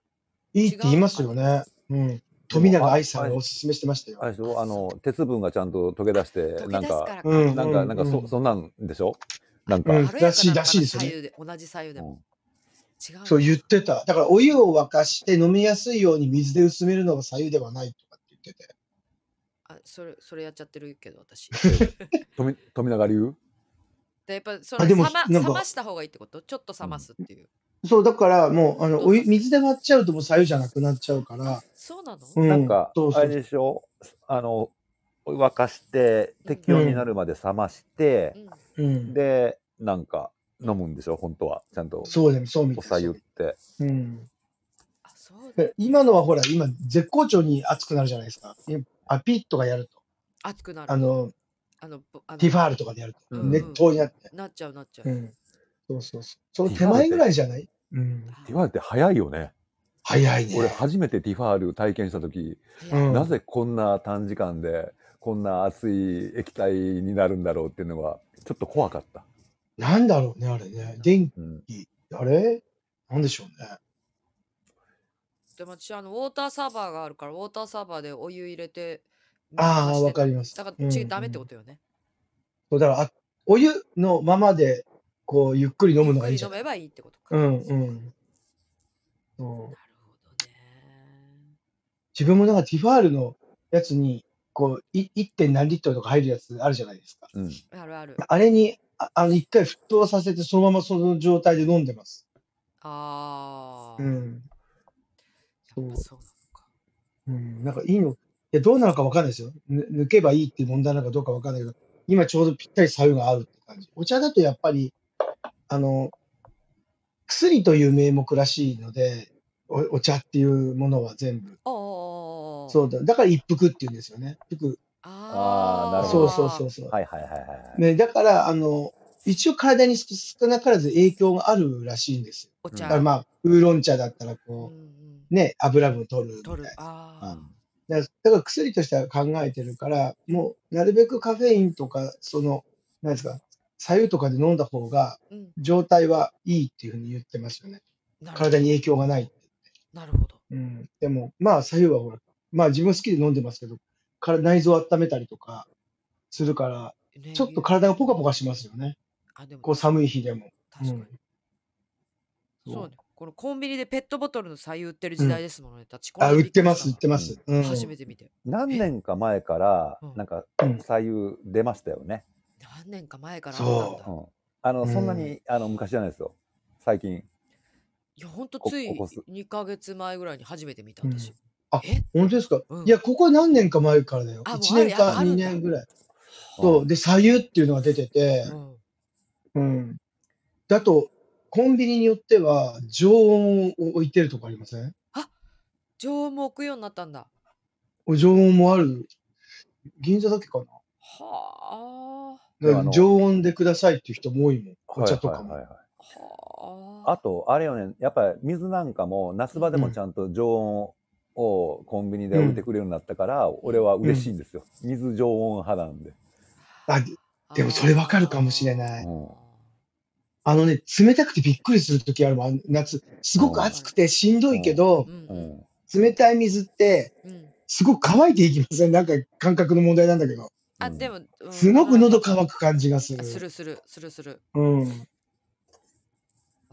[SPEAKER 3] いいって言いますよね。うん。富永愛さんがおすすめしてましたよ
[SPEAKER 2] あ。れでしょあの、鉄分がちゃんと溶け出して、
[SPEAKER 1] 溶
[SPEAKER 2] な
[SPEAKER 1] け出
[SPEAKER 2] ん
[SPEAKER 1] すか
[SPEAKER 2] か、
[SPEAKER 1] ら
[SPEAKER 3] う
[SPEAKER 1] か
[SPEAKER 3] ん
[SPEAKER 2] なんか、なんか、そ、そんなんでしょなんか、
[SPEAKER 3] う
[SPEAKER 2] うんん
[SPEAKER 1] 軽や
[SPEAKER 3] ら
[SPEAKER 1] か
[SPEAKER 3] しい
[SPEAKER 1] なの
[SPEAKER 3] らし
[SPEAKER 1] か
[SPEAKER 3] い
[SPEAKER 1] な
[SPEAKER 3] ですよね
[SPEAKER 1] 左右で同じ左右でも、違うの
[SPEAKER 3] そう言ってた。だからお湯を沸かして飲みやすいように水で薄めるのが左右ではないとかって言ってて。
[SPEAKER 1] あそれそれやっちゃってるけど
[SPEAKER 3] [LAUGHS]
[SPEAKER 1] 私
[SPEAKER 2] 富富永流
[SPEAKER 1] でやっぱそ
[SPEAKER 3] あ
[SPEAKER 1] の
[SPEAKER 3] で
[SPEAKER 1] 冷
[SPEAKER 3] も
[SPEAKER 1] ま
[SPEAKER 3] なん
[SPEAKER 1] 冷
[SPEAKER 3] か
[SPEAKER 1] ました方がいいってことちょっと冷ますっていう、
[SPEAKER 3] そう、だからもう、あの、お湯、
[SPEAKER 1] そうそう
[SPEAKER 3] 水で割っちゃうともう左右じゃなくなっちゃうから、
[SPEAKER 1] そうなの、
[SPEAKER 3] うん
[SPEAKER 2] なんか
[SPEAKER 3] そう、そ
[SPEAKER 2] あ
[SPEAKER 3] う
[SPEAKER 2] れでしょあの沸かして適温になるまで冷まして、
[SPEAKER 3] うん。
[SPEAKER 2] でなんか飲むんでしょ本当はちゃんと
[SPEAKER 3] そうでもそうみ
[SPEAKER 2] お
[SPEAKER 3] た
[SPEAKER 2] さ
[SPEAKER 3] い
[SPEAKER 2] ゆっ
[SPEAKER 3] です。
[SPEAKER 2] て
[SPEAKER 3] うん。
[SPEAKER 1] あそうだ
[SPEAKER 3] で今のはほら、今、絶好調に熱くなるじゃないですか。あピッとかやると。
[SPEAKER 1] 熱くなる
[SPEAKER 3] あの、
[SPEAKER 1] あのぼあの
[SPEAKER 3] ティファールとかでやると。
[SPEAKER 2] うん
[SPEAKER 3] 熱湯になって。
[SPEAKER 1] なっちゃうなっちゃう、
[SPEAKER 3] うん。そうそうそう。その手前ぐらいじゃないうん。
[SPEAKER 2] ティファールって早いよね
[SPEAKER 3] 早いね。
[SPEAKER 2] 俺初めてティファール体験した時、
[SPEAKER 3] うん
[SPEAKER 2] なぜこんな短時間でこんな熱い液体になるんだろうっていうのがちょっと怖かった、
[SPEAKER 3] なんだろうね、あれね。電
[SPEAKER 2] うん、
[SPEAKER 3] 気、あれなんでしょうね。
[SPEAKER 1] でも私あのウォーターサーバーがあるからウォーターサーバーでお湯入れて
[SPEAKER 3] ああ
[SPEAKER 1] 沸して
[SPEAKER 3] わかります
[SPEAKER 1] だか
[SPEAKER 3] う
[SPEAKER 1] ら
[SPEAKER 3] ん
[SPEAKER 1] ちダメってことよね、
[SPEAKER 3] そうだからあ、お湯のままで、こう、ゆっくり飲むのがい
[SPEAKER 1] ゆ
[SPEAKER 3] い
[SPEAKER 1] っくり
[SPEAKER 3] じゃ
[SPEAKER 1] 飲
[SPEAKER 3] ん。
[SPEAKER 1] めばいいってことか、
[SPEAKER 3] う
[SPEAKER 1] なんる
[SPEAKER 3] うん。そう
[SPEAKER 1] ほどね
[SPEAKER 3] 自分もなんかティファールのやつに、こう、い 1. 点何リットルとか入るやつあるじゃないですか。
[SPEAKER 2] うん、
[SPEAKER 1] あるある
[SPEAKER 3] あれに、ああの、一回沸騰させて、そのままその状態で飲んでます。
[SPEAKER 1] ああ、
[SPEAKER 3] う
[SPEAKER 1] やっ
[SPEAKER 3] ん。
[SPEAKER 1] ぱそうなのか
[SPEAKER 3] うん、なんかいいの、いや、どうなのかわかんないですよ。ぬ抜けばいいっていう問題なのかどうかわかんないけど、今ちょうどぴったり作用があるって感じ。お茶だとやっぱり、あの、薬という名目らしいので、おお茶っていうものは全部。
[SPEAKER 1] おーおーおーおー
[SPEAKER 3] そうだ。だから一服って言うんですよね。服。
[SPEAKER 1] あ
[SPEAKER 2] あーなるほ
[SPEAKER 3] そ
[SPEAKER 2] ど
[SPEAKER 3] うそうそううそう。
[SPEAKER 2] はいはいはいはい、
[SPEAKER 3] ね、だから、あの、一応体に少少なからず影響があるらしいんですよ。
[SPEAKER 1] お
[SPEAKER 2] う
[SPEAKER 1] 茶
[SPEAKER 2] ん
[SPEAKER 3] だからまあ、ウーロン茶だったら、
[SPEAKER 1] うんう
[SPEAKER 3] こ
[SPEAKER 1] ん
[SPEAKER 3] う、ね、油分取るみたい
[SPEAKER 1] 取る
[SPEAKER 3] な。
[SPEAKER 1] あ
[SPEAKER 3] だからだから薬としては考えてるから、もうなるべくカフェインとか、その、なんですか、左右とかで飲んだ方が
[SPEAKER 1] ー、うん、
[SPEAKER 3] 状態はいいっていうふうに言ってますよね。
[SPEAKER 1] なるほど
[SPEAKER 3] 体に影響がない。
[SPEAKER 1] なるほど
[SPEAKER 3] うん。でも、まあ左右はほら、まあ自分好きで飲んでますけど、から内臓を温めたりとかするから、
[SPEAKER 1] ね
[SPEAKER 3] ちょっと体がポカポカしますよね。
[SPEAKER 1] あでも
[SPEAKER 3] こう寒い日でも。
[SPEAKER 1] 確かに、
[SPEAKER 3] うん
[SPEAKER 1] そう
[SPEAKER 3] そう
[SPEAKER 1] ねこのコンビニでペットボトルの左右売ってる時代ですもんね、私これ
[SPEAKER 3] あ、売ってます、
[SPEAKER 1] び
[SPEAKER 3] 売っ
[SPEAKER 1] くり
[SPEAKER 3] てます。うん。
[SPEAKER 1] した初めて見て
[SPEAKER 2] 何年か前から
[SPEAKER 1] うん
[SPEAKER 2] なんか
[SPEAKER 3] うん
[SPEAKER 2] 左右出ましたよね、
[SPEAKER 1] 何年か前からあったんだ
[SPEAKER 2] う。ん、あのそんなに、
[SPEAKER 3] う
[SPEAKER 2] あの昔じゃないですよ最近
[SPEAKER 1] いや、ほんと
[SPEAKER 2] こ
[SPEAKER 1] つい
[SPEAKER 2] ここす
[SPEAKER 1] 2ヶ月前ぐらいに初めて見た
[SPEAKER 3] うん
[SPEAKER 1] 私。
[SPEAKER 3] あ
[SPEAKER 1] え
[SPEAKER 3] 本当ですか、
[SPEAKER 1] うん
[SPEAKER 3] いや、ここは何年か前からだよ。
[SPEAKER 1] あ
[SPEAKER 3] 1
[SPEAKER 1] もうある
[SPEAKER 3] 年か
[SPEAKER 1] ある
[SPEAKER 3] 2
[SPEAKER 1] んだ
[SPEAKER 3] 年ぐらい。
[SPEAKER 2] うん
[SPEAKER 3] そう。で、左右っていうのが出てて、
[SPEAKER 1] うん
[SPEAKER 3] うん。だと、コンビニによっては、常温を置いてるとこありません
[SPEAKER 1] 常温も置くようになったんだ。
[SPEAKER 3] 常温もある。銀座だけか
[SPEAKER 1] はあ。
[SPEAKER 3] な。だか
[SPEAKER 2] あ
[SPEAKER 3] ら
[SPEAKER 2] の
[SPEAKER 3] 常温でくださいっていう人も多いもん。お茶とか
[SPEAKER 2] はいはい
[SPEAKER 3] も。
[SPEAKER 2] はいはい
[SPEAKER 1] はあ。
[SPEAKER 2] あとあれよねやっぱり水なんかも夏場でもちゃんと常温をコンビニで置いてくれるようになったから、俺は嬉しいんですよ、水常温派なんで、
[SPEAKER 3] あででもそれわかるかもしれない
[SPEAKER 2] うん
[SPEAKER 3] あのね、冷たくてびっくりするときあるもんあの。夏、すごく暑くてしんどいけ
[SPEAKER 1] う
[SPEAKER 3] ど、
[SPEAKER 1] ん
[SPEAKER 2] う
[SPEAKER 1] うんん
[SPEAKER 3] 冷たい水って、
[SPEAKER 1] うん。
[SPEAKER 3] すごく乾いていきませんなんか感覚の問題なんだけど。
[SPEAKER 1] あ、
[SPEAKER 2] うん
[SPEAKER 1] でも、うん
[SPEAKER 3] すごく喉乾く感じがする。
[SPEAKER 1] するするするする。
[SPEAKER 3] うん。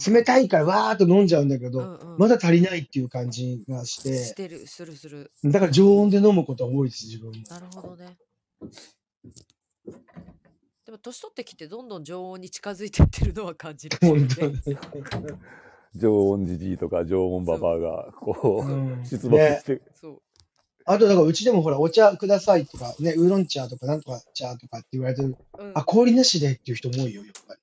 [SPEAKER 3] 冷たいからわーっと飲んじゃうんだけど、
[SPEAKER 1] うんうん
[SPEAKER 3] まだ足りないっていう感じがし、
[SPEAKER 1] しててるするする。
[SPEAKER 3] だから常温で飲むことは多いです、自分も。
[SPEAKER 1] なるほどね。でも年取ってきてどんどん常温に近づいていってるのは感じる。
[SPEAKER 3] 本当に。
[SPEAKER 2] 常温じじいとか常温ババアがこう、
[SPEAKER 3] うん
[SPEAKER 2] 出没
[SPEAKER 3] ね
[SPEAKER 2] し、て、
[SPEAKER 1] そう。
[SPEAKER 3] あと、だからうちでもほら、お茶くださいとか、ね、ウーロン茶とかなんとか茶とかって言われてる。
[SPEAKER 1] うん
[SPEAKER 3] あ、氷なしでっていう人も多いよ、やっ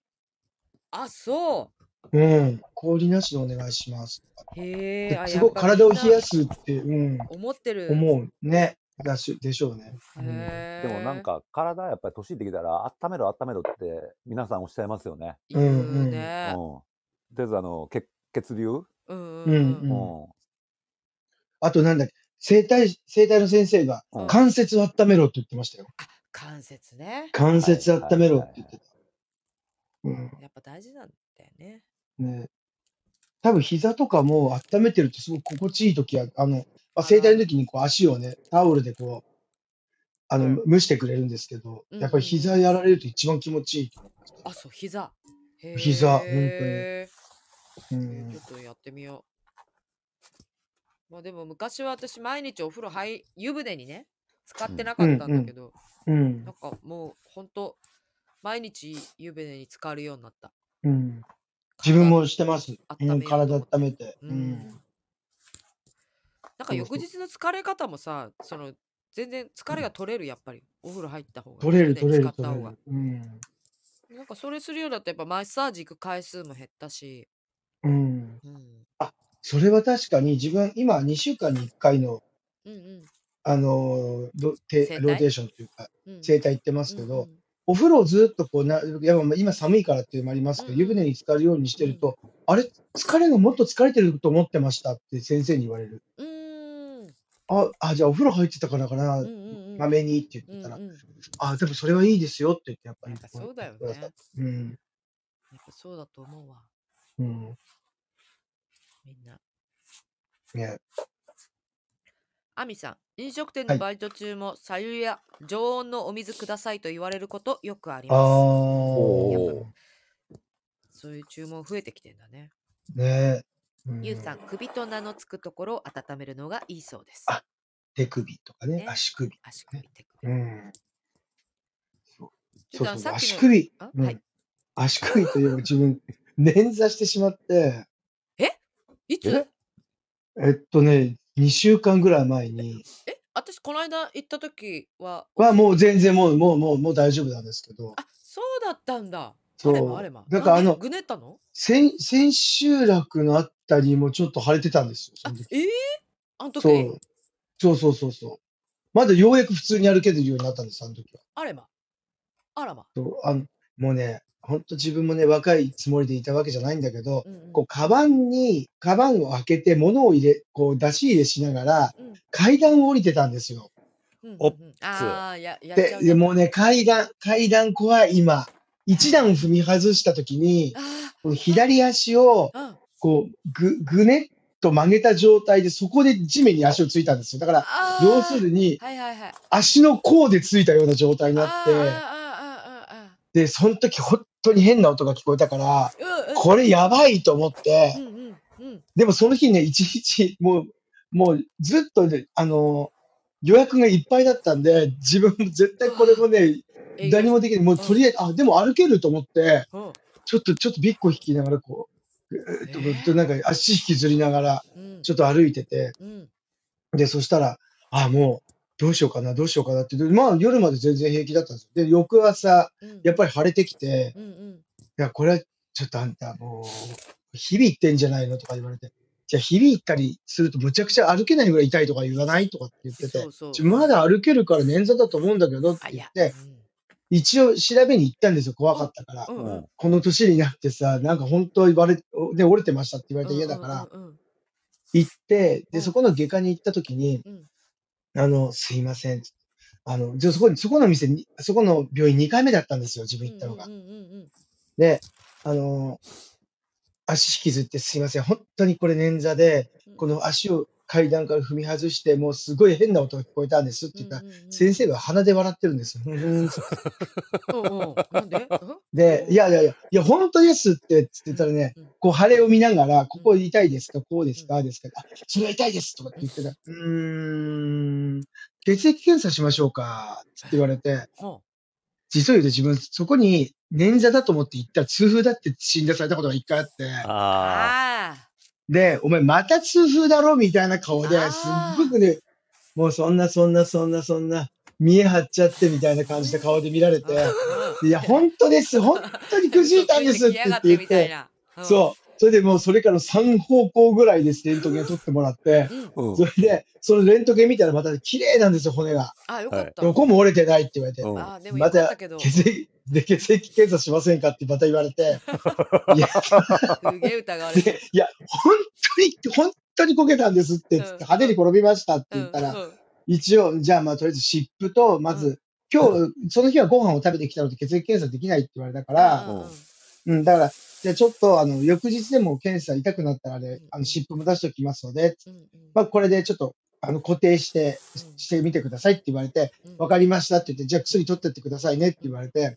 [SPEAKER 3] ぱ
[SPEAKER 1] あ、そう。
[SPEAKER 3] り。うん。氷なしでお願いしますとか。
[SPEAKER 1] へえ。あ
[SPEAKER 3] すごく体を冷や。すって、うん、
[SPEAKER 1] やっぱみんな思ってる。
[SPEAKER 3] 思う。ね。だし、でしょうね。うん
[SPEAKER 1] へ
[SPEAKER 2] で
[SPEAKER 1] ー
[SPEAKER 2] もなんか体やっぱり年いってきたら温めろ温めろって皆さんおっしゃいますよね、
[SPEAKER 1] 言うね。
[SPEAKER 2] うん、とりあえずあの血血流、
[SPEAKER 1] うん
[SPEAKER 2] う
[SPEAKER 3] うんんあと、なんだっけ、生体、生体の先生が、
[SPEAKER 2] うん
[SPEAKER 3] 関節を温めろって言ってましたよ。
[SPEAKER 1] 関節ね。
[SPEAKER 3] 関節温めろって言ってた。うん。
[SPEAKER 1] やっぱ大事なんだよね。
[SPEAKER 3] ね、多分膝とかも温めてるとすごく心地いい時は、あ
[SPEAKER 1] あ
[SPEAKER 3] の、まあ、
[SPEAKER 1] ー
[SPEAKER 3] 整体の時にこう足をね、タオルでこう、あの、
[SPEAKER 1] うん
[SPEAKER 3] 蒸してくれるんですけど、
[SPEAKER 1] うん
[SPEAKER 3] やっぱり膝やられると一番気持ちいい。
[SPEAKER 1] あ、そう、膝。へー
[SPEAKER 3] 膝本当に
[SPEAKER 1] え
[SPEAKER 3] う
[SPEAKER 1] ー
[SPEAKER 3] ん
[SPEAKER 1] ちょっとやってみよう。まあでも昔は私毎日お風呂入湯船にね使ってなかったんだけど、
[SPEAKER 3] うん
[SPEAKER 1] なん。かもうほんと毎日湯船に浸かるようになった。
[SPEAKER 3] うん。自分もしてます。
[SPEAKER 1] 温めよ
[SPEAKER 3] う、
[SPEAKER 1] うん
[SPEAKER 3] 体温めて。
[SPEAKER 1] う
[SPEAKER 3] うんん。
[SPEAKER 1] なんか翌日の疲れ方もさその全然疲れが取れるやっぱりお風呂入った方が
[SPEAKER 3] 取れる
[SPEAKER 1] ね
[SPEAKER 3] 取れる
[SPEAKER 1] 使った
[SPEAKER 3] 取れ
[SPEAKER 1] 方が
[SPEAKER 3] る。うん。
[SPEAKER 1] なんかそれするようだとやっぱマッサージ行く回数も減ったし、
[SPEAKER 3] うん。
[SPEAKER 1] うん、
[SPEAKER 3] それは確かに自分、今2週間に1回の、
[SPEAKER 1] うんうん
[SPEAKER 3] あの、ロ
[SPEAKER 1] 整
[SPEAKER 3] テ
[SPEAKER 1] 体
[SPEAKER 3] ローテーションというか、
[SPEAKER 1] うん
[SPEAKER 3] 整体行ってま
[SPEAKER 1] です
[SPEAKER 3] けど、お風呂をずっとこうな、やっぱ今寒いからっていうのもありますけど、
[SPEAKER 1] うん
[SPEAKER 3] 湯船に浸かるようにしてると、あれ、疲れがもっと疲れてると思ってましたって先生に言われる。
[SPEAKER 1] うんうん
[SPEAKER 3] あ、あじゃあお風呂入ってたからかな、
[SPEAKER 1] うんうんうん
[SPEAKER 3] まめにって言
[SPEAKER 1] う
[SPEAKER 3] って
[SPEAKER 1] ん
[SPEAKER 3] たら、
[SPEAKER 1] うん
[SPEAKER 3] あ、でもそれはいいですよって言って、やっぱ
[SPEAKER 1] や
[SPEAKER 3] り
[SPEAKER 1] っ。ぱそうだよねやっ
[SPEAKER 3] うん。
[SPEAKER 1] ぱそうだと思うわ
[SPEAKER 3] うん。
[SPEAKER 1] みんな
[SPEAKER 3] ね。
[SPEAKER 1] アミさん飲食店
[SPEAKER 3] は
[SPEAKER 1] の
[SPEAKER 3] い
[SPEAKER 1] バイト中もさゆや常温のお水くださいと言われることよくあり
[SPEAKER 3] あ
[SPEAKER 1] ま
[SPEAKER 2] お
[SPEAKER 3] ー。
[SPEAKER 1] すそういう注文増えてきてんだね
[SPEAKER 3] ねう
[SPEAKER 1] ゆうさん首と名のつくところを温めるのがいいそうです
[SPEAKER 3] あ手首とかね、
[SPEAKER 1] ね
[SPEAKER 3] 足首。
[SPEAKER 1] 足首手
[SPEAKER 3] う
[SPEAKER 1] 首
[SPEAKER 3] ん。そう
[SPEAKER 1] ちょ
[SPEAKER 3] そ
[SPEAKER 1] っ
[SPEAKER 3] う
[SPEAKER 1] と
[SPEAKER 3] そ
[SPEAKER 1] あ
[SPEAKER 3] う
[SPEAKER 1] のさっき
[SPEAKER 3] そう、足
[SPEAKER 1] の
[SPEAKER 3] 首。
[SPEAKER 1] あ
[SPEAKER 3] うん
[SPEAKER 1] はい
[SPEAKER 3] 足首といえば自分、 [LAUGHS] 捻挫してしまって、
[SPEAKER 1] いつ
[SPEAKER 2] え
[SPEAKER 3] えっとね、2週間ぐらい前に、
[SPEAKER 1] え私この間行った時は
[SPEAKER 3] はもう全然もう、もう、もう、もう大丈夫なんですけど、
[SPEAKER 1] あそうだったんだ
[SPEAKER 3] そ
[SPEAKER 1] あ
[SPEAKER 3] う
[SPEAKER 1] れまあれま
[SPEAKER 3] なんかあの
[SPEAKER 1] でぐねったの
[SPEAKER 3] 千、千秋楽のあたりもちょっと腫れてたんですよ、そ
[SPEAKER 1] あ
[SPEAKER 3] の時。
[SPEAKER 1] ええあの時
[SPEAKER 3] そう。そうそうそうそう。まだようやく普通に歩けるようになったんです、あの時は。
[SPEAKER 1] あれまあらま、
[SPEAKER 3] そうあのもうね、ほんと自分もね、若いつもりでいたわけじゃないんだけど
[SPEAKER 1] う、んうん
[SPEAKER 3] こう、カバンに、カバンを開けて、物を入れ、こう、出し入れしながら
[SPEAKER 1] うん、
[SPEAKER 3] 階段を降りてたんですよ。
[SPEAKER 1] うんうん
[SPEAKER 2] おっ
[SPEAKER 1] うんああややっちゃ
[SPEAKER 3] で
[SPEAKER 1] う、
[SPEAKER 3] でもう
[SPEAKER 1] ね
[SPEAKER 3] ね、階段、階段怖い、今。一段踏み外したときに、
[SPEAKER 1] あ
[SPEAKER 3] この左足を、
[SPEAKER 1] あ
[SPEAKER 3] こう、ぐ、ぐねっと曲げた状態で、そこで地面に足をついたんですよ。だから、
[SPEAKER 1] あー
[SPEAKER 3] 要するに、
[SPEAKER 1] はいはいはい
[SPEAKER 3] 足の甲でついたような状態に
[SPEAKER 1] あー
[SPEAKER 3] なっ
[SPEAKER 1] あーあーあーあ
[SPEAKER 3] て、で、その時本当に変な音が聞こえたから、
[SPEAKER 1] ーうんうん
[SPEAKER 3] これやばいと思って、
[SPEAKER 1] うんうんうん
[SPEAKER 3] でもその日ね、一日、もう、もうずっとね、あの、予約がいっぱいだったんで、自分も絶対これもね、
[SPEAKER 1] え
[SPEAKER 3] 何もできない。もうとりあえず、あ、でも歩けると思って、
[SPEAKER 1] うん
[SPEAKER 3] ちょっと、ちょっとびっこ引きながら、こう、ぐーっとぐっとなんか足引きずりながら、
[SPEAKER 1] うん
[SPEAKER 3] ちょっと歩いてて、
[SPEAKER 1] うん
[SPEAKER 3] で、そしたら、あ、もう、どうしようかな、どうしようかなって、まあ夜まで全然平気だったんですよ。で、翌朝、
[SPEAKER 1] うん
[SPEAKER 3] やっぱり晴れてきて、
[SPEAKER 1] うんうん
[SPEAKER 3] いや、これはちょっとあんたもう、響いてんじゃないのとか言われて、じゃあ響いたりするとむちゃくちゃ歩けないぐらい痛いとか言わないとかって言ってて
[SPEAKER 1] そ、うそう
[SPEAKER 3] ちょまだ歩けるから捻挫だと思うんだけどって
[SPEAKER 1] あい
[SPEAKER 3] 言っ
[SPEAKER 1] や
[SPEAKER 3] て、一応調べに行ったんですよ、怖かったから
[SPEAKER 1] う。んうんうん
[SPEAKER 3] この年になってさ、なんか本当言われ、で、折れてましたって言われて嫌だから、
[SPEAKER 1] うんうん
[SPEAKER 3] 行って、
[SPEAKER 1] う
[SPEAKER 3] で、
[SPEAKER 1] ん
[SPEAKER 3] そこの外科に行った時に、
[SPEAKER 1] うん
[SPEAKER 3] あの、すいません。あの、じゃあそこに、そこの店に、そこの病院2回目だったんですよ、自分行ったのが
[SPEAKER 1] う。んうんうんうん
[SPEAKER 3] で、あの足引きずってすいません、本当にこれ捻挫で、
[SPEAKER 1] うん
[SPEAKER 3] この足を階段から踏み外して、もうすごい変な音が聞こえたんですって言ったら、
[SPEAKER 1] うんうんうん
[SPEAKER 3] 先生が鼻で笑ってるんですよ。ふんふんって
[SPEAKER 1] うんうんなんでうん
[SPEAKER 3] で、いやいやいや、いや、本当ですって、つって言ったらね
[SPEAKER 1] うんうん、
[SPEAKER 3] こう腫れを見ながら、ここ痛いですか、こうですか、ですか、あ、それは痛いですとかって言ってた。うーん、血液検査しましょうか、って言われて、
[SPEAKER 1] ほ
[SPEAKER 3] 実を言うと自分、そこに捻挫だと思って行ったら痛風だって診断されたことが一回あって、
[SPEAKER 1] うあ
[SPEAKER 2] あ
[SPEAKER 1] あ
[SPEAKER 3] で、お前また痛風だろみたいな顔
[SPEAKER 1] あ
[SPEAKER 3] で
[SPEAKER 1] ー、
[SPEAKER 3] すっごくね、もうそんなそんなそんなそんな、見え張っちゃってみたいな感じで顔で見られて、いや、本当です、本当にくじいたんですって言って言って、そう。それでもうそれから3方向ぐらいです、レントゲン取ってもらって、
[SPEAKER 1] うん。うん。
[SPEAKER 2] ーうん
[SPEAKER 3] それで、そのレントゲン見たらまた綺麗なんですよ、骨が。
[SPEAKER 1] あ、よかった。
[SPEAKER 3] どこも折れてないって言われて。
[SPEAKER 2] うん
[SPEAKER 1] あ、でもよ
[SPEAKER 3] ま
[SPEAKER 1] かったたけど。す
[SPEAKER 3] 血液、で血液検査しませんかってまた言われて。いや、
[SPEAKER 1] げえ疑われて
[SPEAKER 3] でいや、本当に、本当にこけたんですって、
[SPEAKER 1] うん
[SPEAKER 3] 派手に転びましたって
[SPEAKER 1] る。
[SPEAKER 3] 言ったら、
[SPEAKER 1] うん
[SPEAKER 3] 一応、じゃあまあとりあえず湿布と、まず、今日、その日はご飯を食べてきたので血液検査できないって言われたから、
[SPEAKER 1] うんうん
[SPEAKER 3] うん、だから、じゃあちょっと、あの、翌日でも検査痛くなったらね、あの、湿布も出しておきますので、
[SPEAKER 1] うんうん
[SPEAKER 3] まあこれでちょっと、あの、固定して、してみてくださいって言われて、
[SPEAKER 1] うん
[SPEAKER 3] わかりましたって言って、じゃあ薬取ってってくださいねって言われて、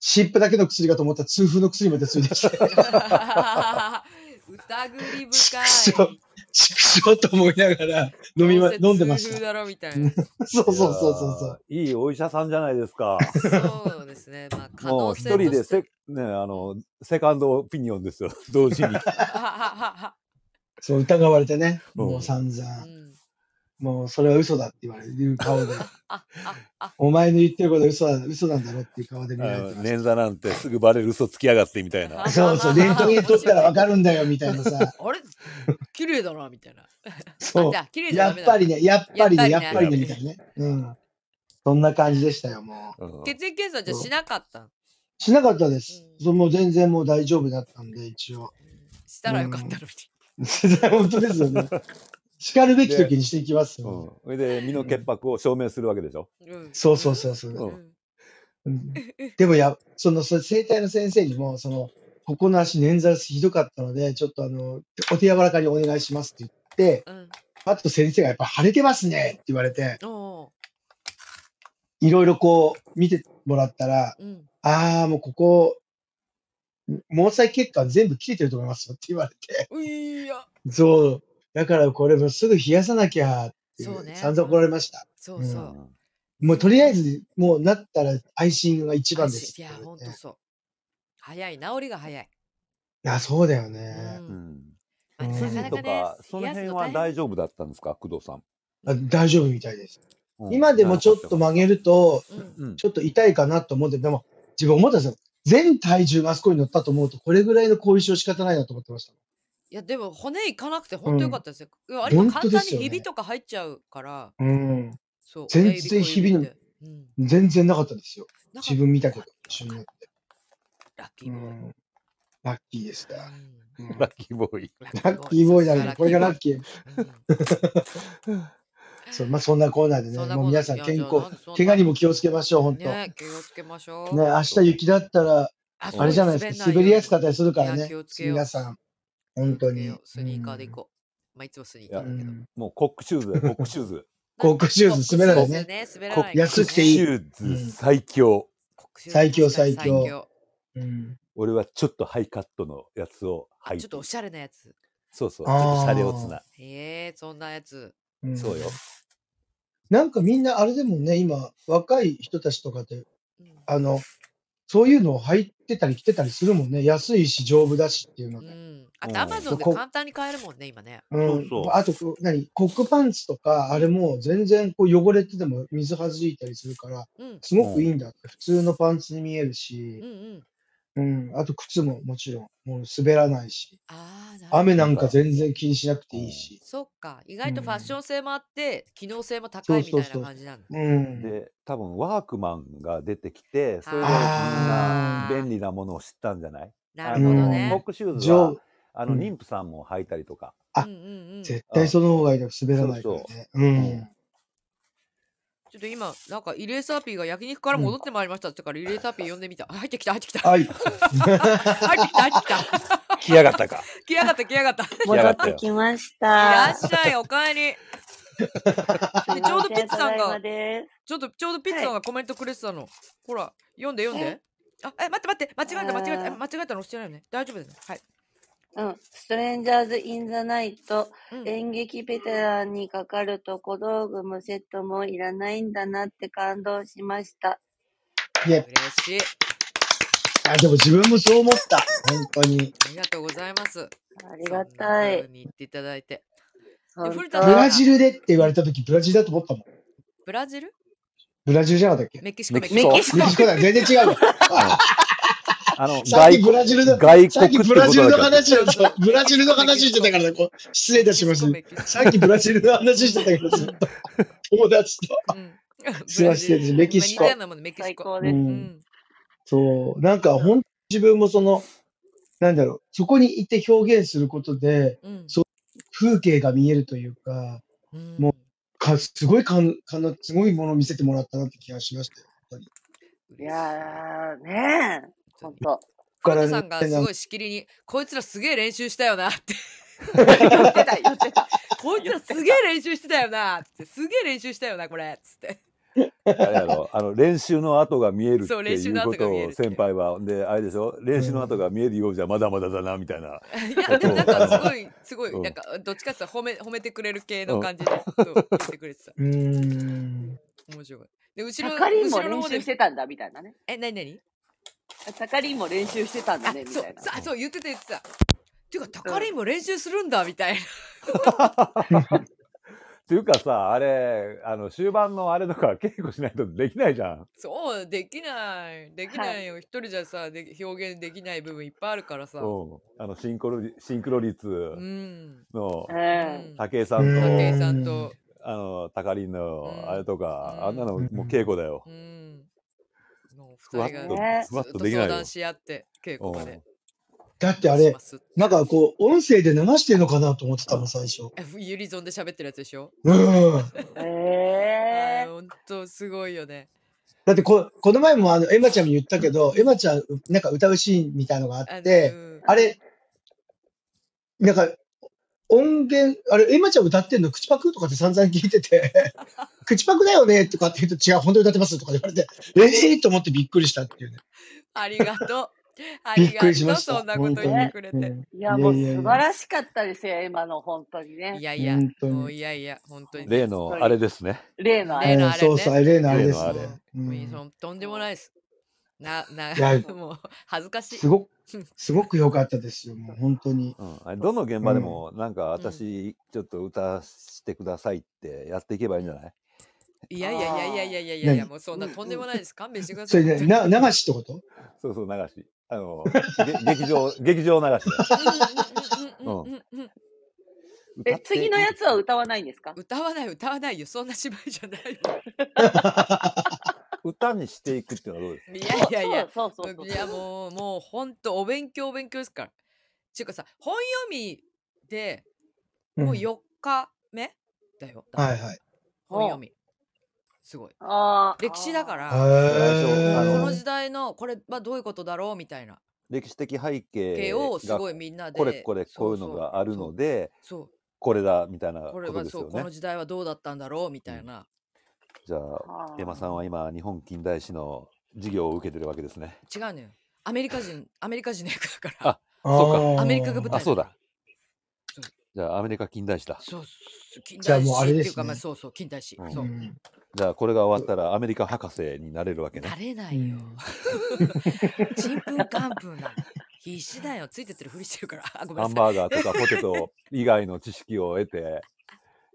[SPEAKER 3] 湿布だけの薬かと思ったら痛風の薬までついてきて、
[SPEAKER 1] 疑り
[SPEAKER 3] ち
[SPEAKER 1] 深い。
[SPEAKER 3] 畜生と思いながら飲み
[SPEAKER 1] どう
[SPEAKER 3] ま、
[SPEAKER 1] せ
[SPEAKER 3] 飲んでま
[SPEAKER 1] 痛
[SPEAKER 3] し
[SPEAKER 1] 風だ
[SPEAKER 3] た。
[SPEAKER 1] ろみたいな。
[SPEAKER 3] そうそうそうそうそう。
[SPEAKER 2] いやーいいお医者さんじゃないですか。
[SPEAKER 1] そうですね。まあ、可
[SPEAKER 2] もう
[SPEAKER 1] 能
[SPEAKER 2] 一
[SPEAKER 1] 性と
[SPEAKER 2] 人で
[SPEAKER 1] して
[SPEAKER 2] セ、ね、あの、セカンドオピニオンですよ。同時に。
[SPEAKER 1] はははは
[SPEAKER 3] そう、疑われてね、
[SPEAKER 2] うん
[SPEAKER 3] もう散
[SPEAKER 1] は
[SPEAKER 3] 々
[SPEAKER 1] う。ん
[SPEAKER 3] もうそれは嘘だって言われる顔で、
[SPEAKER 1] あああ
[SPEAKER 3] お前の言ってることは嘘だ嘘なんだろっていう顔で見られてま
[SPEAKER 2] 捻挫なんてすぐバレる嘘つきやがってみたいな
[SPEAKER 1] あ。
[SPEAKER 3] そうそう、レントゲン撮ったらわかるんだよみたいなさ。
[SPEAKER 1] あれ綺麗だなみたいな。
[SPEAKER 3] そ
[SPEAKER 1] あじゃあ綺麗
[SPEAKER 3] う。
[SPEAKER 1] じゃ
[SPEAKER 3] や
[SPEAKER 1] ダ
[SPEAKER 3] っ
[SPEAKER 1] メだ
[SPEAKER 3] ぱりね、やっぱりね、や
[SPEAKER 1] や
[SPEAKER 3] っ
[SPEAKER 1] っ
[SPEAKER 3] ぱ
[SPEAKER 2] ぱ
[SPEAKER 3] り
[SPEAKER 2] り
[SPEAKER 3] ね、
[SPEAKER 2] ね
[SPEAKER 3] みたいなね。うん。そんな感じでしたよ、もう。
[SPEAKER 2] うん
[SPEAKER 1] 血液検査じゃしなかったん
[SPEAKER 3] しなかったです。
[SPEAKER 1] うん
[SPEAKER 3] そのもう全然もう大丈夫だったんで、一応。 [LAUGHS]
[SPEAKER 1] したらよかったのに。
[SPEAKER 3] 本当ですよ [LAUGHS] ね。叱るべき時にしていきます
[SPEAKER 2] う
[SPEAKER 3] よ。
[SPEAKER 2] んそれで身の潔白を証明するわけでしょ。
[SPEAKER 1] うん
[SPEAKER 3] そうそうそうそう。
[SPEAKER 2] うん
[SPEAKER 1] [LAUGHS]
[SPEAKER 3] うんでもや、その、そ整体の先生にも、その、ここの足捻挫ひどかったので、ちょっとあの、お手柔らかにお願いしますって言って、
[SPEAKER 1] うん。
[SPEAKER 3] パッと先生がやっぱ腫れてますねって言われて、
[SPEAKER 1] お
[SPEAKER 3] いろいろこう見てもらったら、
[SPEAKER 1] ーうん。
[SPEAKER 3] ああ、もうここ、毛細血管全部切れてると思いますよって言われて、
[SPEAKER 1] ういや。
[SPEAKER 3] そう、だからこれもすぐ冷やさなきゃっていう
[SPEAKER 1] そうね
[SPEAKER 3] 散々怒られました。
[SPEAKER 1] そうそうう。
[SPEAKER 2] ん
[SPEAKER 3] もうとりあえず、もうなったらアイシングが一番ですって
[SPEAKER 1] いや
[SPEAKER 3] 言われて。
[SPEAKER 1] 本当そう。早い治りが早い。
[SPEAKER 3] いや、そうだよ
[SPEAKER 1] うん
[SPEAKER 3] ね。
[SPEAKER 2] うん
[SPEAKER 1] まあ
[SPEAKER 3] うん
[SPEAKER 1] なかな
[SPEAKER 2] と
[SPEAKER 1] かね
[SPEAKER 2] か、その辺は
[SPEAKER 1] 冷やすの大
[SPEAKER 2] 大丈夫だったんですか、工藤さん。
[SPEAKER 3] あ大丈夫みたいです。
[SPEAKER 2] うん
[SPEAKER 3] 今でもちょっと曲げると、
[SPEAKER 1] 変うん
[SPEAKER 2] うん
[SPEAKER 3] ちょっと痛いかなと思って、でも自分思ったんですよ。全体重があそこに乗ったと思うと、これぐらいの後遺症仕方ないなと思ってました。
[SPEAKER 1] いやでも骨いかなくて本当よかったですよ。いやあれ
[SPEAKER 3] 本
[SPEAKER 1] も
[SPEAKER 3] 当
[SPEAKER 1] 簡
[SPEAKER 3] で
[SPEAKER 1] 単
[SPEAKER 3] すよ
[SPEAKER 1] にひ
[SPEAKER 3] ね
[SPEAKER 1] びとか入っちゃうから、
[SPEAKER 3] うん。
[SPEAKER 1] そう。
[SPEAKER 3] 全然
[SPEAKER 1] 親指
[SPEAKER 3] ひびの
[SPEAKER 1] 小指でうん
[SPEAKER 3] 全然なかったですよ。
[SPEAKER 1] なんか
[SPEAKER 3] 自分見たけど、一緒になって。
[SPEAKER 1] ラッキ
[SPEAKER 3] う
[SPEAKER 1] ーボーイ。
[SPEAKER 3] んラッキーでした。
[SPEAKER 1] うん
[SPEAKER 3] うん
[SPEAKER 2] ラッキーボーイ。
[SPEAKER 3] ラッキーボーイだ
[SPEAKER 1] さ
[SPEAKER 3] ね。
[SPEAKER 1] す
[SPEAKER 3] これがラッ
[SPEAKER 1] キ
[SPEAKER 3] キー。
[SPEAKER 1] ーボーイ。
[SPEAKER 3] そうまあ、そんなコーナーで
[SPEAKER 1] そ
[SPEAKER 3] ね、
[SPEAKER 1] んな
[SPEAKER 3] もう
[SPEAKER 1] こと
[SPEAKER 3] 皆
[SPEAKER 1] な
[SPEAKER 3] さん
[SPEAKER 1] い
[SPEAKER 3] 健
[SPEAKER 1] いや
[SPEAKER 3] 康、
[SPEAKER 1] じゃあそんな
[SPEAKER 3] 怪我にも気をつけましょう、本当。ね、
[SPEAKER 1] ね、気をつけましょう。
[SPEAKER 3] 明日雪だったら、
[SPEAKER 1] あそう
[SPEAKER 3] あれじゃないですか、滑りやすかったりするから
[SPEAKER 1] いや
[SPEAKER 3] ね
[SPEAKER 1] 気をつ、けよう
[SPEAKER 3] 皆さん。本当に。
[SPEAKER 1] スニーカーで行こう。まあいつもスニーカー
[SPEAKER 3] う
[SPEAKER 1] だけど。
[SPEAKER 3] ん。
[SPEAKER 2] もうコックシューズ
[SPEAKER 3] [LAUGHS]
[SPEAKER 2] だよ、コックシューズ。
[SPEAKER 3] コックシューズ滑らないね
[SPEAKER 1] ね。滑ら
[SPEAKER 2] コ
[SPEAKER 1] ない
[SPEAKER 2] ッ
[SPEAKER 1] から
[SPEAKER 2] ク
[SPEAKER 1] ね。
[SPEAKER 3] 安くていい
[SPEAKER 2] シューズ最強。
[SPEAKER 1] コックシューズ
[SPEAKER 3] 最強最
[SPEAKER 1] 確
[SPEAKER 3] 強
[SPEAKER 1] かに
[SPEAKER 3] うん
[SPEAKER 2] 俺はちょっとハイカットのやつを履いて。
[SPEAKER 1] ちょっとおしゃれなやつ。
[SPEAKER 2] そうそう、ちょ
[SPEAKER 3] あ
[SPEAKER 2] っ
[SPEAKER 3] ー
[SPEAKER 2] とシャレオツな。
[SPEAKER 1] へえ、そんなやつ。
[SPEAKER 3] うん
[SPEAKER 2] そうよ。
[SPEAKER 3] なんかみんなあれでもね、今、若い人たちとかって、
[SPEAKER 1] うん
[SPEAKER 3] あの、そういうのを履いてたり着てたりするもんね。安いし、丈夫だしっていうの
[SPEAKER 1] う
[SPEAKER 3] で。
[SPEAKER 1] ん。あと
[SPEAKER 2] うん
[SPEAKER 1] アマゾンで
[SPEAKER 3] こ
[SPEAKER 1] 簡単に買えるもんね、今ね。
[SPEAKER 3] うん、
[SPEAKER 2] そうそう
[SPEAKER 3] あとこう、何、コックパンツとか、あれも全然こう汚れてても水はじいたりするから、
[SPEAKER 1] うん。
[SPEAKER 3] すごくいいんだって、普通のパンツに見え
[SPEAKER 1] う
[SPEAKER 3] る
[SPEAKER 1] んう
[SPEAKER 3] し、
[SPEAKER 1] ん。
[SPEAKER 3] うん、あと靴ももちろん、もう滑らないし、
[SPEAKER 1] ああ、なるほど
[SPEAKER 3] 雨なんか全然気にしなくていいし、
[SPEAKER 1] そっか。意外とファッション性もあって、機能性も高
[SPEAKER 3] そう
[SPEAKER 1] いみ
[SPEAKER 3] そう
[SPEAKER 1] たい
[SPEAKER 3] そう
[SPEAKER 1] な感じなんだ。
[SPEAKER 3] うん、
[SPEAKER 2] で、多分ワークマンが出てきて、それでみん
[SPEAKER 3] あ
[SPEAKER 2] な
[SPEAKER 1] ー
[SPEAKER 2] 便利なものを知ったんじゃない
[SPEAKER 1] な
[SPEAKER 2] あ
[SPEAKER 1] るほど
[SPEAKER 2] の
[SPEAKER 1] ね
[SPEAKER 2] コッ。クシューズは
[SPEAKER 3] 上、
[SPEAKER 2] あの、
[SPEAKER 3] うん
[SPEAKER 2] 妊婦さんも履いたりと
[SPEAKER 3] [LAUGHS]
[SPEAKER 2] か。
[SPEAKER 3] あ
[SPEAKER 1] うんうんうん。
[SPEAKER 3] 絶対その方がいいの滑らないから
[SPEAKER 2] そう
[SPEAKER 3] ね。うん。
[SPEAKER 1] ちょっと今、なんか、イレーサーピーが焼肉から戻ってまいりましたって言ったから、イレーサーピー呼んでみた。入ってきた、入
[SPEAKER 3] [LAUGHS]
[SPEAKER 1] ってきた。
[SPEAKER 3] は
[SPEAKER 1] 入
[SPEAKER 3] い。
[SPEAKER 1] ってきた、入ってきた。
[SPEAKER 2] 来やがったか。
[SPEAKER 1] 来やがった、来やがった。い
[SPEAKER 5] 戻ってきました。
[SPEAKER 1] らっしゃい、おかえ
[SPEAKER 4] [LAUGHS]
[SPEAKER 1] り。でちょうどピッツさんが、ちょっと、ちょうどピッツさんがコメントくれてたの。ほら、読んで、読んで。あ、え、待って、待って、間違えた、間違えた、え間違えたの押してないよね。大丈夫ですね。はい。
[SPEAKER 4] うん、ストレンジャーズ・イン・ザ・ナイト、
[SPEAKER 1] うん
[SPEAKER 4] 演劇ベテランにかかると小道具もセットもいらないんだなって感動しました。
[SPEAKER 3] いや、
[SPEAKER 1] 嬉しい。
[SPEAKER 3] あでも自分もそう思った。本当に。
[SPEAKER 1] ありがとうございます。あ
[SPEAKER 4] ありがたい。
[SPEAKER 1] に言っていただいて。
[SPEAKER 4] 本
[SPEAKER 1] 古
[SPEAKER 4] 当
[SPEAKER 1] 田さ
[SPEAKER 3] ブ
[SPEAKER 1] ん
[SPEAKER 3] ラジルでって言われた時、ブラジルだと思ったもん。
[SPEAKER 1] ブラジル
[SPEAKER 3] ブラジルじゃなかったっ
[SPEAKER 1] [LAUGHS]
[SPEAKER 3] け
[SPEAKER 1] メキシコ、
[SPEAKER 2] メキ
[SPEAKER 4] メキシコ
[SPEAKER 3] メキシコだよ。全然違うわ。
[SPEAKER 2] あの、
[SPEAKER 3] さ
[SPEAKER 2] 外
[SPEAKER 3] っきブ
[SPEAKER 2] 国
[SPEAKER 3] ラジルだ。
[SPEAKER 2] 外
[SPEAKER 3] さっ
[SPEAKER 2] 国
[SPEAKER 3] き
[SPEAKER 2] って
[SPEAKER 3] ブ
[SPEAKER 2] こ
[SPEAKER 3] ラ
[SPEAKER 2] と
[SPEAKER 3] ジ
[SPEAKER 2] だ
[SPEAKER 3] ルの
[SPEAKER 2] から。
[SPEAKER 3] 話を、そうブラジルの話してたから、こう、失礼いたしまし
[SPEAKER 1] メキシコ
[SPEAKER 3] た。さっきブラジルの話してたけど、ずっと友達と。
[SPEAKER 1] うん
[SPEAKER 3] すいませんメキシコ
[SPEAKER 1] まあ似たようなもんねメキシ
[SPEAKER 4] 最
[SPEAKER 1] コ。
[SPEAKER 4] 高
[SPEAKER 3] う
[SPEAKER 4] です。
[SPEAKER 3] ん。そう。なんか、ほん自分もその、なんだろう、そこに行って表現することで、
[SPEAKER 1] うん
[SPEAKER 3] そ風景が見えるというか、
[SPEAKER 1] うん
[SPEAKER 3] もかすごいかんかん、すごいものを見せてもらったなって気がしましたよ。
[SPEAKER 4] いやー、ねえ、ほんと。
[SPEAKER 1] 古田さんが
[SPEAKER 3] ね
[SPEAKER 1] すごいしきりに、こいつらすげえ練習したよなって。言ってた、言ってた。こいつらすげえ練習してたよなって。すげえ練習したよな、これ。つって。
[SPEAKER 2] あれやろあの練習の跡が見えるって
[SPEAKER 1] そう練習
[SPEAKER 2] いう
[SPEAKER 1] の
[SPEAKER 2] こ
[SPEAKER 1] 跡が
[SPEAKER 2] と
[SPEAKER 1] 見える
[SPEAKER 2] を
[SPEAKER 1] って
[SPEAKER 2] 先輩はであれでしょ練習の跡が見えるようじゃまだまだだなみたいな、
[SPEAKER 1] いや、でもなんかすごい、すご
[SPEAKER 2] う
[SPEAKER 1] い、
[SPEAKER 2] ん
[SPEAKER 1] なんか、どっちかっていうと褒め、褒めてくれる系の感じで、そう言ってくれてた。
[SPEAKER 3] うーん。
[SPEAKER 1] 面白い。で、後ろ、
[SPEAKER 4] サカリンも
[SPEAKER 1] 後ろの
[SPEAKER 4] 練
[SPEAKER 1] 方
[SPEAKER 4] 習
[SPEAKER 1] で
[SPEAKER 4] し、てたんだ、みたいなね。
[SPEAKER 1] え、なになに
[SPEAKER 4] サカリンも練習してたんだ
[SPEAKER 1] あ
[SPEAKER 4] ね、、み
[SPEAKER 1] そ
[SPEAKER 4] た
[SPEAKER 1] う
[SPEAKER 4] いな、。
[SPEAKER 1] そう、そう、言ってた、言ってた。ていうか、高リンも練習するんだ、みたいな。
[SPEAKER 2] っていうかさ、あれ、あの、終盤のあれとか稽古しないとできないじゃん。
[SPEAKER 1] [LAUGHS] そうできないできないよ、一人じゃさで表現できない部分いっぱいあるからさ
[SPEAKER 2] うん。あの、シンクロリ、シンクロ率
[SPEAKER 1] うん
[SPEAKER 2] の、
[SPEAKER 4] うん。
[SPEAKER 2] 武井さん
[SPEAKER 3] うん
[SPEAKER 1] 武井
[SPEAKER 2] と、
[SPEAKER 1] さんと
[SPEAKER 2] あの、高林の
[SPEAKER 1] う、ん
[SPEAKER 2] あれと
[SPEAKER 1] うん
[SPEAKER 2] か、あんなのもう稽古だよ。
[SPEAKER 1] うんの
[SPEAKER 2] ふわ
[SPEAKER 1] 二
[SPEAKER 2] っ
[SPEAKER 1] 人
[SPEAKER 2] と、
[SPEAKER 4] ね
[SPEAKER 2] ふわ
[SPEAKER 1] がず
[SPEAKER 2] っ
[SPEAKER 1] っ
[SPEAKER 2] と
[SPEAKER 1] と
[SPEAKER 2] できな
[SPEAKER 1] 相
[SPEAKER 2] いよ
[SPEAKER 1] 談。し合って稽古まで
[SPEAKER 3] だってあれ
[SPEAKER 1] し、ますって
[SPEAKER 3] なんかこう、音声で流してるのかなと思ってたの、最初。
[SPEAKER 1] えゆりぞんで喋ってるやつでしょ
[SPEAKER 3] うん。
[SPEAKER 1] あ
[SPEAKER 4] え
[SPEAKER 1] ーほんとすごいよね
[SPEAKER 3] だってこ、この前もあの、エマちゃんも言ったけど、エマちゃん、なんか歌うシーンみたいのがあ
[SPEAKER 1] あ
[SPEAKER 3] っ
[SPEAKER 1] で
[SPEAKER 3] て、あれ、なんか、音源、あれ、エマちゃん歌ってんの口パクとかって散々聞いて
[SPEAKER 1] [LAUGHS]
[SPEAKER 3] て、口パクだよねとかって言うと、違う、本当に歌ってますとか言われて、ええー、と思ってびっくりしたっていうね。
[SPEAKER 1] ありがと
[SPEAKER 3] [LAUGHS]
[SPEAKER 1] うあ
[SPEAKER 3] び
[SPEAKER 1] り
[SPEAKER 3] っ
[SPEAKER 1] がと
[SPEAKER 3] く
[SPEAKER 1] う
[SPEAKER 3] りしました。
[SPEAKER 1] そんなこと言ってくれて
[SPEAKER 3] 本
[SPEAKER 4] いや、もう
[SPEAKER 3] いやいや
[SPEAKER 4] 素
[SPEAKER 3] いや
[SPEAKER 4] 晴らしかったですよ、今の、本当に
[SPEAKER 1] い
[SPEAKER 4] ね。
[SPEAKER 1] やいや
[SPEAKER 3] 本当に
[SPEAKER 1] もういやいや本当に
[SPEAKER 2] 例の、あれですね。
[SPEAKER 4] 例の
[SPEAKER 3] 当
[SPEAKER 4] あ
[SPEAKER 1] 例
[SPEAKER 4] れ。
[SPEAKER 3] に
[SPEAKER 1] のあれね
[SPEAKER 3] そうそう、例のあれです
[SPEAKER 2] 例のあ
[SPEAKER 3] ね
[SPEAKER 2] れ。
[SPEAKER 3] う
[SPEAKER 1] もういい
[SPEAKER 3] ん
[SPEAKER 1] そんとんでもないですなない
[SPEAKER 3] や
[SPEAKER 1] [LAUGHS] もう恥ずかしい
[SPEAKER 3] すごく、すごく良かったですよ、もう本当に。
[SPEAKER 2] うん、あれどの現場でも、なんか、私、ちょっと歌わしてくださいってやっていけばいいんじゃない
[SPEAKER 1] いやいやいやいやいやいやいや
[SPEAKER 3] 何
[SPEAKER 1] もうそんなとんでもないです勘弁してくだ
[SPEAKER 3] そ
[SPEAKER 1] さい
[SPEAKER 3] れね、な、流しってこと
[SPEAKER 2] そうそう、流し。あの、げ [LAUGHS] 劇場、劇場流しだよ。
[SPEAKER 1] うんうんうんうんうんうん
[SPEAKER 2] 歌
[SPEAKER 4] え
[SPEAKER 2] っ、て
[SPEAKER 4] 次のやつは歌わないんですか
[SPEAKER 1] 歌わない歌わないよそんな芝居じゃないよ
[SPEAKER 2] [LAUGHS] 歌にしていくっていうのはどうです [LAUGHS]
[SPEAKER 1] いやいやいや
[SPEAKER 4] そうそうそう
[SPEAKER 1] いやもうもう本当お勉強お勉強ですからちゅうかさ本読みでもう4日目だよ、
[SPEAKER 3] はいはい。
[SPEAKER 1] 本読みすごい
[SPEAKER 4] あー
[SPEAKER 1] 歴史だか。
[SPEAKER 3] へ
[SPEAKER 1] らこ
[SPEAKER 2] ー
[SPEAKER 1] の
[SPEAKER 3] ー
[SPEAKER 1] 時代のこれはどういうことだろうみたいな
[SPEAKER 2] 歴史的背景
[SPEAKER 1] 系をす
[SPEAKER 2] が
[SPEAKER 1] ごいみんなで
[SPEAKER 2] これこれこういうのがあるので
[SPEAKER 1] そうそう
[SPEAKER 2] これだみたいな
[SPEAKER 1] そう
[SPEAKER 2] こ
[SPEAKER 1] これ
[SPEAKER 2] と
[SPEAKER 1] は
[SPEAKER 2] です
[SPEAKER 1] そう
[SPEAKER 2] よ
[SPEAKER 1] こ
[SPEAKER 2] ね
[SPEAKER 1] の。時代はどうだったんだろうみたいな、
[SPEAKER 2] じゃ
[SPEAKER 4] あ
[SPEAKER 2] あ
[SPEAKER 4] ーあー
[SPEAKER 2] エマさんは今日本近代史の授業を受けてるわけですね。
[SPEAKER 1] 違うのよアメリカ人アメリカ人の役だから
[SPEAKER 2] あ
[SPEAKER 3] あー
[SPEAKER 1] アメリカが舞
[SPEAKER 2] あ
[SPEAKER 1] 台
[SPEAKER 2] そうだ
[SPEAKER 1] そう。
[SPEAKER 2] じゃあアメリカ近代史だ。
[SPEAKER 1] そうそう近
[SPEAKER 3] じゃあ
[SPEAKER 1] 代史
[SPEAKER 3] もうあれ
[SPEAKER 1] って
[SPEAKER 3] で
[SPEAKER 1] いう
[SPEAKER 3] す
[SPEAKER 1] か
[SPEAKER 3] ね
[SPEAKER 1] まあそうそう近代史、
[SPEAKER 2] うん
[SPEAKER 1] そううん
[SPEAKER 2] じゃあこれが終わったらアメリカ博士になれるわけね
[SPEAKER 1] な。れな
[SPEAKER 3] う
[SPEAKER 1] いよ
[SPEAKER 3] ん
[SPEAKER 1] [LAUGHS] ちんぷんかんぷんなの必死だよついてってるふりしてるからあごめん
[SPEAKER 2] ハ
[SPEAKER 1] なさ
[SPEAKER 2] ン
[SPEAKER 1] い
[SPEAKER 2] バーガーとかポテト以外の知識を得て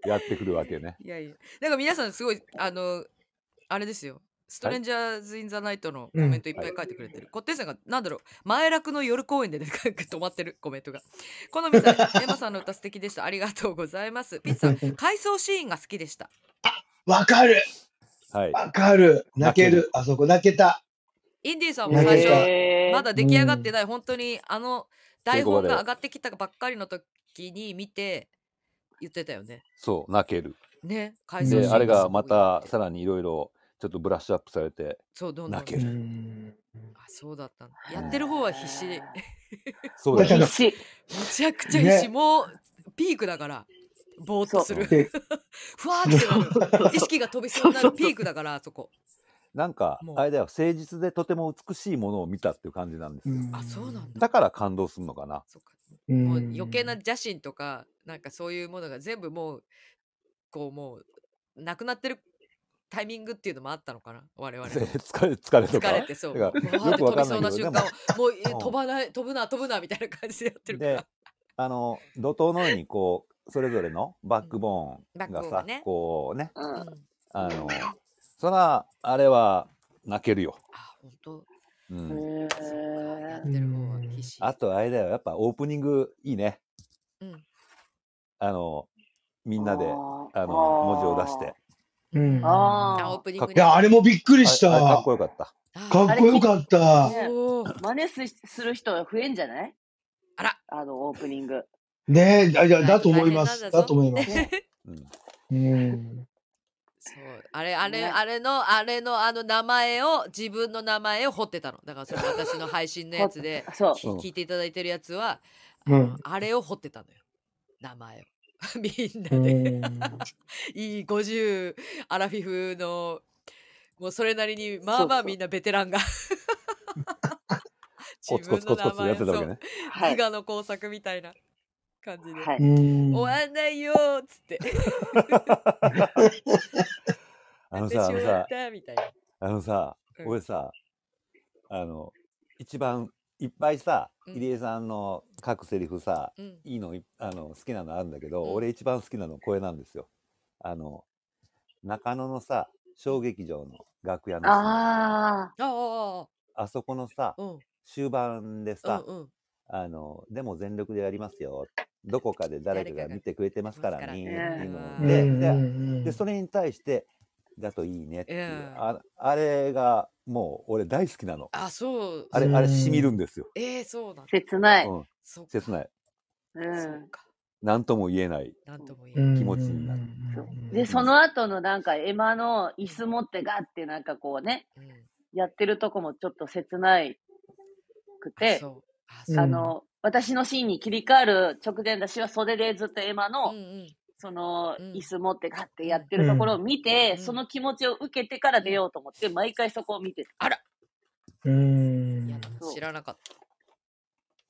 [SPEAKER 2] やってくるわけね。
[SPEAKER 1] いやいやなんか皆さんすごいあのあれですよストレンジャーズ・イン・ザ・ナイトのコメントいっぱい書いてくれてる。こってんさんが、なんだろう、前楽の夜公演で、ね、 [LAUGHS] 止まってるコメントが。好みさん、エマさんの歌素敵でした。ありがとうございます。ピッツ
[SPEAKER 3] [LAUGHS]
[SPEAKER 1] さん、回想シーンが好きでした。
[SPEAKER 3] わかる
[SPEAKER 2] はい。
[SPEAKER 3] わかる泣
[SPEAKER 2] 泣
[SPEAKER 3] け
[SPEAKER 2] け
[SPEAKER 3] るあそこ泣けた
[SPEAKER 1] インディーさんも
[SPEAKER 3] ね
[SPEAKER 1] 最初、
[SPEAKER 4] えー
[SPEAKER 1] まだ出来上がってない、本当にあの台本が上がってきたばっかりの時に見て言ってたよね。
[SPEAKER 2] そう泣ける。
[SPEAKER 1] ね、改
[SPEAKER 3] そう
[SPEAKER 2] で
[SPEAKER 3] そう
[SPEAKER 2] あれがまたさらにいろいろちょっとブラッシュアップされて
[SPEAKER 1] そうどんどん
[SPEAKER 2] 泣ける
[SPEAKER 1] あそうだったんだやってる方は必 [LAUGHS] 死で
[SPEAKER 2] そうだよね
[SPEAKER 4] 必。死。
[SPEAKER 1] むちゃくちゃ必死、
[SPEAKER 3] ね
[SPEAKER 1] もうピークだからぼーっとする
[SPEAKER 3] で
[SPEAKER 1] ふわーってなる意識が飛び [LAUGHS] そうになるピークだからあそこ
[SPEAKER 2] なんか
[SPEAKER 1] もう
[SPEAKER 2] あれだよ誠実でとても美しいものを見たっていう感じなんですよ、
[SPEAKER 1] あそうなんだ
[SPEAKER 2] だから感動するのかな
[SPEAKER 1] そっか
[SPEAKER 3] うん
[SPEAKER 1] もう余計な邪心とかなんかそういうものが全部もうこうもうなくなってるタイミングっていうのもあったのかな我々も
[SPEAKER 2] [LAUGHS] 疲れ疲れとか
[SPEAKER 1] 疲れてそう
[SPEAKER 2] だから
[SPEAKER 1] もうハート飛び
[SPEAKER 2] よくわかんな
[SPEAKER 1] そう
[SPEAKER 2] いけ
[SPEAKER 1] な瞬間をもうえ
[SPEAKER 2] どでもうん
[SPEAKER 1] 飛ばない飛ぶな飛ぶなみたいな感じでやってるか
[SPEAKER 2] で
[SPEAKER 1] ら
[SPEAKER 2] あの怒涛のようにこうそれぞれのバックボーン
[SPEAKER 1] バック
[SPEAKER 2] が
[SPEAKER 1] ボーン
[SPEAKER 2] さ、
[SPEAKER 1] がね
[SPEAKER 2] こうね
[SPEAKER 4] うん
[SPEAKER 1] うん
[SPEAKER 2] あのそらあれは泣けるよ、
[SPEAKER 1] あ本当
[SPEAKER 2] う
[SPEAKER 4] へ
[SPEAKER 2] ん、
[SPEAKER 4] ー
[SPEAKER 1] そうかやってる方は必死
[SPEAKER 2] あとあれだよやっぱオープニングいいね
[SPEAKER 1] うん
[SPEAKER 2] あのみんなで
[SPEAKER 4] ー
[SPEAKER 2] あの文字を出して
[SPEAKER 3] うん
[SPEAKER 4] あ
[SPEAKER 1] あオープニング
[SPEAKER 2] か
[SPEAKER 1] に
[SPEAKER 3] いやあれもびっくりし
[SPEAKER 2] あれか
[SPEAKER 3] た
[SPEAKER 2] っこよかった
[SPEAKER 1] あ
[SPEAKER 3] かっこよかった
[SPEAKER 4] ね
[SPEAKER 1] おー
[SPEAKER 4] 真似すする人が増えんじゃない
[SPEAKER 1] あら
[SPEAKER 4] あの、オープニング。
[SPEAKER 3] ねえあいや
[SPEAKER 1] はい
[SPEAKER 3] だと思い
[SPEAKER 1] 大変な
[SPEAKER 3] ま
[SPEAKER 1] んだ
[SPEAKER 3] す
[SPEAKER 1] ぞ
[SPEAKER 3] だと思います
[SPEAKER 4] ね
[SPEAKER 2] うん
[SPEAKER 3] うん
[SPEAKER 1] そうあれあれ、
[SPEAKER 4] ね
[SPEAKER 1] あれのあれのあの名前を自分の名前を掘ってたのだからそれ私の配信のやつで
[SPEAKER 4] そう。
[SPEAKER 1] き聞いていただいてるやつは、
[SPEAKER 3] うん
[SPEAKER 1] あれを掘ってたのよ名前を [LAUGHS] みん
[SPEAKER 3] う
[SPEAKER 1] なで
[SPEAKER 3] ん
[SPEAKER 1] いい50アラフィフのもうそれなりにまあま
[SPEAKER 4] そう
[SPEAKER 1] あ
[SPEAKER 4] そう
[SPEAKER 1] みんなベテランが
[SPEAKER 2] [LAUGHS] コツコツコツコツやってたわけね
[SPEAKER 1] そ
[SPEAKER 4] は
[SPEAKER 1] う
[SPEAKER 4] い。
[SPEAKER 1] 菅野工作みたいな感じで、
[SPEAKER 4] はい。
[SPEAKER 3] う
[SPEAKER 1] [LAUGHS]
[SPEAKER 3] ん
[SPEAKER 1] 終わんないよーっつって
[SPEAKER 2] あの
[SPEAKER 1] 私
[SPEAKER 2] さ
[SPEAKER 1] 終
[SPEAKER 2] あの
[SPEAKER 1] わ
[SPEAKER 2] さ
[SPEAKER 1] ったみたいな
[SPEAKER 2] あのさ、
[SPEAKER 1] うん
[SPEAKER 2] 俺さ、あの、一番いっぱいさ、
[SPEAKER 1] うん
[SPEAKER 2] 入江さんの各セリフさ、
[SPEAKER 1] うん
[SPEAKER 2] いいのい、あの、好きなのあるんだけど、
[SPEAKER 1] うん
[SPEAKER 2] 俺一番好きなのこれなんですよ。あの、中野のさ、小劇場の楽屋のさ
[SPEAKER 4] あ
[SPEAKER 1] ああ
[SPEAKER 2] あそこのさ
[SPEAKER 1] あ、、うん、
[SPEAKER 2] 終盤で
[SPEAKER 1] うん
[SPEAKER 2] さ、、
[SPEAKER 1] うん。
[SPEAKER 2] あの、でも全力でやりますよ。どこかで誰かが見てくれてますからね。
[SPEAKER 1] 誰かが
[SPEAKER 2] ってい
[SPEAKER 1] う
[SPEAKER 2] う
[SPEAKER 1] ん
[SPEAKER 2] の
[SPEAKER 1] う
[SPEAKER 2] で
[SPEAKER 1] ん
[SPEAKER 2] で
[SPEAKER 3] で
[SPEAKER 2] で、それに対して、だといいねっていう
[SPEAKER 1] うん。
[SPEAKER 2] ああれが、もう俺大好きなの。
[SPEAKER 1] あ、そう。
[SPEAKER 2] あれ、
[SPEAKER 3] うん
[SPEAKER 2] あれ染みるんですよ。
[SPEAKER 1] えー、そうなん
[SPEAKER 4] あ、切ない。
[SPEAKER 2] うん。
[SPEAKER 1] そうか。
[SPEAKER 2] 切ない。
[SPEAKER 4] う
[SPEAKER 1] そ
[SPEAKER 4] ん
[SPEAKER 1] う。か。
[SPEAKER 2] なんとも言えない。
[SPEAKER 1] なんとも言えない。
[SPEAKER 2] 気持ちになる
[SPEAKER 4] そうで、その後のなんか、エマの椅子持ってガってなんかこうね、
[SPEAKER 1] うん
[SPEAKER 4] やってるとこもちょっと切ないく
[SPEAKER 1] あ
[SPEAKER 4] て、
[SPEAKER 1] そう。あ、
[SPEAKER 3] うん
[SPEAKER 4] あの、私のシーンに切り替わる直前だしは袖でずっとエマ
[SPEAKER 1] そう。
[SPEAKER 4] の
[SPEAKER 1] う、ん
[SPEAKER 4] その、
[SPEAKER 1] うん
[SPEAKER 4] 椅子持ってガってやってるところを見て、
[SPEAKER 1] うん
[SPEAKER 4] その気持ちを受けてから出ようと思って、毎回そこを見てた。
[SPEAKER 1] うん。いや、
[SPEAKER 4] そう
[SPEAKER 1] 知らなかった。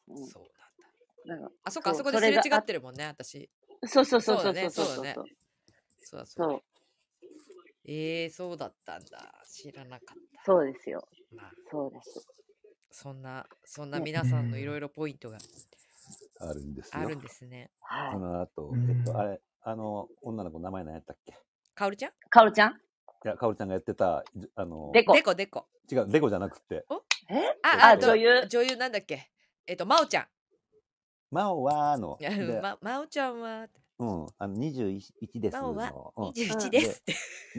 [SPEAKER 4] うん
[SPEAKER 1] そうなんだ。
[SPEAKER 4] なんか
[SPEAKER 1] あ、そうか、あ
[SPEAKER 4] そ
[SPEAKER 1] そ
[SPEAKER 4] う
[SPEAKER 1] こで
[SPEAKER 4] そ
[SPEAKER 1] す
[SPEAKER 4] れ
[SPEAKER 1] れ違
[SPEAKER 4] が
[SPEAKER 1] ってるもんね、私。
[SPEAKER 4] そうそうそう
[SPEAKER 1] そ
[SPEAKER 4] そ
[SPEAKER 1] だ
[SPEAKER 4] ううそ
[SPEAKER 1] ね
[SPEAKER 4] うそ
[SPEAKER 1] そ
[SPEAKER 4] うそう
[SPEAKER 1] だ
[SPEAKER 4] う
[SPEAKER 1] ねそうだそう
[SPEAKER 4] そ
[SPEAKER 1] だ
[SPEAKER 4] う。
[SPEAKER 1] えー、そうだったんだ。知らなかった。
[SPEAKER 4] そうですよ。
[SPEAKER 1] まあ、
[SPEAKER 4] そうです。
[SPEAKER 1] そんな、そんな皆さんのいろいろポイントが
[SPEAKER 2] あるんですよ。
[SPEAKER 1] あるんですね。
[SPEAKER 4] は
[SPEAKER 2] そ
[SPEAKER 4] い。
[SPEAKER 2] の後、
[SPEAKER 3] うん
[SPEAKER 2] えっと、あれ、あの、女の子名前何やったっけ
[SPEAKER 1] かおるちゃん
[SPEAKER 4] かおるちゃん
[SPEAKER 2] いや、かおりちゃんがやってた、じあの、
[SPEAKER 4] でこ
[SPEAKER 1] でこでこ。
[SPEAKER 2] 違う、デコじゃなくて、
[SPEAKER 4] え
[SPEAKER 1] あ、あ、
[SPEAKER 2] あ
[SPEAKER 1] 女
[SPEAKER 4] 女
[SPEAKER 1] 優。
[SPEAKER 4] 優
[SPEAKER 1] 女優なんだっけえっと、まおちゃん。
[SPEAKER 2] まおはーの、
[SPEAKER 1] いや
[SPEAKER 2] で
[SPEAKER 1] ま、まおちゃんは、
[SPEAKER 2] うん、あの、21です
[SPEAKER 1] まおは
[SPEAKER 2] の、うん
[SPEAKER 1] 21です。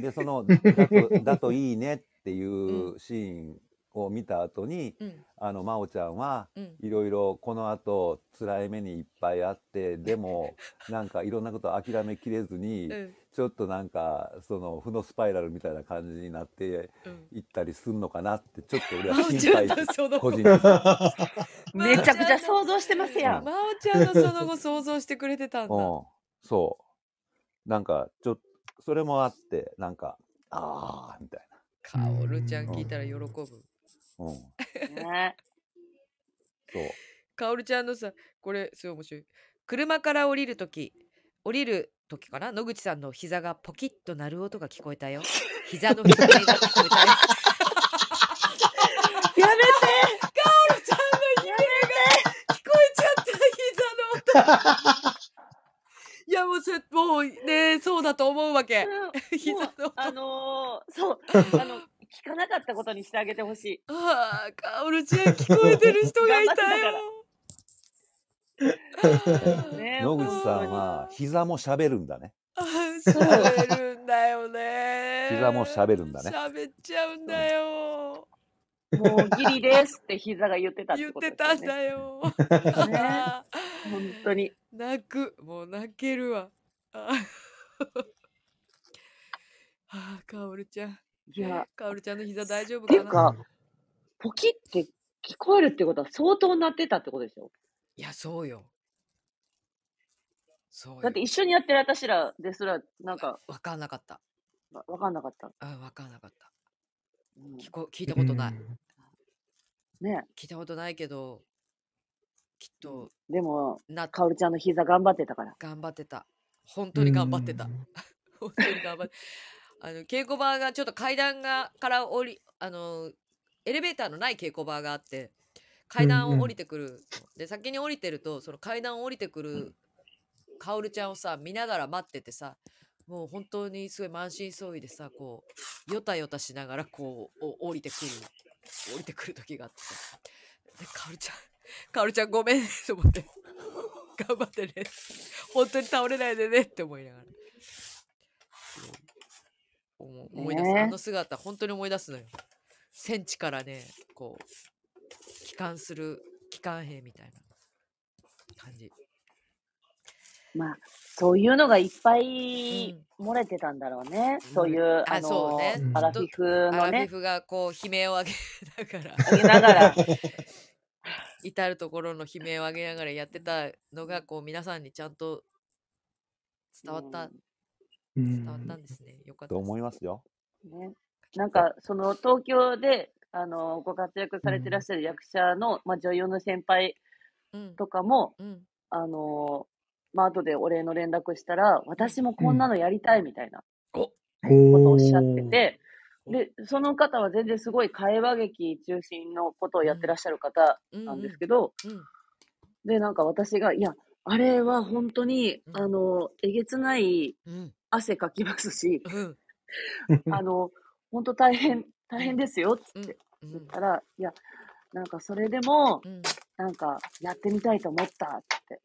[SPEAKER 2] で、その、だと、だといいねっていうシーンを見た後に、
[SPEAKER 1] うん。
[SPEAKER 2] あの、まおちゃんは、
[SPEAKER 1] うん。
[SPEAKER 2] いろいろこの後辛い目にいっぱいあってでも
[SPEAKER 1] [LAUGHS]
[SPEAKER 2] なんかいろんなこと諦めきれずに、
[SPEAKER 1] うん。
[SPEAKER 2] ちょっとなんかその負のスパイラルみたいな感じになって
[SPEAKER 1] うん。
[SPEAKER 2] いったりすんのかなってちょっと俺は
[SPEAKER 1] まお
[SPEAKER 2] 心
[SPEAKER 1] ちゃん
[SPEAKER 2] 配
[SPEAKER 1] のその
[SPEAKER 2] 個人
[SPEAKER 1] [LAUGHS]
[SPEAKER 4] めちゃくちゃ想像してますや
[SPEAKER 1] ま
[SPEAKER 4] ん。
[SPEAKER 1] おちゃんのその後想像してくれてたんだ。
[SPEAKER 2] うん、そうなんかちょっとそれもあってなんかああみたい
[SPEAKER 1] かおるちゃん聞いたら喜ぶ。
[SPEAKER 2] な、うん、
[SPEAKER 4] ね
[SPEAKER 2] そう
[SPEAKER 1] かおるちゃんのさ、これすごい面白い。車から降りるとき、降りるときかな野口さんの膝がポキッと鳴る音が聞こえたよ。膝のひねりが聞こえたよ。
[SPEAKER 4] やめて
[SPEAKER 1] ちゃんの悲鳴が聞こえちゃった膝の音いやもうそれもうねそうだと思うわけ膝
[SPEAKER 4] もう
[SPEAKER 1] の音
[SPEAKER 4] あのー、そう、あの、聞かなかったことにしてあげてほしい。
[SPEAKER 1] ああカオルちゃん聞こえてる人がいたよ
[SPEAKER 4] [LAUGHS] ね
[SPEAKER 2] 野口さんは膝も喋るんだね
[SPEAKER 1] あー喋るんだよね
[SPEAKER 2] 膝も喋るんだね
[SPEAKER 1] 喋っちゃうんだよ
[SPEAKER 4] もうギリですって膝が言ってたって
[SPEAKER 1] 言っ
[SPEAKER 4] こと
[SPEAKER 1] て
[SPEAKER 4] ですよ
[SPEAKER 1] たん
[SPEAKER 4] ね。
[SPEAKER 1] だよあ
[SPEAKER 4] ね
[SPEAKER 1] ー
[SPEAKER 4] 本当に。
[SPEAKER 1] 泣くもう泣けるわあーあーカオルちゃん
[SPEAKER 4] いや、
[SPEAKER 1] カオルちゃんの膝大丈夫
[SPEAKER 4] て
[SPEAKER 1] か
[SPEAKER 4] いう
[SPEAKER 1] な
[SPEAKER 4] か、ポキって聞こえるってことは相当鳴ってたってことでしょ
[SPEAKER 1] いや、そうよ。そうよ。
[SPEAKER 4] だって一緒にやってる私らですら、なんか、
[SPEAKER 1] わかんなかった。
[SPEAKER 4] わわかんなかった。
[SPEAKER 1] うん、わかんなかった。
[SPEAKER 4] うん
[SPEAKER 1] 聞こ聞いたことない。
[SPEAKER 4] ね
[SPEAKER 1] 聞いたことないけど、きっと、
[SPEAKER 4] でも、
[SPEAKER 1] な、
[SPEAKER 4] かおるちゃんの膝頑張ってたから。
[SPEAKER 1] 頑張ってた。本当に頑張ってた
[SPEAKER 3] うん。
[SPEAKER 1] [LAUGHS] 本当に頑張って。あの、稽古場がちょっと階段が、から降り、あの、エレベーターのない稽古場があって、階段
[SPEAKER 3] うんう
[SPEAKER 1] を
[SPEAKER 3] ん
[SPEAKER 1] 降りてくるの。で、先に降りてると、その階段を降りてくる、カオルちゃんをさ、見ながら待っててさ、もう本当にすごい満身創痍でさ、こう、よたよたしながら、こう、お降りてくる、降りてくる時があってさ、で、カオルちゃん、 [LAUGHS] カオルちゃんごめん、と思って、 [LAUGHS] 頑張ってね。本当に倒れないでねって思いながら。思思い出す、
[SPEAKER 4] ねえ
[SPEAKER 1] あの姿本当に思い出すのよ戦地からねこう帰還する帰還兵みたいな感じ、
[SPEAKER 4] まあ、そういうのがいっぱ
[SPEAKER 1] う
[SPEAKER 4] い
[SPEAKER 1] ん
[SPEAKER 4] 漏れてたんだろうね。そういう、
[SPEAKER 1] あ
[SPEAKER 4] あの
[SPEAKER 1] そうね
[SPEAKER 4] アラフィフ
[SPEAKER 1] ア
[SPEAKER 4] の
[SPEAKER 1] ラフィ
[SPEAKER 4] ね、
[SPEAKER 1] フがこう悲鳴を上げ [LAUGHS] ながら
[SPEAKER 4] 上げなが
[SPEAKER 1] [LAUGHS]
[SPEAKER 4] ら。
[SPEAKER 1] 至る所の悲鳴を上げながらやってたのがこう皆さんにちゃんと伝わった、伝わったんですねよかった
[SPEAKER 2] と
[SPEAKER 1] です
[SPEAKER 2] 思います
[SPEAKER 1] [LAUGHS]
[SPEAKER 2] よ
[SPEAKER 4] ね、なんかその東京であのご活躍されてらっしゃる役者の、まあ、女優の先輩
[SPEAKER 1] うん
[SPEAKER 4] とかも
[SPEAKER 1] うん
[SPEAKER 4] あの、まあ後でお礼の連絡したら私もこんなのやりたいみたいなことをおっしゃってて、
[SPEAKER 1] おー
[SPEAKER 4] でその方は全然すごい会話劇中心のことをやってらっしゃる方
[SPEAKER 1] うん
[SPEAKER 4] なん
[SPEAKER 1] うん
[SPEAKER 4] ですけど、
[SPEAKER 1] うん
[SPEAKER 4] でなんか私がいやあれは本当に、
[SPEAKER 1] うん
[SPEAKER 4] あのえげつない
[SPEAKER 1] うん
[SPEAKER 4] 汗かきますし、
[SPEAKER 1] うん
[SPEAKER 4] あの、本当大変、大変ですよ、つって
[SPEAKER 1] う
[SPEAKER 4] 言っ
[SPEAKER 1] ん
[SPEAKER 4] たら、いや、なんかそれでも、
[SPEAKER 1] うん
[SPEAKER 4] なんかやってみたいと思ったって、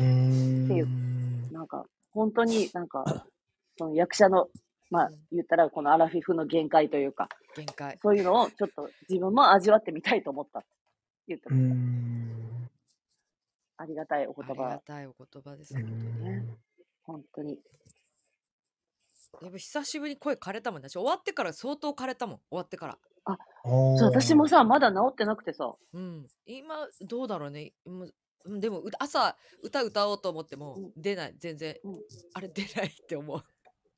[SPEAKER 3] うん
[SPEAKER 4] っていうなんか本当になんか、その役者の、まあ言ったらこのアラフィフの限界というか、
[SPEAKER 1] 限界
[SPEAKER 4] そういうのをちょっと自分も味わってみたいと思ったって言って
[SPEAKER 3] う
[SPEAKER 4] ました
[SPEAKER 3] ん
[SPEAKER 4] ありがたいお
[SPEAKER 1] あ
[SPEAKER 4] 言
[SPEAKER 1] りが
[SPEAKER 4] 葉、
[SPEAKER 1] たいお言葉です
[SPEAKER 3] う
[SPEAKER 1] 本当に
[SPEAKER 3] ん
[SPEAKER 4] 本当に。
[SPEAKER 1] やっぱ久しぶりに声枯れたもんだし終わってから相当枯れたもん終わってから
[SPEAKER 4] そう私もさ、まだ治ってなくてさ、
[SPEAKER 1] うん今どうだろうねもううんでもう朝歌歌おうと思っても
[SPEAKER 4] うん
[SPEAKER 1] 出ない全然、
[SPEAKER 4] うん
[SPEAKER 1] あれ出ないって思う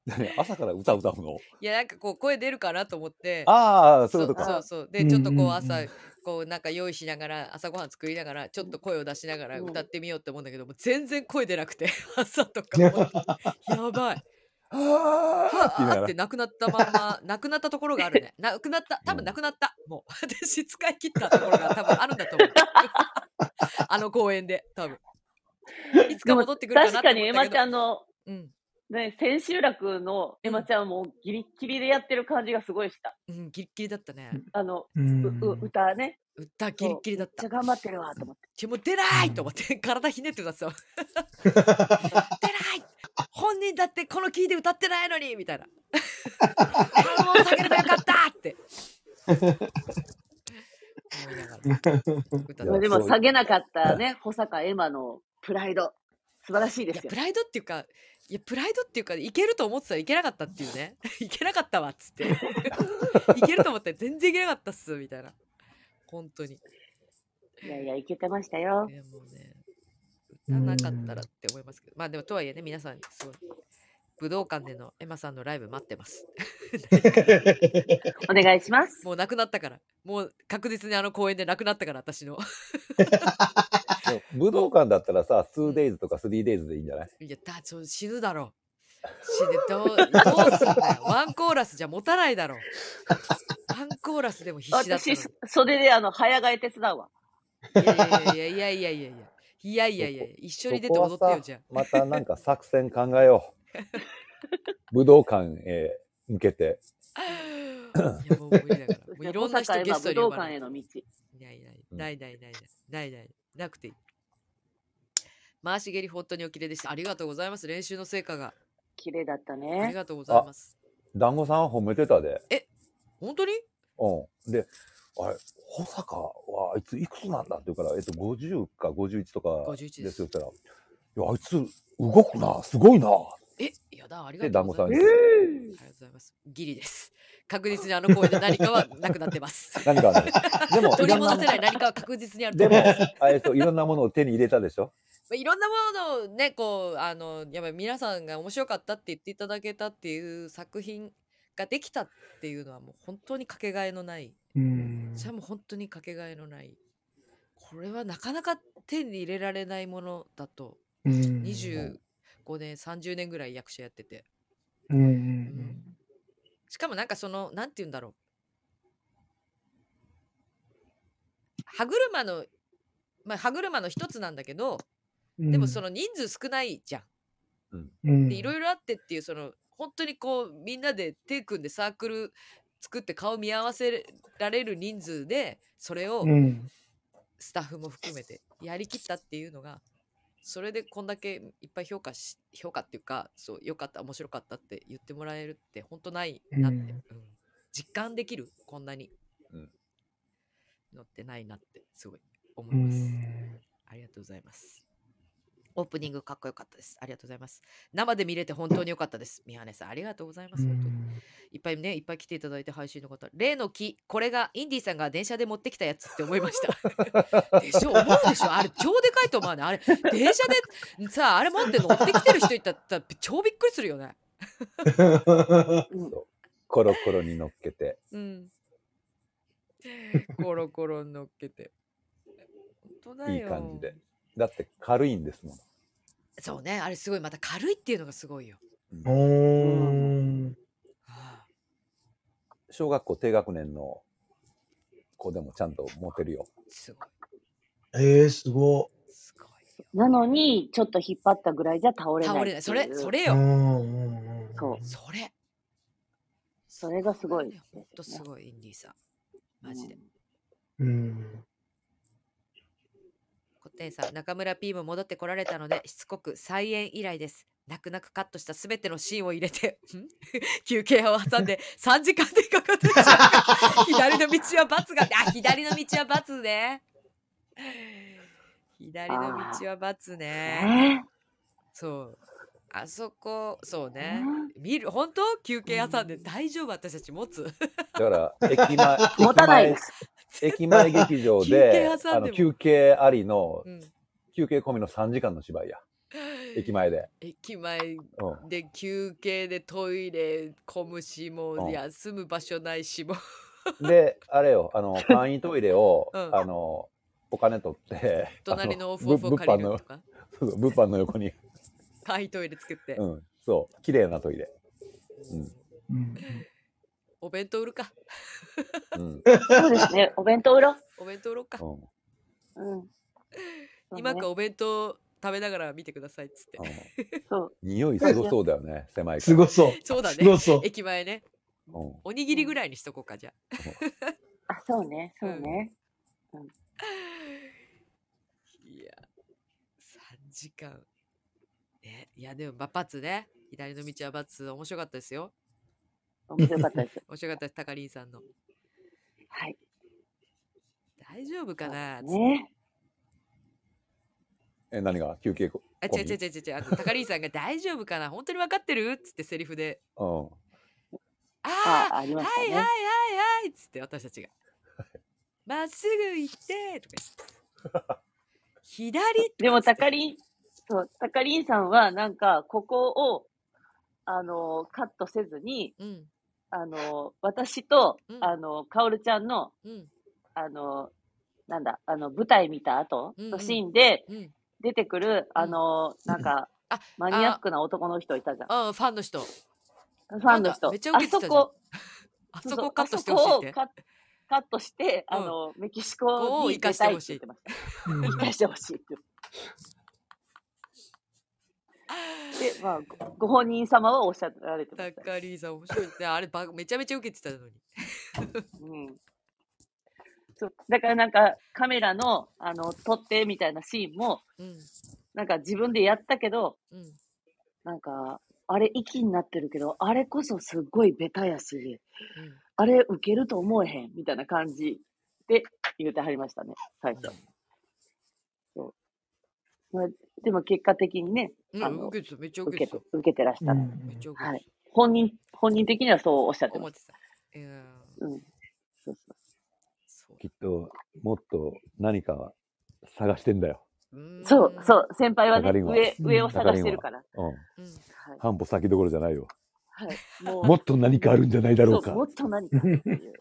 [SPEAKER 2] 何朝から歌
[SPEAKER 1] [LAUGHS]
[SPEAKER 2] 歌うの
[SPEAKER 1] いやなんかこう声出るかなと思って
[SPEAKER 2] ああそういうこと
[SPEAKER 1] そ
[SPEAKER 2] か
[SPEAKER 1] うそうでちょっとこ
[SPEAKER 3] うんうん
[SPEAKER 1] う
[SPEAKER 3] う
[SPEAKER 1] ん朝こうなんか用意しながら朝ごはん作りながらちょっと声を出しながら
[SPEAKER 4] うん
[SPEAKER 1] 歌ってみようって思うんだけどもう全然声出なくて [LAUGHS] 朝とかもうやばい
[SPEAKER 2] はあ
[SPEAKER 1] は
[SPEAKER 2] って言いな
[SPEAKER 1] あ
[SPEAKER 2] が
[SPEAKER 1] っ
[SPEAKER 2] ら
[SPEAKER 1] てなくなったまんまなくなったところがあるねなくなった多
[SPEAKER 2] う
[SPEAKER 1] 分
[SPEAKER 2] ん
[SPEAKER 1] なくなったもう [LAUGHS] 私使い切ったところが多分あるんだと思う [LAUGHS] あの公園で多分いつか戻ってくるか
[SPEAKER 4] 確
[SPEAKER 1] なと
[SPEAKER 4] か
[SPEAKER 1] 思
[SPEAKER 4] にエ
[SPEAKER 1] った
[SPEAKER 4] マ
[SPEAKER 1] け
[SPEAKER 4] ち
[SPEAKER 1] ど
[SPEAKER 4] ゃんの、
[SPEAKER 1] うん
[SPEAKER 4] ね、千秋楽のエマちゃんもギリッギリでやってる感じがすごいした。
[SPEAKER 1] うんギリッギリだったね
[SPEAKER 4] あの、
[SPEAKER 3] う
[SPEAKER 4] うんう歌ね。
[SPEAKER 1] 歌ギリッギリだっ
[SPEAKER 4] め
[SPEAKER 1] た
[SPEAKER 4] っちゃ頑張ってるわ、と思って。
[SPEAKER 1] ちょもう出ないと思って [LAUGHS] 体ひねってたさ出ない本人だってこのキーで歌ってないのにみたいなあもう下げればよかったって思いながら歌って
[SPEAKER 4] で
[SPEAKER 2] いや
[SPEAKER 4] も
[SPEAKER 2] そう
[SPEAKER 4] 下げなかったね、保坂エマのプライド。素晴らしいで
[SPEAKER 1] いや
[SPEAKER 4] すよ
[SPEAKER 1] プ。ライドっていうかいやプライドっていうかいけると思ってたらいけなかったっていうね [LAUGHS] いけなかったわっつっていけると思って全然いけなかったっすみたいな本当に
[SPEAKER 4] いやいや、いけてましたよ。
[SPEAKER 1] いやもうね歌なかったらって思いますけどまあでもとはいえね皆さんにすごい武道館でのエマさんのライブ待ってます [LAUGHS]
[SPEAKER 4] お願いします。
[SPEAKER 1] もうなくなったからもう確実にあの公演でなくなったから私の [LAUGHS]
[SPEAKER 2] でも武道館だったらさ 2days とか 3days でいいんじゃない
[SPEAKER 1] いやだちょ死ぬだろ死ぬどうどうすんだよワンコーラスじゃ持たないだろワンコーラスでも必死だったの
[SPEAKER 4] 私、そ袖であの、早替え手伝うわ。
[SPEAKER 1] にいやいやいやいやいやいやいやいやいやいや一緒に出て踊ってよじゃあ
[SPEAKER 2] またなんか作戦考えよう武道館へ向けて
[SPEAKER 1] いやもう無理だからもういろ
[SPEAKER 4] 保
[SPEAKER 1] んな
[SPEAKER 4] 坂
[SPEAKER 1] 人
[SPEAKER 4] エ
[SPEAKER 1] ゲ
[SPEAKER 4] マ
[SPEAKER 1] ストに
[SPEAKER 4] 武道
[SPEAKER 1] 呼ば
[SPEAKER 4] 館
[SPEAKER 1] ない
[SPEAKER 4] へ
[SPEAKER 1] と
[SPEAKER 4] の道。
[SPEAKER 1] いないいない、
[SPEAKER 2] うん
[SPEAKER 1] ないないないないないないなくていい。回し蹴り本当にお綺麗でした。ありがとうございます。練習の成果が。
[SPEAKER 4] 綺麗だった
[SPEAKER 1] あり
[SPEAKER 4] ね。
[SPEAKER 1] がとうございます。
[SPEAKER 2] 団子さんは褒めてたで
[SPEAKER 1] 本当に
[SPEAKER 2] うんであれ保坂はあいついくつなんだって言うから、えっと、50か51とか
[SPEAKER 1] 51
[SPEAKER 2] で
[SPEAKER 1] です
[SPEAKER 2] すよって言ったら「いやあいつ動くなすごいな」
[SPEAKER 1] え、やだ、あり
[SPEAKER 2] で
[SPEAKER 1] がとうございます。
[SPEAKER 2] 団子さんに
[SPEAKER 1] ありがとうございます。ギリです。確実にあの公園で何かはなくなってます。
[SPEAKER 2] 何かあるで
[SPEAKER 1] [LAUGHS]
[SPEAKER 2] も
[SPEAKER 1] 取り戻
[SPEAKER 2] いろん
[SPEAKER 1] せな
[SPEAKER 2] な
[SPEAKER 1] い何かは確実にあると
[SPEAKER 2] で
[SPEAKER 1] 思
[SPEAKER 2] も
[SPEAKER 1] います。
[SPEAKER 2] あれといろんなものを手に入れたでしょ
[SPEAKER 1] まあいろんなものをねこうあのやっぱり皆さんが面白かったって言っていただけたっていう作品ができたっていうのはもう本当にかけがえのない
[SPEAKER 3] うん
[SPEAKER 1] それはもう本当にかけがえのないこれはなかなか手に入れられないものだと
[SPEAKER 3] うん
[SPEAKER 1] 25年30年ぐらい役者やってて
[SPEAKER 3] うん
[SPEAKER 1] しかもなんかそのなんて言うんだろう歯車の、まあ、歯車の一つなんだけど
[SPEAKER 3] うん
[SPEAKER 1] でもその人数少ないじゃん。
[SPEAKER 3] うん
[SPEAKER 1] でいろいろあってっていうその本当にこうみんなで手組んでサークル作って顔見合わせられる人数でそれを
[SPEAKER 3] うん
[SPEAKER 1] スタッフも含めてやりきったっていうのがそれでこんだけいっぱい評価し評価っていうかそう良かった面白かったって言ってもらえるって本当ないなって、
[SPEAKER 3] うん
[SPEAKER 1] うん実感できるこんなに、
[SPEAKER 2] うん
[SPEAKER 1] のってないなってすごい思
[SPEAKER 3] う
[SPEAKER 1] います。
[SPEAKER 3] ん
[SPEAKER 1] ありがとうございます。オープニングかっこよかったです。ありがとうございます。生で見れて本当によかったです。宮根さん、ありがとうございます。本当にいっぱいね、いっぱい来ていただいて配信の方。例の木、これがインディさんが電車で持ってきたやつって思いました。 [LAUGHS] でしょ、思うでしょ。あれ、超でかいと思わない。あれ、電車でさあ、あれ持って乗ってきてる人いたら超びっくりするよね。
[SPEAKER 4] うん
[SPEAKER 2] コロコロに乗っけて
[SPEAKER 1] うん。コロコロ乗っけて。本当だよ。
[SPEAKER 2] いい感じでだって軽いんですもん
[SPEAKER 1] そうね、あれすごい、また軽いっていうのがすごいよ。
[SPEAKER 3] おー
[SPEAKER 1] はあ
[SPEAKER 2] 小学校低学年の子でもちゃんと持てるよ
[SPEAKER 1] すごい。
[SPEAKER 3] えーすご
[SPEAKER 1] すごい。
[SPEAKER 4] なのに、ちょっと引っ張ったぐらいじゃ倒れない
[SPEAKER 1] 倒れない。それ、それ
[SPEAKER 4] れ。
[SPEAKER 3] う
[SPEAKER 1] よ。
[SPEAKER 3] んうんうん
[SPEAKER 4] そう
[SPEAKER 1] それ。
[SPEAKER 4] それがすごいですね
[SPEAKER 1] ほんとすごい、インディーさん。マジで。
[SPEAKER 3] うん。
[SPEAKER 1] コテンさん、中村 P も戻ってこられたので、しつこく再演以来です。泣く泣くカットしたすべてのシーンを入れて、 [LAUGHS] ん休憩を挟んで3時間でかかってしまう [LAUGHS] 左の道は罰が、あ、左の道は罰ね。左の道は罰ね。
[SPEAKER 4] ね
[SPEAKER 1] そう。あそこ、そう
[SPEAKER 4] え
[SPEAKER 1] ね。見る、本当休憩挟んで大丈夫私たち持つ。 [LAUGHS]
[SPEAKER 2] だから、駅前、
[SPEAKER 4] 持たないです。
[SPEAKER 2] 駅前劇場で、
[SPEAKER 1] 休憩挟んでも
[SPEAKER 2] あの休憩ありの
[SPEAKER 1] う、ん、
[SPEAKER 2] 休憩込みの3時間の芝居や。駅前で。
[SPEAKER 1] 駅前
[SPEAKER 2] うん。
[SPEAKER 1] で休憩でトイレ混むしも
[SPEAKER 2] う
[SPEAKER 1] うん休む場所ないしもう
[SPEAKER 2] で、あれよ、
[SPEAKER 1] [LAUGHS]
[SPEAKER 2] あの、簡易トイレを、
[SPEAKER 1] うん
[SPEAKER 2] あの、お金取って、
[SPEAKER 1] 隣
[SPEAKER 2] あ
[SPEAKER 1] のオフ
[SPEAKER 2] ぶ
[SPEAKER 1] オフを借り
[SPEAKER 2] 物
[SPEAKER 1] る
[SPEAKER 2] 販
[SPEAKER 1] とか
[SPEAKER 2] の、そうそう物販の横に、
[SPEAKER 1] 簡易トイレ作って、
[SPEAKER 2] うん、そう、綺麗なトイレ。
[SPEAKER 3] うん
[SPEAKER 1] お弁当売るか
[SPEAKER 2] うん、うん、
[SPEAKER 4] そうですね。お弁当売ろ
[SPEAKER 1] お弁当売ろうか、
[SPEAKER 2] うん。
[SPEAKER 4] う。うん。そう
[SPEAKER 1] [LAUGHS]
[SPEAKER 4] ね
[SPEAKER 1] 今からお弁当食べながら見てくださいっつって、
[SPEAKER 4] そう。
[SPEAKER 2] 匂いすごそうだよね、狭いか
[SPEAKER 3] す
[SPEAKER 2] ら。
[SPEAKER 3] ごそう。
[SPEAKER 1] そうだ
[SPEAKER 3] すご
[SPEAKER 1] ね
[SPEAKER 3] そう。
[SPEAKER 1] 駅前ね
[SPEAKER 2] うん
[SPEAKER 1] おにぎりぐらいにしとこうかじゃあ
[SPEAKER 4] あ、そうね。そうね。
[SPEAKER 1] いや3時間ねいやでもババツね左の道はバツ面白かったですよ
[SPEAKER 4] 面白かっ
[SPEAKER 1] [LAUGHS]
[SPEAKER 4] たです。
[SPEAKER 1] 面白かったですタカリンさんの
[SPEAKER 4] はい。
[SPEAKER 1] 大丈夫かなつって
[SPEAKER 4] ね。
[SPEAKER 2] え、何が休憩こ
[SPEAKER 1] あ、
[SPEAKER 2] 込
[SPEAKER 1] 違う違う違う違う。あの、高林さんが大丈夫かな本当に分かってるっつってセリフで。
[SPEAKER 2] うん。
[SPEAKER 1] ああ
[SPEAKER 4] あありましたね
[SPEAKER 1] はいはいはいはいっつって私たちが。まっすぐ行ってとか言って。左とか
[SPEAKER 4] でも、たか
[SPEAKER 1] り
[SPEAKER 4] りん、そう、たかりんさんは、なんか、ここを、あの、カットせずに、
[SPEAKER 1] うん
[SPEAKER 4] あの、私と
[SPEAKER 1] う、ん
[SPEAKER 4] あの、かおるちゃんの、
[SPEAKER 1] うん
[SPEAKER 4] あの、なんだ、あの、舞台見た後
[SPEAKER 1] うんうん
[SPEAKER 4] のシーンで
[SPEAKER 1] うん。
[SPEAKER 4] 出てくる、あの、なんか
[SPEAKER 1] あ、
[SPEAKER 4] マニアックな男の人いたじゃん。
[SPEAKER 1] ああ、ファンの人。
[SPEAKER 4] ファンの
[SPEAKER 1] なんか
[SPEAKER 4] 人。
[SPEAKER 1] めっちゃ受
[SPEAKER 4] あ
[SPEAKER 1] けてた
[SPEAKER 4] そ
[SPEAKER 1] じゃん
[SPEAKER 4] こ、
[SPEAKER 1] あ
[SPEAKER 4] そ
[SPEAKER 1] そう
[SPEAKER 4] そ
[SPEAKER 1] こ
[SPEAKER 4] う
[SPEAKER 1] をカットしてほしいって
[SPEAKER 4] あそこを。カッカットして、
[SPEAKER 1] うん
[SPEAKER 4] あの、メキシ
[SPEAKER 1] ここ
[SPEAKER 4] コ
[SPEAKER 1] を生
[SPEAKER 4] に
[SPEAKER 1] か
[SPEAKER 4] 出
[SPEAKER 1] して
[SPEAKER 4] たいっ
[SPEAKER 1] ほ
[SPEAKER 4] て
[SPEAKER 1] しい
[SPEAKER 4] 言ってました。生かしてほしいって言って。で、まあ、ごご本人様はおっしゃられてま
[SPEAKER 1] タ
[SPEAKER 4] したよ。
[SPEAKER 1] カリンさん面白いね。あればめちゃめちゃ受けてたのに。
[SPEAKER 4] うん。そう。だからなんか、カメラの、あの、撮ってみたいなシーンも、
[SPEAKER 1] うん
[SPEAKER 4] なんか自分でやったけど、
[SPEAKER 1] うん。
[SPEAKER 4] なんか、あれ、息になってるけど、あれこそすごいベタやし、
[SPEAKER 1] うん
[SPEAKER 4] あれ受けると思えへん、みたいな感じで言うてはりましたね、最初。そう。まあ、でも結果的にね、
[SPEAKER 1] う
[SPEAKER 4] あ
[SPEAKER 1] ん、
[SPEAKER 4] の
[SPEAKER 1] 受けてた、めっちゃ受
[SPEAKER 4] 受
[SPEAKER 1] け
[SPEAKER 4] け
[SPEAKER 1] てた
[SPEAKER 4] て。、受けてらしたね。
[SPEAKER 1] めっちゃ受けてた。
[SPEAKER 4] はい。本人、本人的にはそうおっしゃって
[SPEAKER 1] 思
[SPEAKER 4] ま
[SPEAKER 1] っ
[SPEAKER 4] す。
[SPEAKER 1] てた。うん。
[SPEAKER 4] うん。そうそう。
[SPEAKER 1] そう
[SPEAKER 2] きっと、もっと何か探してんだよ。
[SPEAKER 1] う
[SPEAKER 4] そう、
[SPEAKER 1] ーん
[SPEAKER 4] そう、先輩はね、
[SPEAKER 2] わかりま
[SPEAKER 4] 上、
[SPEAKER 3] す
[SPEAKER 4] 上を探してるから。は
[SPEAKER 2] うん。
[SPEAKER 1] うん
[SPEAKER 4] い。
[SPEAKER 2] 半歩先どころじゃないよ。
[SPEAKER 4] はい。も
[SPEAKER 2] もっと何かあるんじゃないだろう
[SPEAKER 4] そ
[SPEAKER 2] か
[SPEAKER 4] も。っと何かっていう。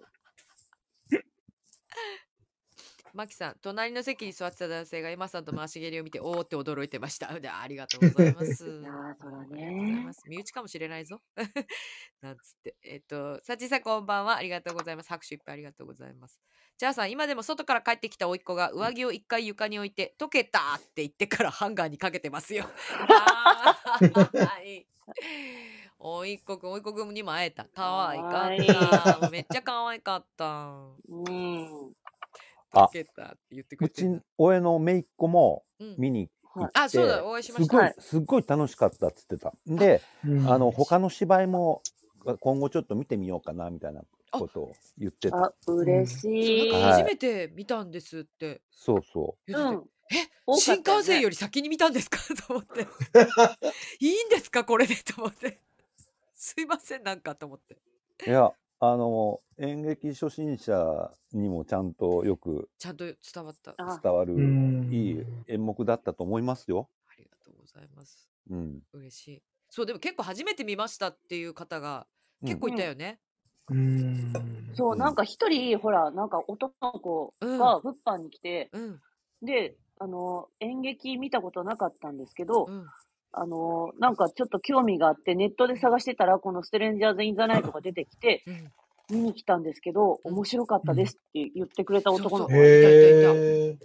[SPEAKER 1] マキさん、隣の席に座ってた男性が今さんと回し蹴りを見て、おおって驚いてました。 [LAUGHS] でありがとうございます。
[SPEAKER 4] いやーそら
[SPEAKER 1] ありがとうござい
[SPEAKER 4] ね
[SPEAKER 1] ま。す身内かもしれないぞ。 [LAUGHS] なんつって。えっと、サチさんこんばんは。ありがとうございます。拍手いっぱいありがとうございます。じゃあさん、今でも外から帰ってきた甥っ子が上着を一回床に置いて、溶けたって言ってから [LAUGHS] ハンガーにかけてますよ。あーはい。おいっこくん、おいっこくんにも会えた。かわいかった。めっちゃかわいかった。
[SPEAKER 4] うん。
[SPEAKER 2] あ
[SPEAKER 1] 溶けたって言ってく
[SPEAKER 2] う
[SPEAKER 1] れて
[SPEAKER 2] ち
[SPEAKER 1] た。、
[SPEAKER 2] 俺の姪っ子も
[SPEAKER 1] うん
[SPEAKER 2] 見に行って、
[SPEAKER 1] あ、そうだ、お会いしますした。
[SPEAKER 2] ご、
[SPEAKER 4] はい
[SPEAKER 2] すごい楽しかったっつってた。で、あの、他の芝居も今後ちょっと見てみようかなみたいなことを言ってた。
[SPEAKER 4] あ、嬉しい。
[SPEAKER 1] そう
[SPEAKER 2] はい
[SPEAKER 1] なんか初めて見たんですって
[SPEAKER 2] そうそ
[SPEAKER 1] 言
[SPEAKER 4] う
[SPEAKER 1] ってて、
[SPEAKER 4] ん。
[SPEAKER 1] え、新幹線よ
[SPEAKER 4] り。
[SPEAKER 1] り先に見たんですか [LAUGHS] と思
[SPEAKER 2] [LAUGHS]
[SPEAKER 1] って。いいんですかこれでと思って。すいません、なんかと思って。
[SPEAKER 2] う。いや、あの、演劇初心者にもちゃんとよく
[SPEAKER 1] ちゃんと伝わった。あ
[SPEAKER 4] あ、
[SPEAKER 2] 伝わる
[SPEAKER 3] うん
[SPEAKER 2] いい演目だったと思いますよ。
[SPEAKER 1] りがとうございます。
[SPEAKER 2] うん。
[SPEAKER 1] 嬉しい。そう、でも結構初めて見ましたっていう方が結構いたよね。
[SPEAKER 3] うん。
[SPEAKER 4] そう、なんか一人、ほら、なんか男の子が物販に来て、
[SPEAKER 1] うん、
[SPEAKER 4] で、あの、演劇見たことなかったんですけど、
[SPEAKER 1] うん。
[SPEAKER 4] あの、なんかちょっと興味があって、ネットで探してたら、このストレンジャーズ・イン・ザ・ナイトが出てきて、
[SPEAKER 1] うん。
[SPEAKER 4] 見に来たんですけど、面白かったですって言ってくれた男の子
[SPEAKER 1] そうそう
[SPEAKER 4] が、
[SPEAKER 3] へえ。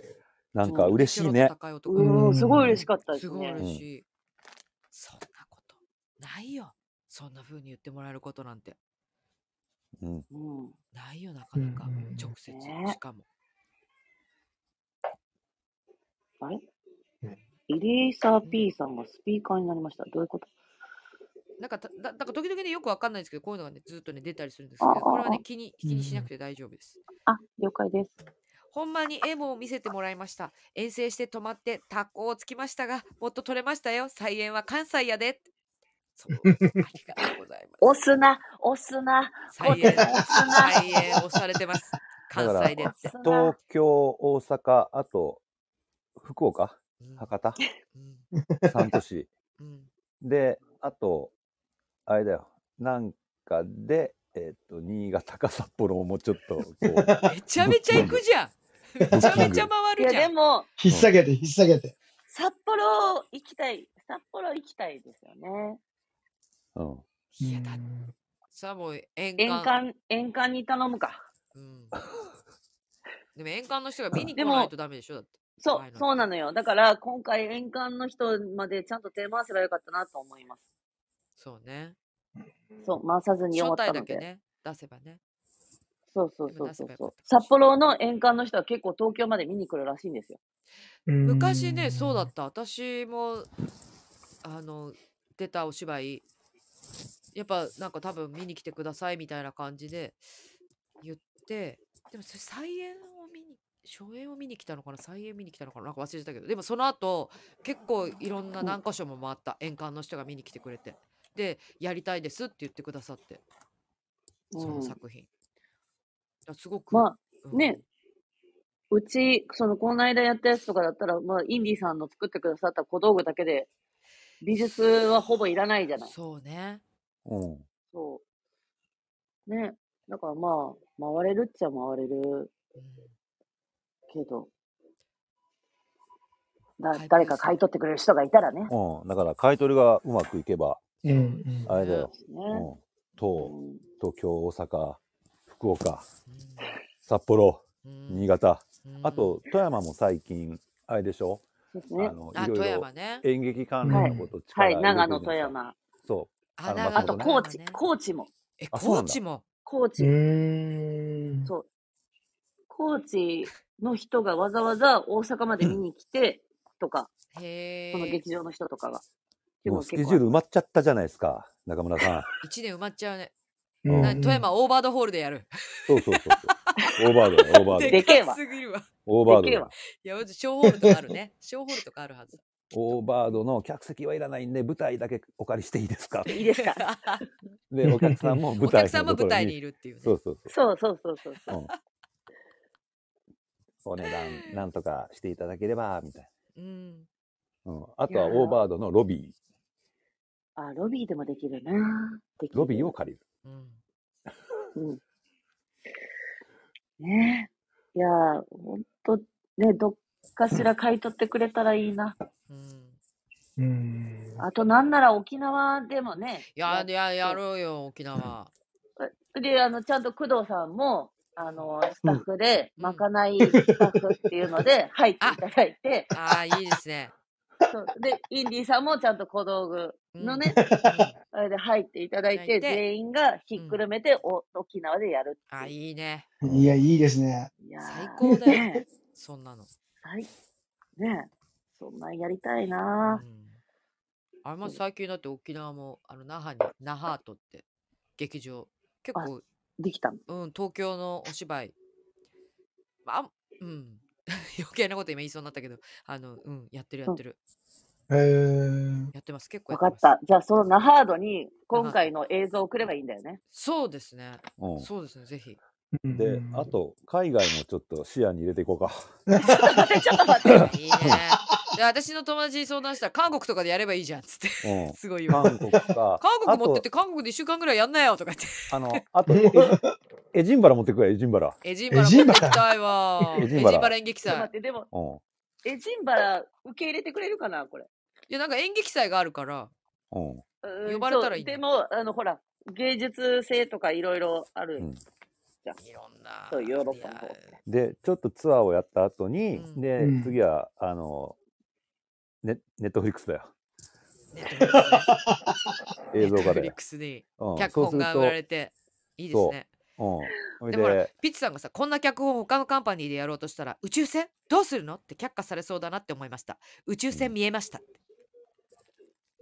[SPEAKER 2] なんか嬉しいね
[SPEAKER 1] そう。結局の戦い男
[SPEAKER 4] う、
[SPEAKER 3] うんん
[SPEAKER 4] すごい嬉しかったですす
[SPEAKER 1] ごい
[SPEAKER 4] ね。
[SPEAKER 1] 嬉しい。そんなことないよ。そんな風に言ってもらえることなんて
[SPEAKER 2] うん
[SPEAKER 4] うん、
[SPEAKER 1] ないよなかなか
[SPEAKER 3] うんうんうん
[SPEAKER 1] 直接
[SPEAKER 4] ね
[SPEAKER 1] しかも。
[SPEAKER 4] あれ
[SPEAKER 3] うん
[SPEAKER 4] イリーサー P さんがスピーカーになりました。どういうこと
[SPEAKER 1] なんかただなんか時々ねよくわかんないですけどこういうのがねずっとね出たりするんですけどこれはね気に気にしなくて大丈夫です。
[SPEAKER 4] あ、了解です。
[SPEAKER 1] ほんまにエモを見せてもらいました。遠征して止まってタコをつきましたが、もっと取れましたよ。菜園は関西やで。そう、ありがとうございま
[SPEAKER 4] 押すな、押すな、
[SPEAKER 1] す。菜園、菜園をされてます。関西でっ
[SPEAKER 4] 押
[SPEAKER 1] て
[SPEAKER 4] す。な
[SPEAKER 2] 東。京、大阪、あと、福岡、
[SPEAKER 1] うん [LAUGHS]
[SPEAKER 2] 博多、
[SPEAKER 1] うん
[SPEAKER 2] 三都市。
[SPEAKER 1] うん
[SPEAKER 2] で、あと、あれだよ、なんかで、えっと、新潟か札幌をもうちょっと、こ
[SPEAKER 4] [LAUGHS]
[SPEAKER 2] う、
[SPEAKER 1] めちゃめちゃ行くじゃん。めちゃめちゃ回
[SPEAKER 4] い
[SPEAKER 1] る
[SPEAKER 4] や、
[SPEAKER 1] じゃ
[SPEAKER 4] で
[SPEAKER 1] ん。
[SPEAKER 4] も、
[SPEAKER 3] 引っ提げて、引っ提げて。
[SPEAKER 4] 札幌行きたい。札幌行きたいですよね。
[SPEAKER 2] うん、
[SPEAKER 1] いやださあもう沿
[SPEAKER 4] 沿
[SPEAKER 1] 岸。
[SPEAKER 4] 岸、沿岸に頼むか。
[SPEAKER 1] [LAUGHS] うんでも沿岸の人が見に来ないとダメでしょだって。
[SPEAKER 4] そ
[SPEAKER 1] 前の
[SPEAKER 4] う、そうなのよ。だから、今回、沿岸の人までちゃんと手回せばよかったなと思います。
[SPEAKER 1] そうね。
[SPEAKER 4] そう、回さずに終わ
[SPEAKER 1] 招
[SPEAKER 4] っ
[SPEAKER 1] 待
[SPEAKER 4] た
[SPEAKER 1] だ
[SPEAKER 4] ので。
[SPEAKER 1] けね出せばね。
[SPEAKER 4] そうそうそうそう
[SPEAKER 1] 今出せば
[SPEAKER 4] そ
[SPEAKER 1] よ
[SPEAKER 4] う
[SPEAKER 1] かっ。た
[SPEAKER 4] 札幌の沿岸の人は結構東京まで見に来るらしいんですよ。
[SPEAKER 1] 昔ねそうだった私もあの出たお芝居やっぱなんか多分見に来てくださいみたいな感じで言ってでもそれ再演を見に初演を見に来たのかな再演見に来たのかななんか忘れちゃったけどでもその後結構いろんな何箇所も回った演関の人が見に来てくれてでやりたいですって言ってくださってその
[SPEAKER 4] うん、
[SPEAKER 1] 作品、だからすごく、
[SPEAKER 4] ま
[SPEAKER 1] う
[SPEAKER 4] あ
[SPEAKER 1] ん
[SPEAKER 4] ね、うち、その、この間やったやつとかだったら、まあ、インディさんの作ってくださった小道具だけで、美術はほぼいらないじゃない。
[SPEAKER 1] そうね
[SPEAKER 2] うん、
[SPEAKER 4] そう。ね。だからまあ、回れるっちゃ回れる
[SPEAKER 1] うん
[SPEAKER 4] けど、だ
[SPEAKER 1] はい
[SPEAKER 4] 誰か買い取ってくれる人がいたらね。
[SPEAKER 2] うん。だから、買い取りがうまくいけば、
[SPEAKER 3] うんうん
[SPEAKER 2] あれだよ、う
[SPEAKER 4] ね
[SPEAKER 2] ん、東、
[SPEAKER 4] うん
[SPEAKER 2] 東京、大阪、福岡、
[SPEAKER 1] うん
[SPEAKER 2] 札幌、
[SPEAKER 1] うん
[SPEAKER 2] 新潟、
[SPEAKER 1] うん
[SPEAKER 2] あと、富山も最近、あれでしょ、
[SPEAKER 4] そうです
[SPEAKER 2] あ
[SPEAKER 4] ね。
[SPEAKER 2] の、
[SPEAKER 1] あ
[SPEAKER 2] いろ
[SPEAKER 1] 富
[SPEAKER 2] い
[SPEAKER 1] 山
[SPEAKER 2] ろ
[SPEAKER 1] ね。
[SPEAKER 2] 演劇関連のこと、
[SPEAKER 4] は
[SPEAKER 2] 力入れてる
[SPEAKER 4] い、
[SPEAKER 2] じゃん
[SPEAKER 4] 長野、富。山。
[SPEAKER 2] そう。
[SPEAKER 1] あ
[SPEAKER 2] あの
[SPEAKER 1] 長野
[SPEAKER 2] ま
[SPEAKER 4] あ
[SPEAKER 2] あそ
[SPEAKER 4] と、
[SPEAKER 2] うだね
[SPEAKER 4] 高知、
[SPEAKER 1] 知。
[SPEAKER 4] 高知も。
[SPEAKER 1] え、
[SPEAKER 2] あそう
[SPEAKER 1] 高
[SPEAKER 2] なんだ
[SPEAKER 1] 知も。
[SPEAKER 4] 高知
[SPEAKER 3] うーん。
[SPEAKER 4] そう高知の人がわざわざ大阪まで見に来てとか、
[SPEAKER 1] へ
[SPEAKER 4] その
[SPEAKER 1] え。
[SPEAKER 4] 劇場の人とかが。
[SPEAKER 2] もうスケジュール埋まっちゃったじゃないですか、中村さん。
[SPEAKER 1] 一年埋まっちゃうね。
[SPEAKER 2] うん
[SPEAKER 1] な富山オーバードホールでやる。
[SPEAKER 2] そうそうそう
[SPEAKER 4] [LAUGHS]
[SPEAKER 2] そう。オーバードだよ、オーバード。
[SPEAKER 4] でけえわ
[SPEAKER 1] かすぎるわ。
[SPEAKER 2] オーバード
[SPEAKER 4] でけえ
[SPEAKER 2] だ
[SPEAKER 4] わ
[SPEAKER 2] よ。
[SPEAKER 1] いや、まず小ホールとかあるね。小ホールとかあるは
[SPEAKER 2] [LAUGHS]
[SPEAKER 1] ず。
[SPEAKER 2] オーバードの客席はいらないんで、舞台だけお借りしていいで
[SPEAKER 1] [LAUGHS]
[SPEAKER 2] すか。
[SPEAKER 4] いいですか [LAUGHS]
[SPEAKER 2] で、お客さんも舞
[SPEAKER 1] お
[SPEAKER 2] 台
[SPEAKER 1] 客さんも舞台にい
[SPEAKER 2] る。
[SPEAKER 1] るっていうね。
[SPEAKER 2] そうそうそう。
[SPEAKER 4] そうそうそうそう
[SPEAKER 1] [LAUGHS]
[SPEAKER 4] そう。
[SPEAKER 2] お値段、なんとかしていただければ、みたい
[SPEAKER 1] うん。
[SPEAKER 2] な。うん。あとはオーバードのロビ
[SPEAKER 4] あ、ロビーでもできるな。でき
[SPEAKER 2] ー。
[SPEAKER 4] る
[SPEAKER 2] ロビーを借りる。
[SPEAKER 1] うん。
[SPEAKER 4] うん。ねえ。いやー、ほんと、ね、どっかしら買い取ってくれたらいいな。
[SPEAKER 1] うん。
[SPEAKER 3] うん。
[SPEAKER 4] あと、なんなら沖縄でもね。
[SPEAKER 1] いや、いや、やろうよ、沖縄。
[SPEAKER 4] で、あの、ちゃんと工藤さんも、あの、スタッフで、
[SPEAKER 1] うん
[SPEAKER 4] まかないスタッフっていうので、入っていただいて、
[SPEAKER 1] ああ、いいですね。
[SPEAKER 4] そうで、インディさんもちゃんと小道具のね、
[SPEAKER 1] うん。あ
[SPEAKER 4] あれで入っていただい、
[SPEAKER 1] 入ってて
[SPEAKER 4] 全員がひっくるめて、お沖縄でやるっていう。
[SPEAKER 1] あ、いいね。
[SPEAKER 3] いや、いいですね。
[SPEAKER 4] いやー
[SPEAKER 1] 最高だよ。
[SPEAKER 4] ねえ
[SPEAKER 1] そんなの。
[SPEAKER 4] 最ねえそんなんやりたいうなー
[SPEAKER 1] んあれも最近だって沖縄もあの那覇に那覇アートって劇場結
[SPEAKER 4] あ
[SPEAKER 1] 構
[SPEAKER 4] できたの。
[SPEAKER 1] うん東京のお芝居まあんうん [LAUGHS] 余計なこと今言いそうになったけどあのうんやってるやってる
[SPEAKER 3] えー。
[SPEAKER 1] やってます結構や
[SPEAKER 4] わ
[SPEAKER 1] って
[SPEAKER 4] か
[SPEAKER 1] ま
[SPEAKER 4] っ
[SPEAKER 1] す
[SPEAKER 4] た。じゃあ、そのナハードに、今回の映像を送ればいいんだよ
[SPEAKER 1] [LAUGHS]
[SPEAKER 4] ね。
[SPEAKER 1] そうですね
[SPEAKER 2] う
[SPEAKER 1] そうですねぜひ
[SPEAKER 2] ん。で、あと、海外もちょっと視野に入れていこうか。
[SPEAKER 4] ちょっと待って、ちょっと待って。
[SPEAKER 1] いいねで私の友達に相談したら韓国とかでやればいいじゃんっつって
[SPEAKER 2] うん。
[SPEAKER 1] すごい言われ
[SPEAKER 2] 韓
[SPEAKER 1] る
[SPEAKER 2] 国
[SPEAKER 1] 韓
[SPEAKER 2] か。
[SPEAKER 1] 国持ってっ
[SPEAKER 2] あ
[SPEAKER 1] て韓国で1週間ぐらいやんなよとか言
[SPEAKER 2] [LAUGHS]
[SPEAKER 1] って
[SPEAKER 2] と。あの、
[SPEAKER 1] [LAUGHS]
[SPEAKER 2] あと、エジエジンバラ持ってくれ、エジンバラ。
[SPEAKER 1] エジンバラ
[SPEAKER 3] エ
[SPEAKER 1] 持
[SPEAKER 3] ジ
[SPEAKER 1] って
[SPEAKER 3] ンバラ
[SPEAKER 1] きたいわエ
[SPEAKER 2] エ
[SPEAKER 1] ジ
[SPEAKER 2] ジン
[SPEAKER 1] ン
[SPEAKER 2] バラ
[SPEAKER 1] バラ演劇
[SPEAKER 4] ちょっと待
[SPEAKER 1] 祭
[SPEAKER 4] って、でも、
[SPEAKER 2] うん。
[SPEAKER 4] エジンバラ受け入れてくれるかな、これ。
[SPEAKER 1] いやなんか演劇祭があるから
[SPEAKER 2] うん。
[SPEAKER 4] うん
[SPEAKER 1] 呼ばれたらいい
[SPEAKER 4] そう
[SPEAKER 1] ね
[SPEAKER 4] でも、あの、ほら、芸術性とかいろいろある。
[SPEAKER 2] うん
[SPEAKER 4] じゃん。
[SPEAKER 1] いろんな。
[SPEAKER 4] そうヨーロッパの方
[SPEAKER 1] いや
[SPEAKER 2] で、ちょっとツアーをやった後に、
[SPEAKER 1] うん
[SPEAKER 2] で、
[SPEAKER 3] うん
[SPEAKER 2] 次は、あの、ネネットフリック
[SPEAKER 1] [LAUGHS]
[SPEAKER 2] スだよ。
[SPEAKER 1] ネットフリックスね
[SPEAKER 2] 映像
[SPEAKER 1] ネット
[SPEAKER 2] 化
[SPEAKER 1] フリ
[SPEAKER 2] で
[SPEAKER 1] ッ。クスに
[SPEAKER 2] うん
[SPEAKER 1] 脚
[SPEAKER 2] そうす
[SPEAKER 1] 本
[SPEAKER 2] る
[SPEAKER 1] が
[SPEAKER 2] と
[SPEAKER 1] 売られて、いいですね。
[SPEAKER 2] うん。
[SPEAKER 1] で
[SPEAKER 2] で
[SPEAKER 1] もほら
[SPEAKER 2] で、
[SPEAKER 1] ピッチさんがさ、こんな脚本を他のカンパニーでやろうとしたら、宇宙船どうするのって却下されそうだなって思いました。宇宙船見えました。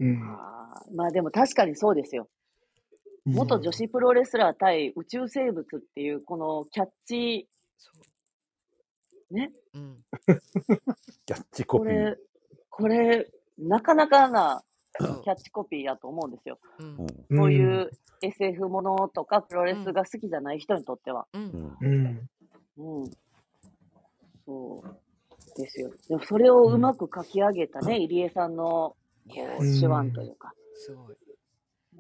[SPEAKER 3] うん。
[SPEAKER 4] あーまあでも確かにそうですよ。元女子プロレスラー対宇宙生物っていう、このキャッチ、
[SPEAKER 1] そう
[SPEAKER 4] ね。
[SPEAKER 1] うん。
[SPEAKER 2] キャッチコ
[SPEAKER 4] こ
[SPEAKER 2] ピー
[SPEAKER 4] れ。、これ、なかなかなキ
[SPEAKER 1] そう
[SPEAKER 4] ャッチコピーやと思うんですよ。
[SPEAKER 1] うん
[SPEAKER 2] うん。
[SPEAKER 4] こういう SF ものとかプロレスが好きじゃない人にとっては。
[SPEAKER 1] う。
[SPEAKER 2] うんん。
[SPEAKER 3] うん。
[SPEAKER 4] うん。そうですよ。でもそれをうまく書き上げたね、入江さんの
[SPEAKER 1] い
[SPEAKER 4] こ
[SPEAKER 1] や、
[SPEAKER 4] う
[SPEAKER 3] うん
[SPEAKER 4] 手腕というか。
[SPEAKER 1] すごい。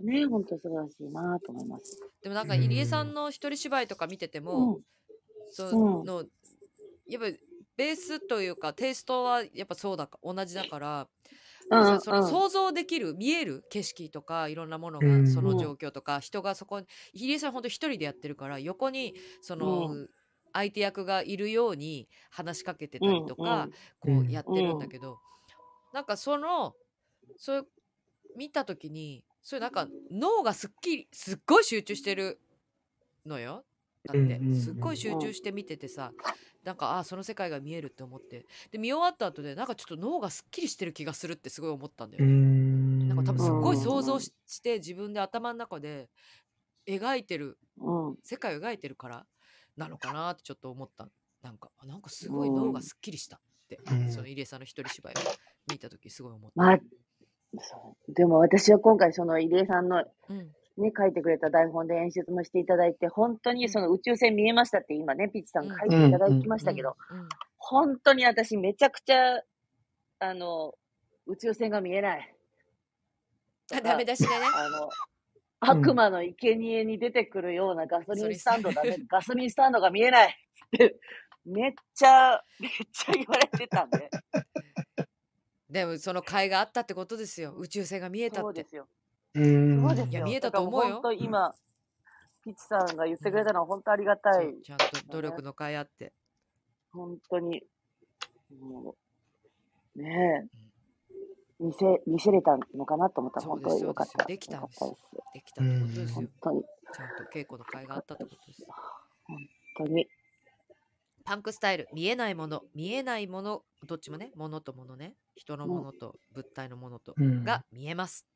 [SPEAKER 4] ね、本当素晴らしいなと思います。
[SPEAKER 1] でもなんか入江さんの一人芝居とか見てて
[SPEAKER 4] う
[SPEAKER 1] も、
[SPEAKER 4] ん。
[SPEAKER 1] そのやっぱベースというかテイストはやっぱそうだか同じだから、
[SPEAKER 4] うんうん
[SPEAKER 1] その
[SPEAKER 4] うん
[SPEAKER 1] 想像できる見える景色とかいろんなもの
[SPEAKER 3] う
[SPEAKER 1] が
[SPEAKER 3] ん
[SPEAKER 1] その状況とか人がそこに入江さん本当一人でやってるから横にその、
[SPEAKER 4] う
[SPEAKER 1] 相手役がいるように話しかけてたりとか、
[SPEAKER 3] うんうん
[SPEAKER 1] こうやってるんだけど、なんかそのそれ見た時にそれなんか脳がすっきりすっごい集中してるのよだって
[SPEAKER 3] うんうんうん
[SPEAKER 1] すっごい集中して見ててさなんかああその世界が見えるって思ってで見終わった後でなんかちょっと脳がすっきりしてる気がするってすごい思ったんだよね。
[SPEAKER 3] ん
[SPEAKER 1] なんか多分すっごい
[SPEAKER 4] うん
[SPEAKER 1] 想像しして自分で頭の中で描いてる
[SPEAKER 4] うん。
[SPEAKER 1] 世界を描いてるからなのかなってちょっと思ったなんかあなんかすごい脳がすっきりしたって、
[SPEAKER 3] うん
[SPEAKER 1] その入江さんの一人芝居を見た時すごい思った。
[SPEAKER 4] まあ、そう。でも私は今回その入江さんの
[SPEAKER 1] うん
[SPEAKER 4] ね、書いてくれた台本で演出もしていただいて、本当にその宇宙船見えましたって今ね、ピッチさんが書いていただきましたけど、
[SPEAKER 1] うんうん
[SPEAKER 4] 本当に私めちゃくちゃ、あの、宇宙船が見えない。
[SPEAKER 1] あダメ出しがね。
[SPEAKER 4] あの、 [LAUGHS] 悪魔の生贄に出てくるようなガソリンスタンドだね、ガソリンスタンドが見えないって、めっちゃ、めっちゃ言われてたんで。
[SPEAKER 1] でもその甲斐があったってことですよ。宇宙船が見えた
[SPEAKER 4] そ
[SPEAKER 1] っ
[SPEAKER 4] うで
[SPEAKER 1] て。
[SPEAKER 4] すよ。
[SPEAKER 3] うん。
[SPEAKER 4] そうですよ。
[SPEAKER 1] いや見えたと思うよ
[SPEAKER 4] だからも本当今、ピッチさんが言ってくれたのは本当ありがたい
[SPEAKER 1] そう。ちゃんと努力の甲斐あって。
[SPEAKER 4] 本当に、もう、ねえ、見せ、見せれたのかなと思ったら、
[SPEAKER 1] そう
[SPEAKER 4] 本
[SPEAKER 1] で
[SPEAKER 4] 当
[SPEAKER 1] す
[SPEAKER 4] によかった。
[SPEAKER 1] そうですできたんです
[SPEAKER 4] よかっ
[SPEAKER 1] できたってことです
[SPEAKER 4] 本
[SPEAKER 1] よ。
[SPEAKER 4] 当に、
[SPEAKER 1] ちゃんと稽古の甲斐があったってことです。
[SPEAKER 4] 本当に。
[SPEAKER 1] パンクスタイル見えないもの見えないものどっちもねものとものね人のものと物体のものと
[SPEAKER 3] うん
[SPEAKER 1] が見えます。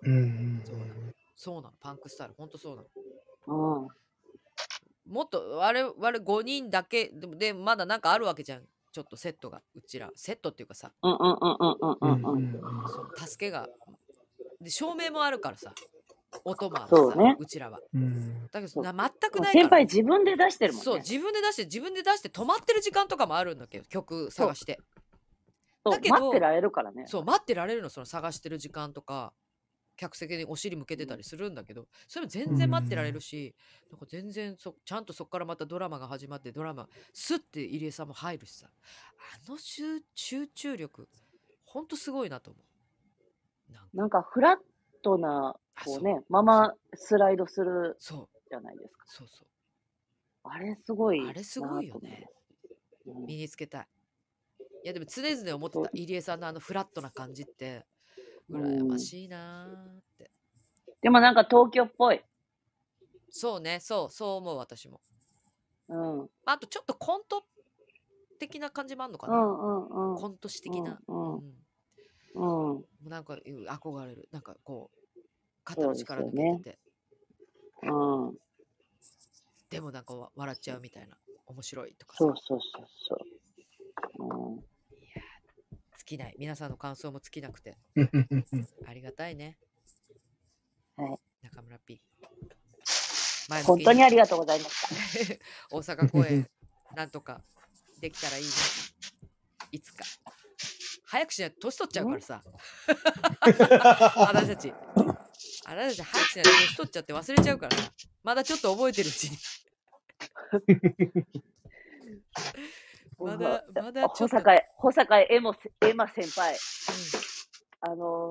[SPEAKER 3] うん。
[SPEAKER 1] そうなの。そうなのパンクスタイル本当そうなの。
[SPEAKER 4] うん。
[SPEAKER 1] もっと我々5人だけででまだなんかあるわけじゃん。ちょっとセットがうちらセットっていうかさ
[SPEAKER 4] うんうんうんうんうんうん。
[SPEAKER 1] その助けがで照明もあるからさ音もある
[SPEAKER 4] そ
[SPEAKER 1] し
[SPEAKER 4] う
[SPEAKER 1] さ
[SPEAKER 4] ね
[SPEAKER 1] うちらは
[SPEAKER 3] うん。
[SPEAKER 1] だけ
[SPEAKER 4] そ
[SPEAKER 1] ど
[SPEAKER 4] う
[SPEAKER 1] な全くないから
[SPEAKER 4] 先輩自分で出してるもんね。
[SPEAKER 1] そう自分で出して自分で出して止まってる時間とかもあるんだけど曲探して
[SPEAKER 4] そう
[SPEAKER 1] だけど
[SPEAKER 4] 待ってられるからね。
[SPEAKER 1] そう待ってられるのその探してる時間とか客席にお尻向けてたりするんだけどそれも全然待ってられるし、なんか全然そちゃんとそこからまたドラマが始まってドラマスッて入江さんも入るしさあの集集中力ほんとすごいなと思うなんか
[SPEAKER 4] なんかフラットな、
[SPEAKER 1] あ
[SPEAKER 4] こ
[SPEAKER 1] そう
[SPEAKER 4] うね、ままスライドする
[SPEAKER 1] そう
[SPEAKER 4] じゃないですか。
[SPEAKER 1] そうそう
[SPEAKER 4] あれすごい。
[SPEAKER 1] あれすごいよね。
[SPEAKER 4] うん
[SPEAKER 1] 身につけたい。いやでも常々思って
[SPEAKER 4] そ
[SPEAKER 1] た
[SPEAKER 4] う
[SPEAKER 1] 入江さんのあのフラットな感じって
[SPEAKER 4] うん
[SPEAKER 1] 羨ましいなーって。
[SPEAKER 4] でもなんか東京っぽい。
[SPEAKER 1] そうね、そう、そう思う私も。
[SPEAKER 4] うん。うん
[SPEAKER 1] あとちょっとコント的な感じもあんのか
[SPEAKER 4] う
[SPEAKER 1] な、
[SPEAKER 4] んうん
[SPEAKER 1] コント師的な。
[SPEAKER 4] うんうん
[SPEAKER 1] も
[SPEAKER 4] うん。うん。
[SPEAKER 1] うなんかうん憧れる。なんかこう、肩の力抜けて
[SPEAKER 4] そうです
[SPEAKER 1] て、
[SPEAKER 4] うん。
[SPEAKER 1] でもなんかわ笑っちゃうみたいな。面白いとかさ
[SPEAKER 4] そう
[SPEAKER 1] 好
[SPEAKER 4] そうそうそう。
[SPEAKER 1] きない皆さんの感想も尽きなくてありがたいね
[SPEAKER 4] はい
[SPEAKER 1] 中村 P 前
[SPEAKER 4] うん、
[SPEAKER 1] 向
[SPEAKER 4] 本
[SPEAKER 1] き
[SPEAKER 4] 当にありがとうございました。
[SPEAKER 1] [LAUGHS] 大阪公演なんとかできたらいいねいつか早くしないと年取っちゃうからさ私たち私たち早くしないと年取っちゃって忘れちゃうからさまだちょっと覚えてるうちにまだまだちょ
[SPEAKER 4] 保
[SPEAKER 1] っと、
[SPEAKER 4] 坂へ、保坂へエモせ、エマ先輩。
[SPEAKER 1] う
[SPEAKER 4] あのー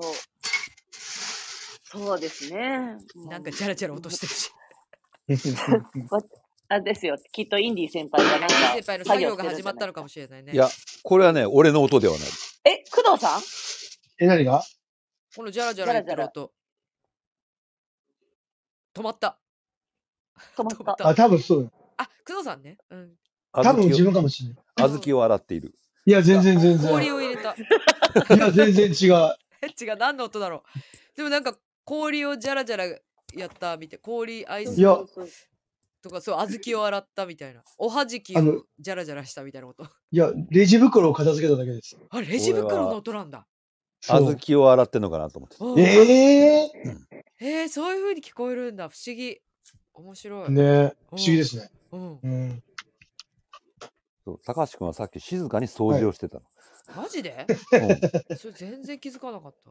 [SPEAKER 4] そうですね。
[SPEAKER 1] んなんかチャラチャラ落としてるし
[SPEAKER 4] あですよ。きっとインディ先輩がなんか
[SPEAKER 1] 先輩の作業が
[SPEAKER 4] してるん
[SPEAKER 1] 始
[SPEAKER 4] じゃ
[SPEAKER 1] ま
[SPEAKER 4] ない
[SPEAKER 1] ったのかもしれないね。
[SPEAKER 2] いや、これはね、俺の音ではない。
[SPEAKER 4] え、工藤さん
[SPEAKER 3] え、何が
[SPEAKER 1] このジャラジャラ言ってる音。止まった。
[SPEAKER 4] 止ま
[SPEAKER 1] 止
[SPEAKER 4] った。
[SPEAKER 1] ま
[SPEAKER 3] あ、
[SPEAKER 1] った。
[SPEAKER 3] 多分そうよ。
[SPEAKER 1] あ、工藤さんね。うん。
[SPEAKER 3] 多分自
[SPEAKER 2] 小
[SPEAKER 3] 分かもしれない。
[SPEAKER 2] 豆を小豆を洗っている。
[SPEAKER 3] いや、全然全然。
[SPEAKER 1] 氷
[SPEAKER 3] い
[SPEAKER 1] を入れた。
[SPEAKER 3] や、全然違う。
[SPEAKER 1] [LAUGHS] 違う、何の音だろう。でもなんか氷をジャラジャラやったみたい。氷アイス
[SPEAKER 3] いや
[SPEAKER 4] そうそう
[SPEAKER 1] とか、そう、小豆を洗ったみたいな。おはじき
[SPEAKER 3] あの
[SPEAKER 1] をジャラジャラしたみたいな音。
[SPEAKER 3] いや、レジ袋を片付けただけです。
[SPEAKER 1] [LAUGHS] あ、レジ袋の音なんだ。
[SPEAKER 3] そ
[SPEAKER 2] 小
[SPEAKER 3] う。
[SPEAKER 2] 豆を洗ってんのかなと思って。
[SPEAKER 1] うん
[SPEAKER 3] ええ
[SPEAKER 1] えー、そういう風に聞こえるんだ。不思議。面白い。
[SPEAKER 3] ねえ不思議ですね。
[SPEAKER 1] うん。
[SPEAKER 3] うん。
[SPEAKER 2] そう高橋君はさっき静かに掃除をしてたの。
[SPEAKER 1] マジ
[SPEAKER 3] [LAUGHS]
[SPEAKER 1] で
[SPEAKER 2] うん
[SPEAKER 1] それ全然気づかなかった。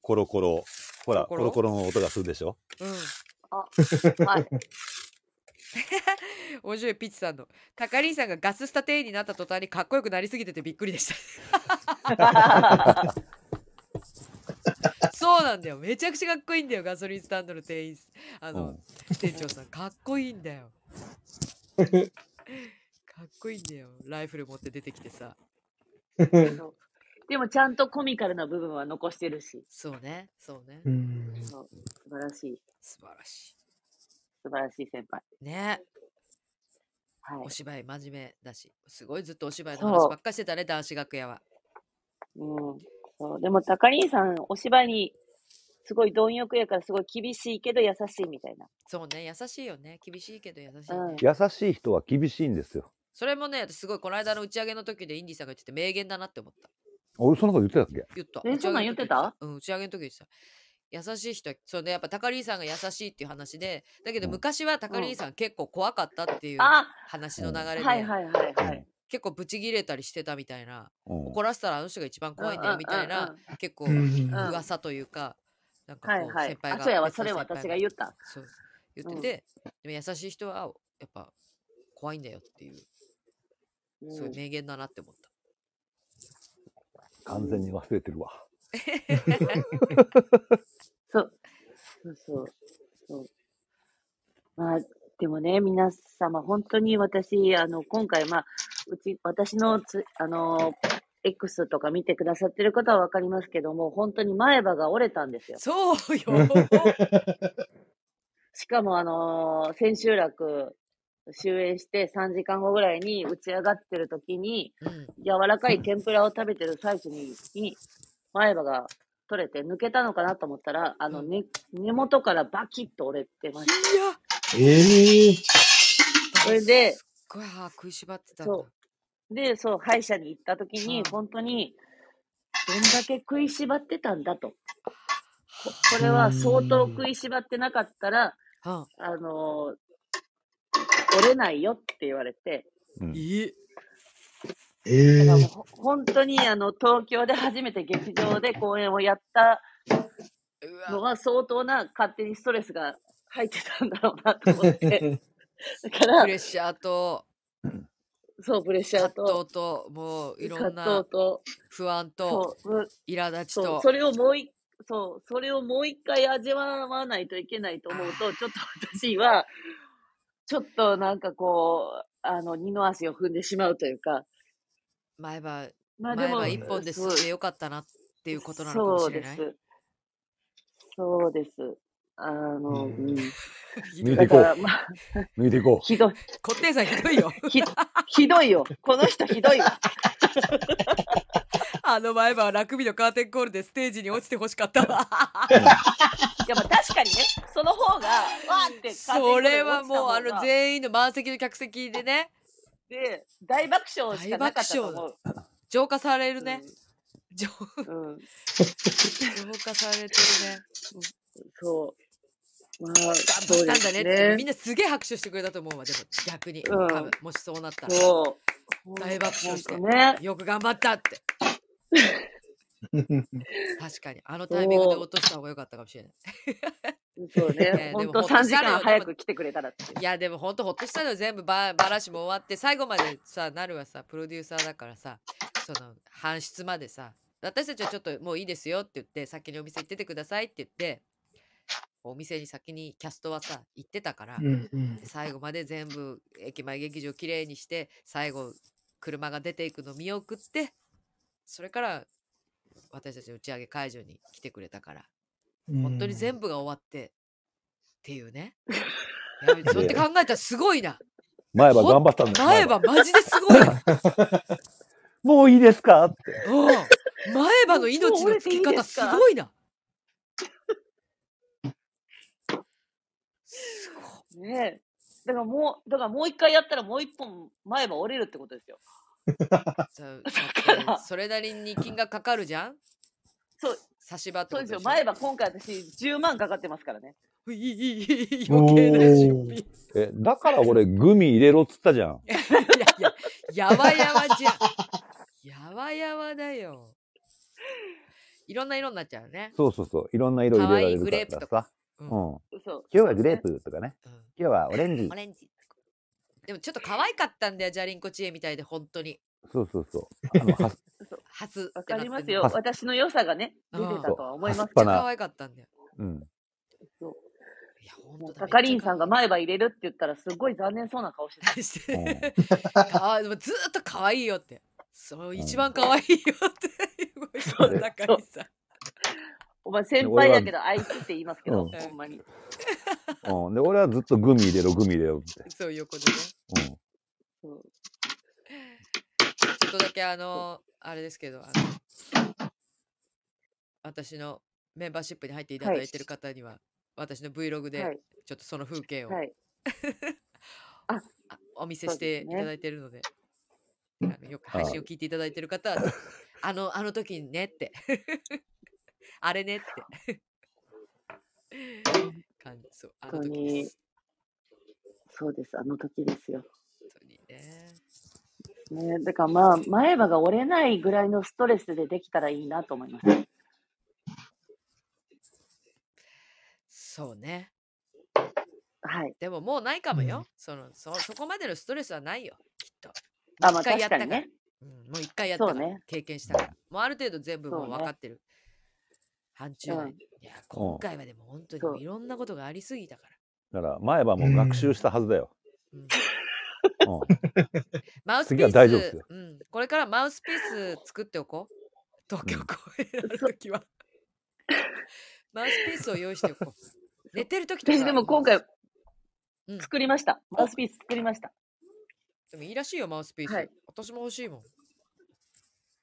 [SPEAKER 2] コロコロ。ほら、
[SPEAKER 1] コ
[SPEAKER 2] コ
[SPEAKER 1] ロ
[SPEAKER 2] ロ
[SPEAKER 1] コ
[SPEAKER 2] コロの音がするでしょ。
[SPEAKER 1] うん。
[SPEAKER 4] はい。
[SPEAKER 1] [LAUGHS] 面白いピッチさんの。タカリンさんがガススタテイになった途端にかっこよくなりすぎててびっくりでした。そうなんだよ。めちゃくちゃかっこいいんだよ。ガソリンスタンドの店員。あ
[SPEAKER 2] う
[SPEAKER 1] の、
[SPEAKER 2] ん
[SPEAKER 1] 店長さん。かっこいいんだよ。かっこいいんだよ。ライフル持って出てきてさ。
[SPEAKER 4] そうでもちゃんとコミカルな部分は残してるし、
[SPEAKER 1] そうね。そうね
[SPEAKER 3] う。ん。
[SPEAKER 4] そう素晴らしい、
[SPEAKER 1] 素晴らし
[SPEAKER 4] 素晴らしい先輩。
[SPEAKER 1] い。ね
[SPEAKER 4] はい
[SPEAKER 1] お。芝居真面目だし。すごいずっとお芝居の話
[SPEAKER 4] そう
[SPEAKER 1] ばっかしてたね。男子楽屋は。
[SPEAKER 4] うん、そうでも、たかりんさん、お芝居に、すごい貪欲やから、すごい厳しいけど優しいみたいな。
[SPEAKER 1] そうね。優しいよね。厳しいけど優しいね。
[SPEAKER 4] うん
[SPEAKER 2] 優しい人は厳しいんですよ。
[SPEAKER 1] それもね、私すごいこの間の打ち上げの時でインディさんが言ってて名言だなって思った。
[SPEAKER 2] 俺、そんなこと言ってたっけ
[SPEAKER 1] 言った。
[SPEAKER 4] え
[SPEAKER 1] 打ち上げの時
[SPEAKER 4] そんなん言ってた
[SPEAKER 1] うん、打ち上げの時言ってた。優しい人は、そうね、やっぱ高リーさんが優しいっていう話で、だけど
[SPEAKER 2] うん
[SPEAKER 1] 昔は高リーさん結構怖かったっていう
[SPEAKER 4] あ
[SPEAKER 1] 話の流れで、
[SPEAKER 4] はいはいはいはい。
[SPEAKER 1] 結構ブチギレたりしてたみたいな、
[SPEAKER 2] うん
[SPEAKER 1] 怒らせたらあの人が一番怖いんだよみたい
[SPEAKER 4] うんうん
[SPEAKER 1] な
[SPEAKER 4] うん、
[SPEAKER 1] 結構
[SPEAKER 3] うん
[SPEAKER 4] ん
[SPEAKER 1] 噂というか、なんか
[SPEAKER 4] はい
[SPEAKER 1] こう
[SPEAKER 4] は
[SPEAKER 1] 先
[SPEAKER 4] い。
[SPEAKER 1] 輩
[SPEAKER 4] あ、
[SPEAKER 1] が。
[SPEAKER 4] そうやわ、
[SPEAKER 1] 別
[SPEAKER 4] そ
[SPEAKER 1] の
[SPEAKER 4] れ
[SPEAKER 1] 先輩
[SPEAKER 4] 私が言った。
[SPEAKER 1] そう言ってて、でも優しい人はやっぱ怖いんだよっていう、
[SPEAKER 4] う
[SPEAKER 1] そういうん名言だなって思った。
[SPEAKER 2] 完全に忘れてるわ。
[SPEAKER 4] そう。そうそう。そうまあ、でもね、皆様、本当に私、あの、今回、まあ、うち、私のつ、あの、X とか見てくださってる方はわかりますけども、本当に前歯が折れたんですよ。
[SPEAKER 1] そう
[SPEAKER 4] [LAUGHS]
[SPEAKER 1] よ。
[SPEAKER 4] しかも、あのー千秋楽、終演して3時間後ぐらいに打ち上がってる時に、
[SPEAKER 1] うん
[SPEAKER 4] 柔らかい天ぷらを食べてる最中に、に前歯が取れて抜けたのかなと思ったら、あの、ね、根元からバキッと折れてまし
[SPEAKER 1] い
[SPEAKER 4] た。
[SPEAKER 1] や、
[SPEAKER 3] ええ
[SPEAKER 4] それです
[SPEAKER 1] っごい歯食いしばってたんだ。
[SPEAKER 4] そで、そう、歯医者に行った時に
[SPEAKER 1] うん、
[SPEAKER 4] 本当に、どんだけ食いしばってたんだと。ここれは相当食いしばってなかったら、
[SPEAKER 1] は
[SPEAKER 4] あのー折れないよって言われて、
[SPEAKER 2] うん
[SPEAKER 1] ん、いい。
[SPEAKER 3] え
[SPEAKER 4] だから
[SPEAKER 3] え
[SPEAKER 4] もうほ本当にあの東京で初めて劇場で公演をやった
[SPEAKER 1] う
[SPEAKER 4] の
[SPEAKER 1] わ、
[SPEAKER 4] は相当な勝手にストレスが入ってたんだろうなと
[SPEAKER 1] [LAUGHS]
[SPEAKER 4] 思って、だから
[SPEAKER 1] プレッシャーと
[SPEAKER 4] そうプレッシャ
[SPEAKER 1] 葛
[SPEAKER 4] ーと
[SPEAKER 1] 藤ともういろん
[SPEAKER 4] 葛
[SPEAKER 1] な
[SPEAKER 4] 藤と
[SPEAKER 1] 不安と
[SPEAKER 4] そううん
[SPEAKER 1] 苛立ち
[SPEAKER 4] そう
[SPEAKER 1] と
[SPEAKER 4] それをもう一そうそれをもう一回味わわないといけないと思うとちょっと私はちょっとなんかこうあの二の足を踏んでしまうというか
[SPEAKER 1] 前歯
[SPEAKER 4] まあで
[SPEAKER 1] 前
[SPEAKER 4] も
[SPEAKER 1] 歯一本で
[SPEAKER 4] そう
[SPEAKER 1] 吸ってよかったなっていうことなのかもしれない
[SPEAKER 4] そ。うですそうですあの、うん、
[SPEAKER 1] [LAUGHS] ひど
[SPEAKER 2] 見
[SPEAKER 1] い
[SPEAKER 2] て
[SPEAKER 4] だ
[SPEAKER 2] いこ
[SPEAKER 4] から
[SPEAKER 2] う。
[SPEAKER 4] まあ
[SPEAKER 2] 見ていこ
[SPEAKER 4] ひどい
[SPEAKER 1] こってんさんひどいよ。 [LAUGHS]
[SPEAKER 4] ひひどいよこの人ひどいわ
[SPEAKER 1] あの前歯はラグビーのカーテンコールでステージに落ちてほしかったわ。
[SPEAKER 4] [LAUGHS] いやまあ確かにねその方がわーって
[SPEAKER 1] それはもうあの
[SPEAKER 4] 全
[SPEAKER 1] 全員の満席の客席でね
[SPEAKER 4] で大爆笑しかなかったと
[SPEAKER 1] 大爆
[SPEAKER 4] 思う
[SPEAKER 1] 浄化されるね。浄
[SPEAKER 4] うんうん
[SPEAKER 1] 浄化されてるね。
[SPEAKER 4] そう。まあ、頑
[SPEAKER 1] どうなんだねってみん
[SPEAKER 4] な。
[SPEAKER 1] なすげえ拍手してくれたと思うわでも逆に、
[SPEAKER 4] うん
[SPEAKER 1] 多分もしそうなったら
[SPEAKER 4] そう。
[SPEAKER 1] 大爆笑して、
[SPEAKER 4] ほんとね。
[SPEAKER 1] [LAUGHS] よく頑張ったって
[SPEAKER 3] ー。
[SPEAKER 1] 確かにあのタイミングで落とした方が良かったかもしれない
[SPEAKER 4] そう
[SPEAKER 1] ね
[SPEAKER 4] ね。本当
[SPEAKER 1] でも
[SPEAKER 4] 3時間早く来てくれたらって。
[SPEAKER 1] いやでもほんとほっとしたのよ全部ばばらしも終わって最後までさなるはさプロデューサーだからさその搬出までさ私たちはちょっともういいですよって言って先にお店行っててくださいって言ってお店に先にキャストはさ行ってたから、
[SPEAKER 3] うんうん
[SPEAKER 1] で最後まで全部駅前劇場きれいにして最後車が出ていくの見送ってそれから私たちの打ち上げ会場に来てくれたから
[SPEAKER 3] うん
[SPEAKER 1] 本当に全部が終わってっていう
[SPEAKER 4] [LAUGHS]
[SPEAKER 1] ね。いやそうやって考えたらすごいな。
[SPEAKER 2] 前歯頑張ったんです
[SPEAKER 1] 前歯マジです
[SPEAKER 4] [LAUGHS]
[SPEAKER 1] ごいな。
[SPEAKER 2] もういいですかって。
[SPEAKER 1] うん前歯の命のつき方すごいな。すごい
[SPEAKER 4] ねえ。だからもう、だからもう一回やったらもう一本前歯折れるってことですよ。
[SPEAKER 1] そう
[SPEAKER 4] か
[SPEAKER 1] だ
[SPEAKER 4] ら
[SPEAKER 1] ってそれなりに金がかかるじゃん
[SPEAKER 4] [LAUGHS] そう、
[SPEAKER 1] 差し歯って
[SPEAKER 4] そう
[SPEAKER 1] こ
[SPEAKER 4] で
[SPEAKER 1] と
[SPEAKER 4] すよ。
[SPEAKER 1] しょ
[SPEAKER 4] 前歯今回私10万かかってますからね。
[SPEAKER 1] いいいいいい余計な準備い
[SPEAKER 2] え、だから俺、グミ入れろっつったじゃん。
[SPEAKER 1] やいややわやわじゃんやわやわだよいろんな色になっちゃうね
[SPEAKER 2] そうそうそう。いろんな色入れら
[SPEAKER 1] 可愛い
[SPEAKER 2] れるから
[SPEAKER 1] グレープと
[SPEAKER 2] さ。うん。今
[SPEAKER 4] そう。
[SPEAKER 2] 日はグレープとかね。
[SPEAKER 1] うん
[SPEAKER 2] 今日はオレンジ
[SPEAKER 1] オ。レンジでもちょっと可愛かったんだよじゃりんこ知恵みたいで本当に
[SPEAKER 2] そうそうそう。あの、はす、
[SPEAKER 1] 初
[SPEAKER 4] わかります
[SPEAKER 2] は
[SPEAKER 4] よ。
[SPEAKER 2] す
[SPEAKER 4] 私の良さがね、出てたとは思い
[SPEAKER 1] め
[SPEAKER 4] ま
[SPEAKER 1] っち
[SPEAKER 4] す
[SPEAKER 2] そ
[SPEAKER 1] ゃ
[SPEAKER 2] う
[SPEAKER 1] 可愛かったんだよ
[SPEAKER 2] うん。
[SPEAKER 1] いや
[SPEAKER 4] も
[SPEAKER 1] 本
[SPEAKER 4] う、
[SPEAKER 1] 当だ
[SPEAKER 4] 係員さんが
[SPEAKER 1] めっ
[SPEAKER 4] 前歯入れるって言ったら、すごい残念そうな顔してた。
[SPEAKER 1] ちゃ可
[SPEAKER 2] う
[SPEAKER 1] [LAUGHS] 愛
[SPEAKER 2] ん
[SPEAKER 1] いしてかわいずーっと可愛いよってそう一番可愛いよって言 [LAUGHS]
[SPEAKER 2] う
[SPEAKER 1] う高井さん
[SPEAKER 4] お前先輩やけど、あいつって言いますけ
[SPEAKER 2] う
[SPEAKER 4] ど、
[SPEAKER 2] ん
[SPEAKER 4] ほんまに。
[SPEAKER 2] うん。で、俺はずっとグミ入れろ、グミ入れろって。
[SPEAKER 1] そう横でね
[SPEAKER 2] うん。
[SPEAKER 4] そう
[SPEAKER 1] ちょっとだけあのあれですけどあの私のメンバーシップに入っていただいてる方には、私の Vlog
[SPEAKER 4] は
[SPEAKER 1] で
[SPEAKER 4] い。
[SPEAKER 1] ちょっとその風景を、
[SPEAKER 4] はい。
[SPEAKER 1] あお見せ
[SPEAKER 4] そう
[SPEAKER 1] して
[SPEAKER 4] です
[SPEAKER 1] い
[SPEAKER 4] ね
[SPEAKER 1] ただいてるので、あのよく配信を聞いていただいてる方は、あの、あの時にねって、 [LAUGHS] あれねって感じ、そう、あの時です。
[SPEAKER 4] そうです。あの時ですよ。
[SPEAKER 1] 本当にね。
[SPEAKER 4] ね、だからまあ、前歯が折れないぐらいのストレスでできたらいいなと思います。
[SPEAKER 1] そうね。
[SPEAKER 4] はい。
[SPEAKER 1] でももうないかもよ。
[SPEAKER 3] うん
[SPEAKER 1] そのそ、そこまでのストレスはないよ、きっと。
[SPEAKER 4] あ、
[SPEAKER 1] 一
[SPEAKER 4] まあ
[SPEAKER 1] 回
[SPEAKER 4] 確
[SPEAKER 1] やっ
[SPEAKER 4] か
[SPEAKER 1] たか
[SPEAKER 4] に
[SPEAKER 1] ら
[SPEAKER 4] ね。
[SPEAKER 1] うん、もう一回やったから、
[SPEAKER 4] そうね
[SPEAKER 1] 経験したから。もうある程度全部
[SPEAKER 4] そう
[SPEAKER 1] もう
[SPEAKER 4] ね
[SPEAKER 1] 分かってる。範疇内。
[SPEAKER 4] うん
[SPEAKER 1] いや、今回はでも本当に
[SPEAKER 4] そ
[SPEAKER 1] も
[SPEAKER 4] う
[SPEAKER 1] ういろんなことがありすぎたから。
[SPEAKER 2] だから、前歯も学習したはずだよ。
[SPEAKER 1] うん
[SPEAKER 2] うん。
[SPEAKER 1] マウスピ
[SPEAKER 2] 次
[SPEAKER 1] ー
[SPEAKER 2] は
[SPEAKER 1] ス
[SPEAKER 2] 大丈夫ですよ
[SPEAKER 1] うん、これからマウスピース
[SPEAKER 4] [LAUGHS]
[SPEAKER 1] 作っておこう。東京公演やるときは。マウスピースを用意しておこう。寝てるときとか。
[SPEAKER 4] 私でも今回
[SPEAKER 1] うん
[SPEAKER 4] 作りました。マウスピース作りました。
[SPEAKER 1] でもいいらしいよ、マウスピース。
[SPEAKER 4] はい
[SPEAKER 1] 私も欲しいもん。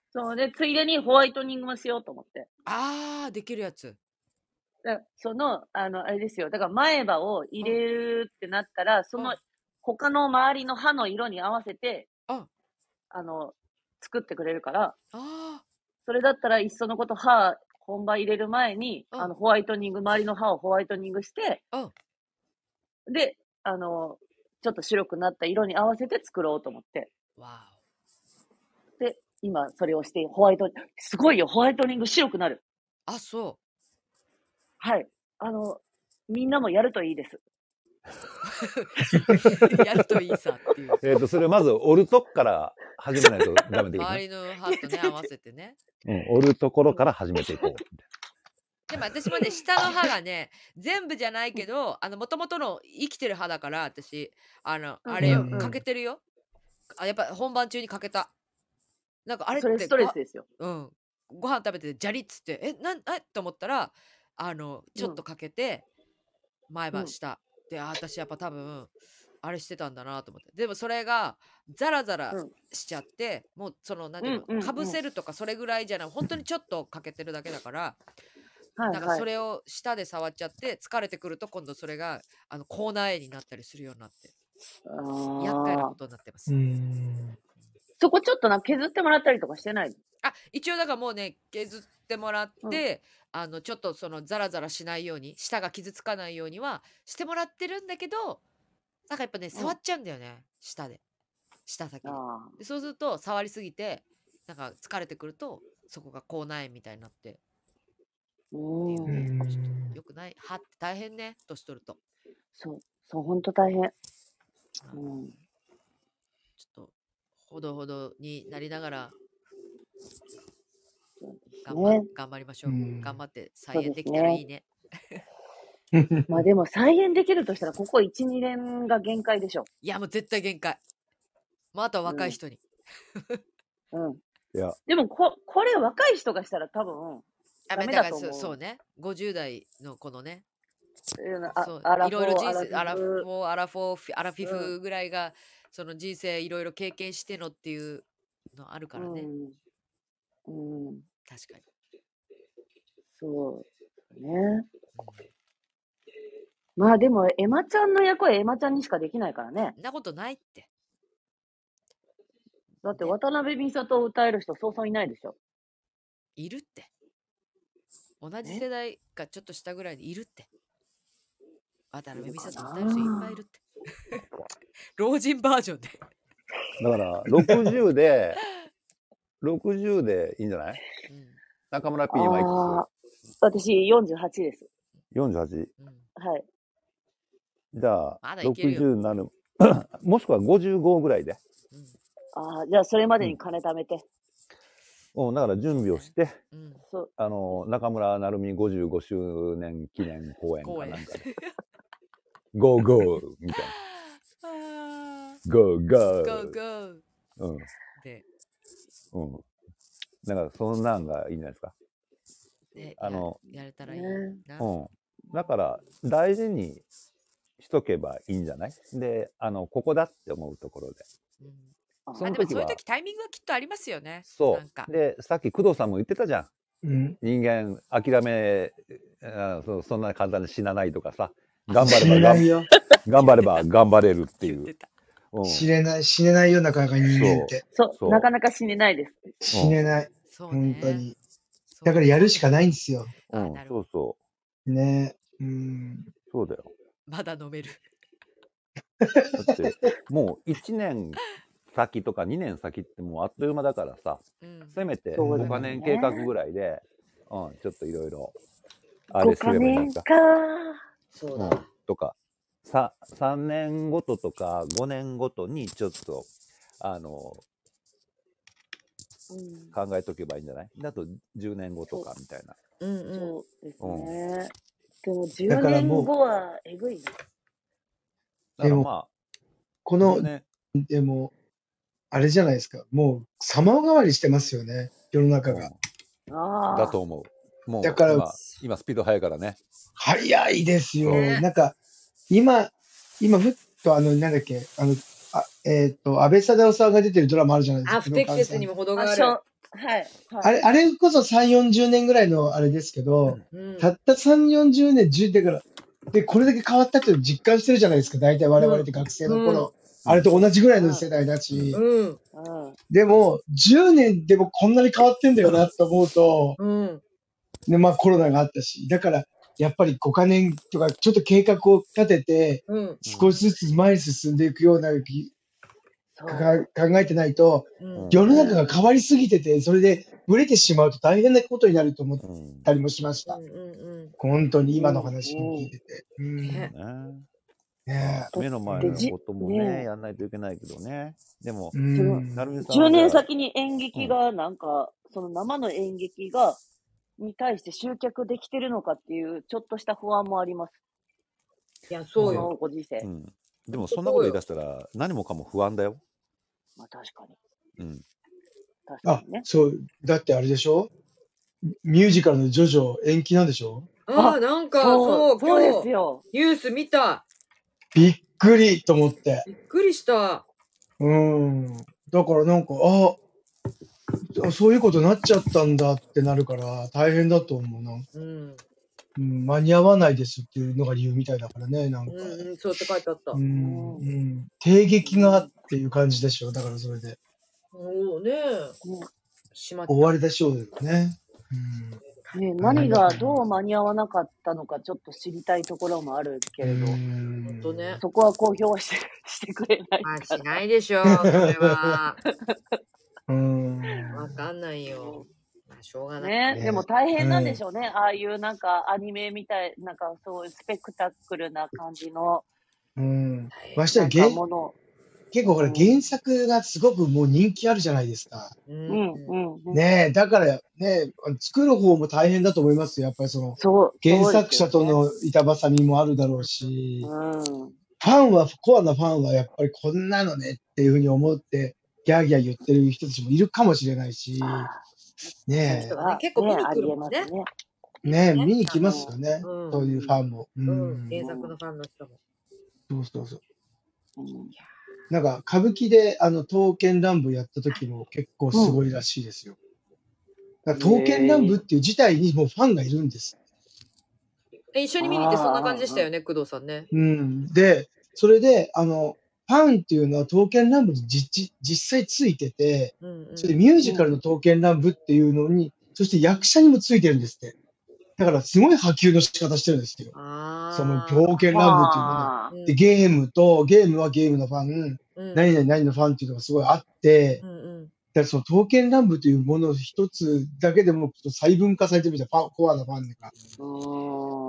[SPEAKER 4] そうで、ついでにホワイトニングもしようと思って。
[SPEAKER 1] あー、できるやつ。
[SPEAKER 4] だからその、あの、あれですよ。だから前歯を入れるってなったら、その他の周りの歯の色に合わせて、
[SPEAKER 1] うん
[SPEAKER 4] あの、作ってくれるから、
[SPEAKER 1] あ
[SPEAKER 4] それだったらいっそのこと歯、本場入れる前に、
[SPEAKER 1] うん
[SPEAKER 4] あの、ホワイトニング、周りの歯をホワイトニングして、
[SPEAKER 1] うん
[SPEAKER 4] で、あの、ちょっと白くなった色に合わせて作ろうと思って。
[SPEAKER 1] ー、わお。
[SPEAKER 4] で、今それをして、ホワイト、すごいよ、ホワイトニング白くなる。
[SPEAKER 1] あ、そ
[SPEAKER 4] はい。あの、みんなもやるといいです。
[SPEAKER 1] う。 [LAUGHS] やるといいさっていう。
[SPEAKER 2] えっと、それまず、オルトから始めないとダメでいい
[SPEAKER 1] 周
[SPEAKER 2] ね。
[SPEAKER 1] りの歯とね、合わせてね。
[SPEAKER 2] うん。折るところから始めていこう。
[SPEAKER 1] でも私も
[SPEAKER 4] [LAUGHS]
[SPEAKER 1] ね、下の歯がね、全部じゃないけど、あの、もともとの生きてる歯だから、私、あの、あれよ
[SPEAKER 3] うんうん、
[SPEAKER 1] 欠けてるよ。あ、やっぱ本番中に欠けた。なんかあれっ
[SPEAKER 4] それ
[SPEAKER 1] て
[SPEAKER 4] ストレ
[SPEAKER 1] ご
[SPEAKER 4] スですよ。
[SPEAKER 1] うん。ご飯食べてて、じゃりっつって、え、なん、えと思ったら、あの、ちょっと欠けて、前
[SPEAKER 4] う
[SPEAKER 1] 歯
[SPEAKER 4] ん
[SPEAKER 1] 下。で、あ、私やっぱ多分、あれしてたんだなと思って。でもそれが、ザラザラ
[SPEAKER 4] うん
[SPEAKER 1] しちゃって、もうその、なんていうの、
[SPEAKER 4] うんうんうん
[SPEAKER 1] かぶせるとかそれぐらいじゃない、本当にちょっと欠けてるだけだから、
[SPEAKER 4] はい、
[SPEAKER 1] なんか
[SPEAKER 4] はい
[SPEAKER 1] そ。れを舌で触っちゃって疲れてくると今度それがあの口内炎になったりするようになって厄介な
[SPEAKER 4] あ
[SPEAKER 1] こ
[SPEAKER 4] ー
[SPEAKER 1] とになってま
[SPEAKER 3] う
[SPEAKER 1] す。
[SPEAKER 3] ん
[SPEAKER 4] そこちょっとな、削ってもらったりとかしてない。
[SPEAKER 1] あ一応だからもうね削ってもらっ
[SPEAKER 4] うん
[SPEAKER 1] て、あのちょっとそのザラザラしないように舌が傷つかないようにはしてもらってるんだけどなんかやっぱね触っちゃうんだよね、舌で舌先で
[SPEAKER 4] あ
[SPEAKER 1] でそうすると触りすぎてなんか疲れてくるとそこが口内炎みたいになってっ
[SPEAKER 4] ー。
[SPEAKER 1] ていううんね
[SPEAKER 3] うん
[SPEAKER 1] ちょっとよくない歯って大変ね年取ると。
[SPEAKER 4] そう、そう、本当大変。うん。
[SPEAKER 1] ちょっとほどほどになりながら
[SPEAKER 4] そうです
[SPEAKER 1] 頑張,、
[SPEAKER 4] ね。
[SPEAKER 1] 頑張りましょう。
[SPEAKER 3] うん
[SPEAKER 1] 頑張って
[SPEAKER 4] そう
[SPEAKER 1] 再演
[SPEAKER 4] で
[SPEAKER 1] ですきたら
[SPEAKER 4] ね
[SPEAKER 1] いいね。
[SPEAKER 4] まあでも再現できるとしたら、ここ1、2年が限界でしょ。
[SPEAKER 1] いや、もう絶対限界。もうあとは若い人に。
[SPEAKER 4] うん。
[SPEAKER 2] いや、
[SPEAKER 4] でもこ、これ若い人がしたら多分、
[SPEAKER 1] あ
[SPEAKER 4] ダメ
[SPEAKER 1] だか
[SPEAKER 4] だ
[SPEAKER 1] ら
[SPEAKER 4] と思
[SPEAKER 1] そううそうね。50代のこのね、
[SPEAKER 4] うん
[SPEAKER 1] そう
[SPEAKER 4] あアラ
[SPEAKER 1] い
[SPEAKER 4] フ
[SPEAKER 1] ろ
[SPEAKER 4] ォ
[SPEAKER 1] いろ人
[SPEAKER 4] ー、
[SPEAKER 1] 生、ア
[SPEAKER 4] ア
[SPEAKER 1] ラ
[SPEAKER 4] ラ
[SPEAKER 1] フ
[SPEAKER 4] フォー
[SPEAKER 1] ォー、アラフォーフィ、アラフィ
[SPEAKER 4] う
[SPEAKER 1] フぐらいが、その人生いろいろ経験してのっていうのあるからね。
[SPEAKER 4] うん。うん。
[SPEAKER 1] 確かに。
[SPEAKER 4] そう。ね。まあでも、エマちゃんの役はエマちゃんにしかできないからね。
[SPEAKER 1] んなことないって。
[SPEAKER 4] だって渡辺美里を歌える人そうそういないでしょ。
[SPEAKER 1] いるって。同じ
[SPEAKER 4] ね
[SPEAKER 1] 世代かちょっと下ぐらいでいるって。渡辺美里
[SPEAKER 4] いるかな
[SPEAKER 1] 歌える人いっぱいいるって。
[SPEAKER 2] [LAUGHS]
[SPEAKER 1] 老人バージョンで。
[SPEAKER 2] だから60で、60でいいんじゃない
[SPEAKER 1] うん
[SPEAKER 2] 中村 P 今い
[SPEAKER 4] ああ、私48です。
[SPEAKER 2] くつ ?48。
[SPEAKER 1] うん、
[SPEAKER 4] はい。
[SPEAKER 2] じゃあ、
[SPEAKER 1] まだいけるよ
[SPEAKER 2] 60になる。 [COUGHS] もしくは55ぐらいで。
[SPEAKER 4] ああ、じゃあそれまでに金貯めて。
[SPEAKER 2] うん、だから準備をして、
[SPEAKER 1] うんうん
[SPEAKER 4] そう。
[SPEAKER 2] あの、中村成美55周年記念公演かなんかで。 [LAUGHS] ゴーゴーみたい
[SPEAKER 1] あ
[SPEAKER 2] な。ゴーゴ
[SPEAKER 1] ー Go
[SPEAKER 2] ー。
[SPEAKER 1] go! で、
[SPEAKER 2] うん。うん。だから、そんなんがいいんじゃないですか。
[SPEAKER 1] で
[SPEAKER 2] あの
[SPEAKER 1] ややれたらいい
[SPEAKER 4] ね
[SPEAKER 1] な。
[SPEAKER 2] うん。だから、大事にしとけばいいんじゃないで、あの、ここだって思うところで。
[SPEAKER 1] うん
[SPEAKER 4] あ
[SPEAKER 2] そ
[SPEAKER 1] あ
[SPEAKER 2] の
[SPEAKER 1] でも
[SPEAKER 2] 時
[SPEAKER 1] そういう
[SPEAKER 2] は
[SPEAKER 1] 時タイミングはきっとありますよね。
[SPEAKER 2] そ
[SPEAKER 1] なんか
[SPEAKER 2] う。で、さっき工藤さんも言ってたじゃん。
[SPEAKER 3] うん。
[SPEAKER 2] 人間、諦め、あそそんな簡単に死なないとかさ。
[SPEAKER 3] [LAUGHS]
[SPEAKER 2] 頑張
[SPEAKER 3] 知
[SPEAKER 2] れ
[SPEAKER 3] れ
[SPEAKER 2] ば
[SPEAKER 3] ないよ。
[SPEAKER 2] 頑張れば頑張れるってい
[SPEAKER 1] 言って
[SPEAKER 2] う。
[SPEAKER 1] た。
[SPEAKER 2] うん、
[SPEAKER 3] 知れない、死ねないよ、なかなか人間って。
[SPEAKER 4] そう
[SPEAKER 2] そう
[SPEAKER 4] なかなか死ねないです。
[SPEAKER 3] 死ねない。
[SPEAKER 1] そうね
[SPEAKER 3] 本。当に。
[SPEAKER 1] そう
[SPEAKER 3] だからやるしかないんですよ。
[SPEAKER 1] あ
[SPEAKER 2] うん
[SPEAKER 1] な、る
[SPEAKER 2] そ
[SPEAKER 1] ほ
[SPEAKER 2] うそ
[SPEAKER 3] ねえ。うん。
[SPEAKER 2] う。そうだよ。
[SPEAKER 1] どまだ飲める。
[SPEAKER 2] だって、もう1年先とか2年先ってもうあっという間だからさ、
[SPEAKER 1] うん
[SPEAKER 2] せめて
[SPEAKER 4] そう
[SPEAKER 3] だ
[SPEAKER 2] 5
[SPEAKER 3] ね
[SPEAKER 2] カ年計画ぐらいで、うん、ちょっといろいろ、あ
[SPEAKER 4] 5
[SPEAKER 2] れす
[SPEAKER 4] か
[SPEAKER 2] ればいいん
[SPEAKER 4] 年
[SPEAKER 2] です
[SPEAKER 4] か
[SPEAKER 2] か。。
[SPEAKER 3] そう
[SPEAKER 2] う
[SPEAKER 3] だ
[SPEAKER 2] ん。、とか、さ3年ごととか5年ごとにちょっと、あの、
[SPEAKER 4] うん
[SPEAKER 2] 考えとけばいいんじゃないだと10年後とかみたいな。
[SPEAKER 1] うんうん。
[SPEAKER 4] そうですね。でも10
[SPEAKER 3] だから
[SPEAKER 4] 年
[SPEAKER 3] もう
[SPEAKER 4] 後はえぐいな。
[SPEAKER 2] だか
[SPEAKER 3] で
[SPEAKER 2] ら
[SPEAKER 3] も
[SPEAKER 2] ま
[SPEAKER 3] こ
[SPEAKER 2] あ、
[SPEAKER 3] の
[SPEAKER 2] 10、年、
[SPEAKER 3] でも、あれじゃないですか。もう、様変わりしてますよね。世の中
[SPEAKER 2] う
[SPEAKER 3] が
[SPEAKER 2] ん。
[SPEAKER 4] ああ。
[SPEAKER 2] だと思う。もう
[SPEAKER 3] だから
[SPEAKER 2] 今、今スピード速いからね。
[SPEAKER 3] 早いですよ。
[SPEAKER 1] ね
[SPEAKER 3] なんか、今、今、ふっと、あの、なんだっけ、あの、あえっ、と、安倍貞夫さんが出てるドラマあるじゃないですか。
[SPEAKER 1] あ、不適切にも程が
[SPEAKER 4] あ
[SPEAKER 1] あ
[SPEAKER 4] しょ
[SPEAKER 1] る。
[SPEAKER 4] はい。
[SPEAKER 3] あ
[SPEAKER 4] はい、
[SPEAKER 3] れ、あれこそ3、40年ぐらいのあれですけど、
[SPEAKER 1] うん
[SPEAKER 3] たった3、40年、10だから、で、これだけ変わったって実感してるじゃないですか。大体我々って学生の頃、あれと同じぐらいの世代だし、
[SPEAKER 1] うん
[SPEAKER 4] うん。
[SPEAKER 3] でも、10年でもこんなに変わってんだよなと思うと、
[SPEAKER 1] うん。
[SPEAKER 3] で、まあコロナがあったし、だから、やっぱり5カ年とか、ちょっと計画を立てて、
[SPEAKER 1] うん。
[SPEAKER 3] 少しずつ前に進んでいくようなぎ
[SPEAKER 4] そう
[SPEAKER 3] か考えてないと、
[SPEAKER 1] うん
[SPEAKER 3] 世の中が変わりすぎてて、それでブレてしまうと大変なことになると思っ
[SPEAKER 2] うん。
[SPEAKER 3] たりもしました。
[SPEAKER 1] うん
[SPEAKER 3] 本当に今の話を聞いてて。うん
[SPEAKER 1] うん。
[SPEAKER 3] [LAUGHS] ね
[SPEAKER 1] ね
[SPEAKER 2] ね
[SPEAKER 3] え
[SPEAKER 4] だ
[SPEAKER 2] 目の前
[SPEAKER 4] で
[SPEAKER 2] の
[SPEAKER 4] じ
[SPEAKER 2] こともね
[SPEAKER 4] ね
[SPEAKER 2] やんないといけないけどね。でも
[SPEAKER 3] う、
[SPEAKER 2] なる
[SPEAKER 3] ん
[SPEAKER 2] みさんは
[SPEAKER 4] 10年先に演劇が、なんか、その生の演劇が、に対して集客できてるのかっていう、ちょっとした不安もあります。
[SPEAKER 1] いや、そう
[SPEAKER 4] こ
[SPEAKER 1] よ。
[SPEAKER 4] のご時世。
[SPEAKER 2] うん。でも、そんなこと言い出したら、何もかも不安だよ。
[SPEAKER 4] まあ確かに。
[SPEAKER 2] うん。
[SPEAKER 4] 確
[SPEAKER 3] あ
[SPEAKER 4] かにね、。
[SPEAKER 3] そう、だってあれでしょミュージカルのジョジョ延期なんでしょ
[SPEAKER 1] あ、なんか、そう、
[SPEAKER 4] そう
[SPEAKER 1] 今
[SPEAKER 4] です
[SPEAKER 1] 日、
[SPEAKER 4] よ。
[SPEAKER 1] ニュース見た。
[SPEAKER 3] びっくりと思って。
[SPEAKER 1] びっくりした。
[SPEAKER 3] うん。だからなんか、ああそういうことになっちゃったんだってなるから、大変だと思うな。
[SPEAKER 1] うん。
[SPEAKER 3] うん、間に合わないですっていうのが理由みたいだからね、なんか
[SPEAKER 1] う。んうん、そうって書いてあった
[SPEAKER 3] う。ん、うん。定劇がっていう感じでしょ。だからそれで。
[SPEAKER 1] おうねえ
[SPEAKER 4] ね
[SPEAKER 1] しまった。
[SPEAKER 3] 終わりだしょうだよね。うん。
[SPEAKER 4] ね何がどう間に合わなかったのか、ちょっと知りたいところもあるけれど、
[SPEAKER 1] ほ
[SPEAKER 3] 本
[SPEAKER 1] んとね。
[SPEAKER 4] [LAUGHS] そこは公表はして [LAUGHS] してくれない
[SPEAKER 1] あ、
[SPEAKER 4] か
[SPEAKER 1] し
[SPEAKER 4] ら。
[SPEAKER 1] ないでしょう、それは。
[SPEAKER 3] うん。
[SPEAKER 1] わかんないよ。まあ、しょうがない。
[SPEAKER 4] ね
[SPEAKER 3] ね
[SPEAKER 4] でも大変なんでしょうね、ああいうなんかアニメみたい、なんかそういうスペクタクルな感じの
[SPEAKER 3] うん。
[SPEAKER 1] はい
[SPEAKER 3] まして
[SPEAKER 4] な
[SPEAKER 3] や
[SPEAKER 4] ん
[SPEAKER 3] げ
[SPEAKER 4] か
[SPEAKER 3] ん
[SPEAKER 4] ものを
[SPEAKER 3] 結構ほら、原作がすごくもう人気あるじゃないですか。
[SPEAKER 1] う
[SPEAKER 4] うんん、うん、うん。
[SPEAKER 3] ねえ、だからね、作る方も大変だと思いますよ。やっぱりその、
[SPEAKER 4] そう。
[SPEAKER 3] 原作者と
[SPEAKER 4] そう
[SPEAKER 3] の板挟みもあるだろうし
[SPEAKER 4] です、よね。
[SPEAKER 3] ファンは、コアなファンはやっぱりこんなのねっていうふうに思って、ギャーギャー言ってる人たちもいるかもしれないし
[SPEAKER 4] う、ん。
[SPEAKER 3] ね
[SPEAKER 1] そうね結構見に来るもんね
[SPEAKER 4] ありえますね。
[SPEAKER 3] え、ねえ、
[SPEAKER 1] ね
[SPEAKER 3] 見に来ますよね。
[SPEAKER 1] うん
[SPEAKER 3] そういうファンも。う
[SPEAKER 1] うん
[SPEAKER 3] ん。
[SPEAKER 1] 原作のファンの人も。
[SPEAKER 3] そうそうそう。
[SPEAKER 4] うん
[SPEAKER 3] なんか、歌舞伎で、あの、刀剣乱舞やった時も結構すごいらしいですよ。だから刀剣乱舞っていう事態にもうファンがいるんです。
[SPEAKER 1] え一緒に見に行ってそんな感じでしたよね、工藤さんね。
[SPEAKER 3] うん。で、それで、あの、ファンっていうのは刀剣乱舞に実実実際ついてて、
[SPEAKER 1] うんうん
[SPEAKER 3] それでミュージカルの刀剣乱舞っていうのに、そして役者にもついてるんですって。だから、すごい波及の仕方してるんですよ。
[SPEAKER 1] あー
[SPEAKER 3] その刀剣乱舞っていうのは。
[SPEAKER 4] まあ
[SPEAKER 1] うん
[SPEAKER 3] で、ゲームと、ゲームはゲームのファン、
[SPEAKER 1] うん
[SPEAKER 3] 何々何のファンっていうのがすごいあって、
[SPEAKER 1] うんうん
[SPEAKER 3] だからその刀剣乱舞というもの一つだけでもちょっと細分化されてるみたいな、ファンコアなファンが。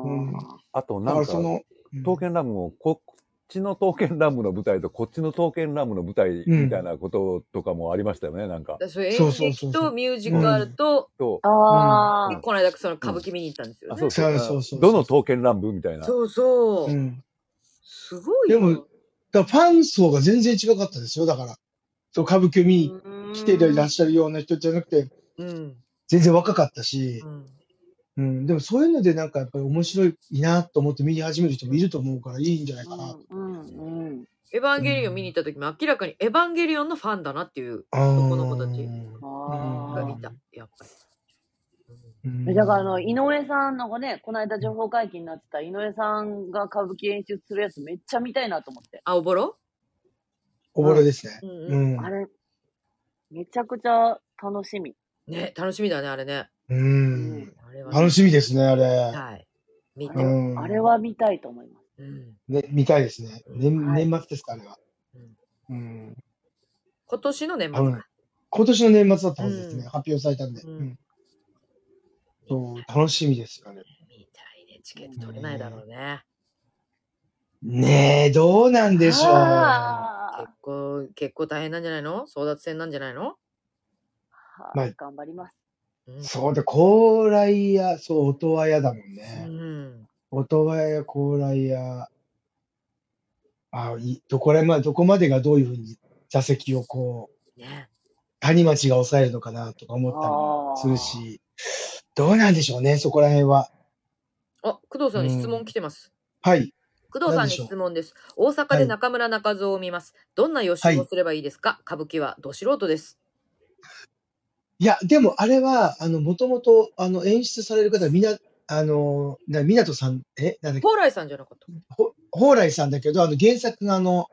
[SPEAKER 4] うん
[SPEAKER 2] あと
[SPEAKER 3] だ
[SPEAKER 2] な
[SPEAKER 3] か
[SPEAKER 2] ん
[SPEAKER 3] ら
[SPEAKER 2] か
[SPEAKER 3] その、うん
[SPEAKER 2] 刀剣乱舞もこっちの刀剣乱舞の舞台とこっちの刀剣乱舞の舞台みたいなこととかもありましたよね、なんか
[SPEAKER 1] だ。からそれ
[SPEAKER 3] そ
[SPEAKER 1] 演
[SPEAKER 3] うそうそう
[SPEAKER 1] 劇
[SPEAKER 3] そう
[SPEAKER 1] とミュージカルと、
[SPEAKER 2] と
[SPEAKER 4] あ
[SPEAKER 1] で
[SPEAKER 4] ー
[SPEAKER 1] この間その歌舞伎見に行ったんですよ
[SPEAKER 2] あ
[SPEAKER 1] ね。
[SPEAKER 2] そうそう
[SPEAKER 3] そうそうそう
[SPEAKER 2] どの刀剣乱舞みたいな。
[SPEAKER 1] そうそう
[SPEAKER 3] う。ん。
[SPEAKER 1] すごいよ。
[SPEAKER 3] でもだからファン層が全然違かったですよ、だから。そう歌舞伎見に来ていらっしゃるような人じゃなくて、
[SPEAKER 1] うん
[SPEAKER 3] 全然若かったし
[SPEAKER 1] う、ん
[SPEAKER 3] うん。でもそういうのでなんかやっぱり面白いなと思って見に始める人もいると思うから、いいんじゃないかな。
[SPEAKER 4] うんうんうん
[SPEAKER 1] エヴァンゲリオン見に行った時も明らかにエヴァンゲリオンのファンだなっていう
[SPEAKER 3] こ
[SPEAKER 1] の子たちのが
[SPEAKER 4] あ
[SPEAKER 1] 見た。やっぱり。
[SPEAKER 4] ーだからあの井上さんのがね、この間情報解禁になってた井上さんが歌舞伎演出するやつめっちゃ見たいなと思って。
[SPEAKER 1] あ、おぼろ
[SPEAKER 3] おぼろですね
[SPEAKER 1] う。
[SPEAKER 3] うん。
[SPEAKER 1] うん
[SPEAKER 4] あれ、めちゃくちゃ楽しみ。
[SPEAKER 1] ん。ね、楽しみだね、あれね。
[SPEAKER 3] うん。
[SPEAKER 1] あれはね
[SPEAKER 3] 楽しみですね、あれ。
[SPEAKER 1] はい。見
[SPEAKER 4] あ
[SPEAKER 1] て
[SPEAKER 4] れ,、。
[SPEAKER 3] うん
[SPEAKER 4] あれは見たいと思います。
[SPEAKER 1] うん
[SPEAKER 3] ね、見たいですね。年,、
[SPEAKER 4] はい
[SPEAKER 3] 年末ですか、あれは。
[SPEAKER 1] うん
[SPEAKER 3] うん。
[SPEAKER 1] 今年の年
[SPEAKER 3] 多
[SPEAKER 1] 末
[SPEAKER 3] 分
[SPEAKER 1] か。、
[SPEAKER 3] 今年の年末だったはずですね。
[SPEAKER 1] うん
[SPEAKER 3] 発表されたんで。
[SPEAKER 1] う
[SPEAKER 3] うんん。そう楽しみですよね。
[SPEAKER 1] 見たいね。チケット取れないだろうね。
[SPEAKER 3] ねえ、どうなんでしょう。
[SPEAKER 4] あー
[SPEAKER 1] 結構、結構大変なんじゃないの争奪戦なんじゃないの
[SPEAKER 3] まあ
[SPEAKER 4] 頑張ります。
[SPEAKER 1] うん
[SPEAKER 3] そうだ、高麗屋、そう、音羽屋だも
[SPEAKER 1] う
[SPEAKER 3] んね。
[SPEAKER 1] ん。
[SPEAKER 3] 音羽屋、高麗屋。あいどこらまで、どこまでがどういうふうに座席をこう、
[SPEAKER 1] ね。
[SPEAKER 3] 谷町が抑えるのかなとか思ったりもするし、どうなんでしょうね、そこら辺は。
[SPEAKER 1] あ、工藤さんに質
[SPEAKER 3] う
[SPEAKER 1] 問
[SPEAKER 3] ん
[SPEAKER 1] 来てます。
[SPEAKER 3] はい。
[SPEAKER 1] 工藤さん
[SPEAKER 3] 何
[SPEAKER 1] に
[SPEAKER 3] でしょう
[SPEAKER 1] 質問です。大阪で中村中蔵を見ます。どんな予習をすればいいですか、歌舞伎はど素人です。
[SPEAKER 3] いや、でもあれは、あの、もともと、あの、演出される方はみな、あの、な、みなとさん、え、なんだっけ、
[SPEAKER 1] 蓬莱さんじゃなかった。
[SPEAKER 3] ほ、蓬莱さんだけど、あの、原作があの、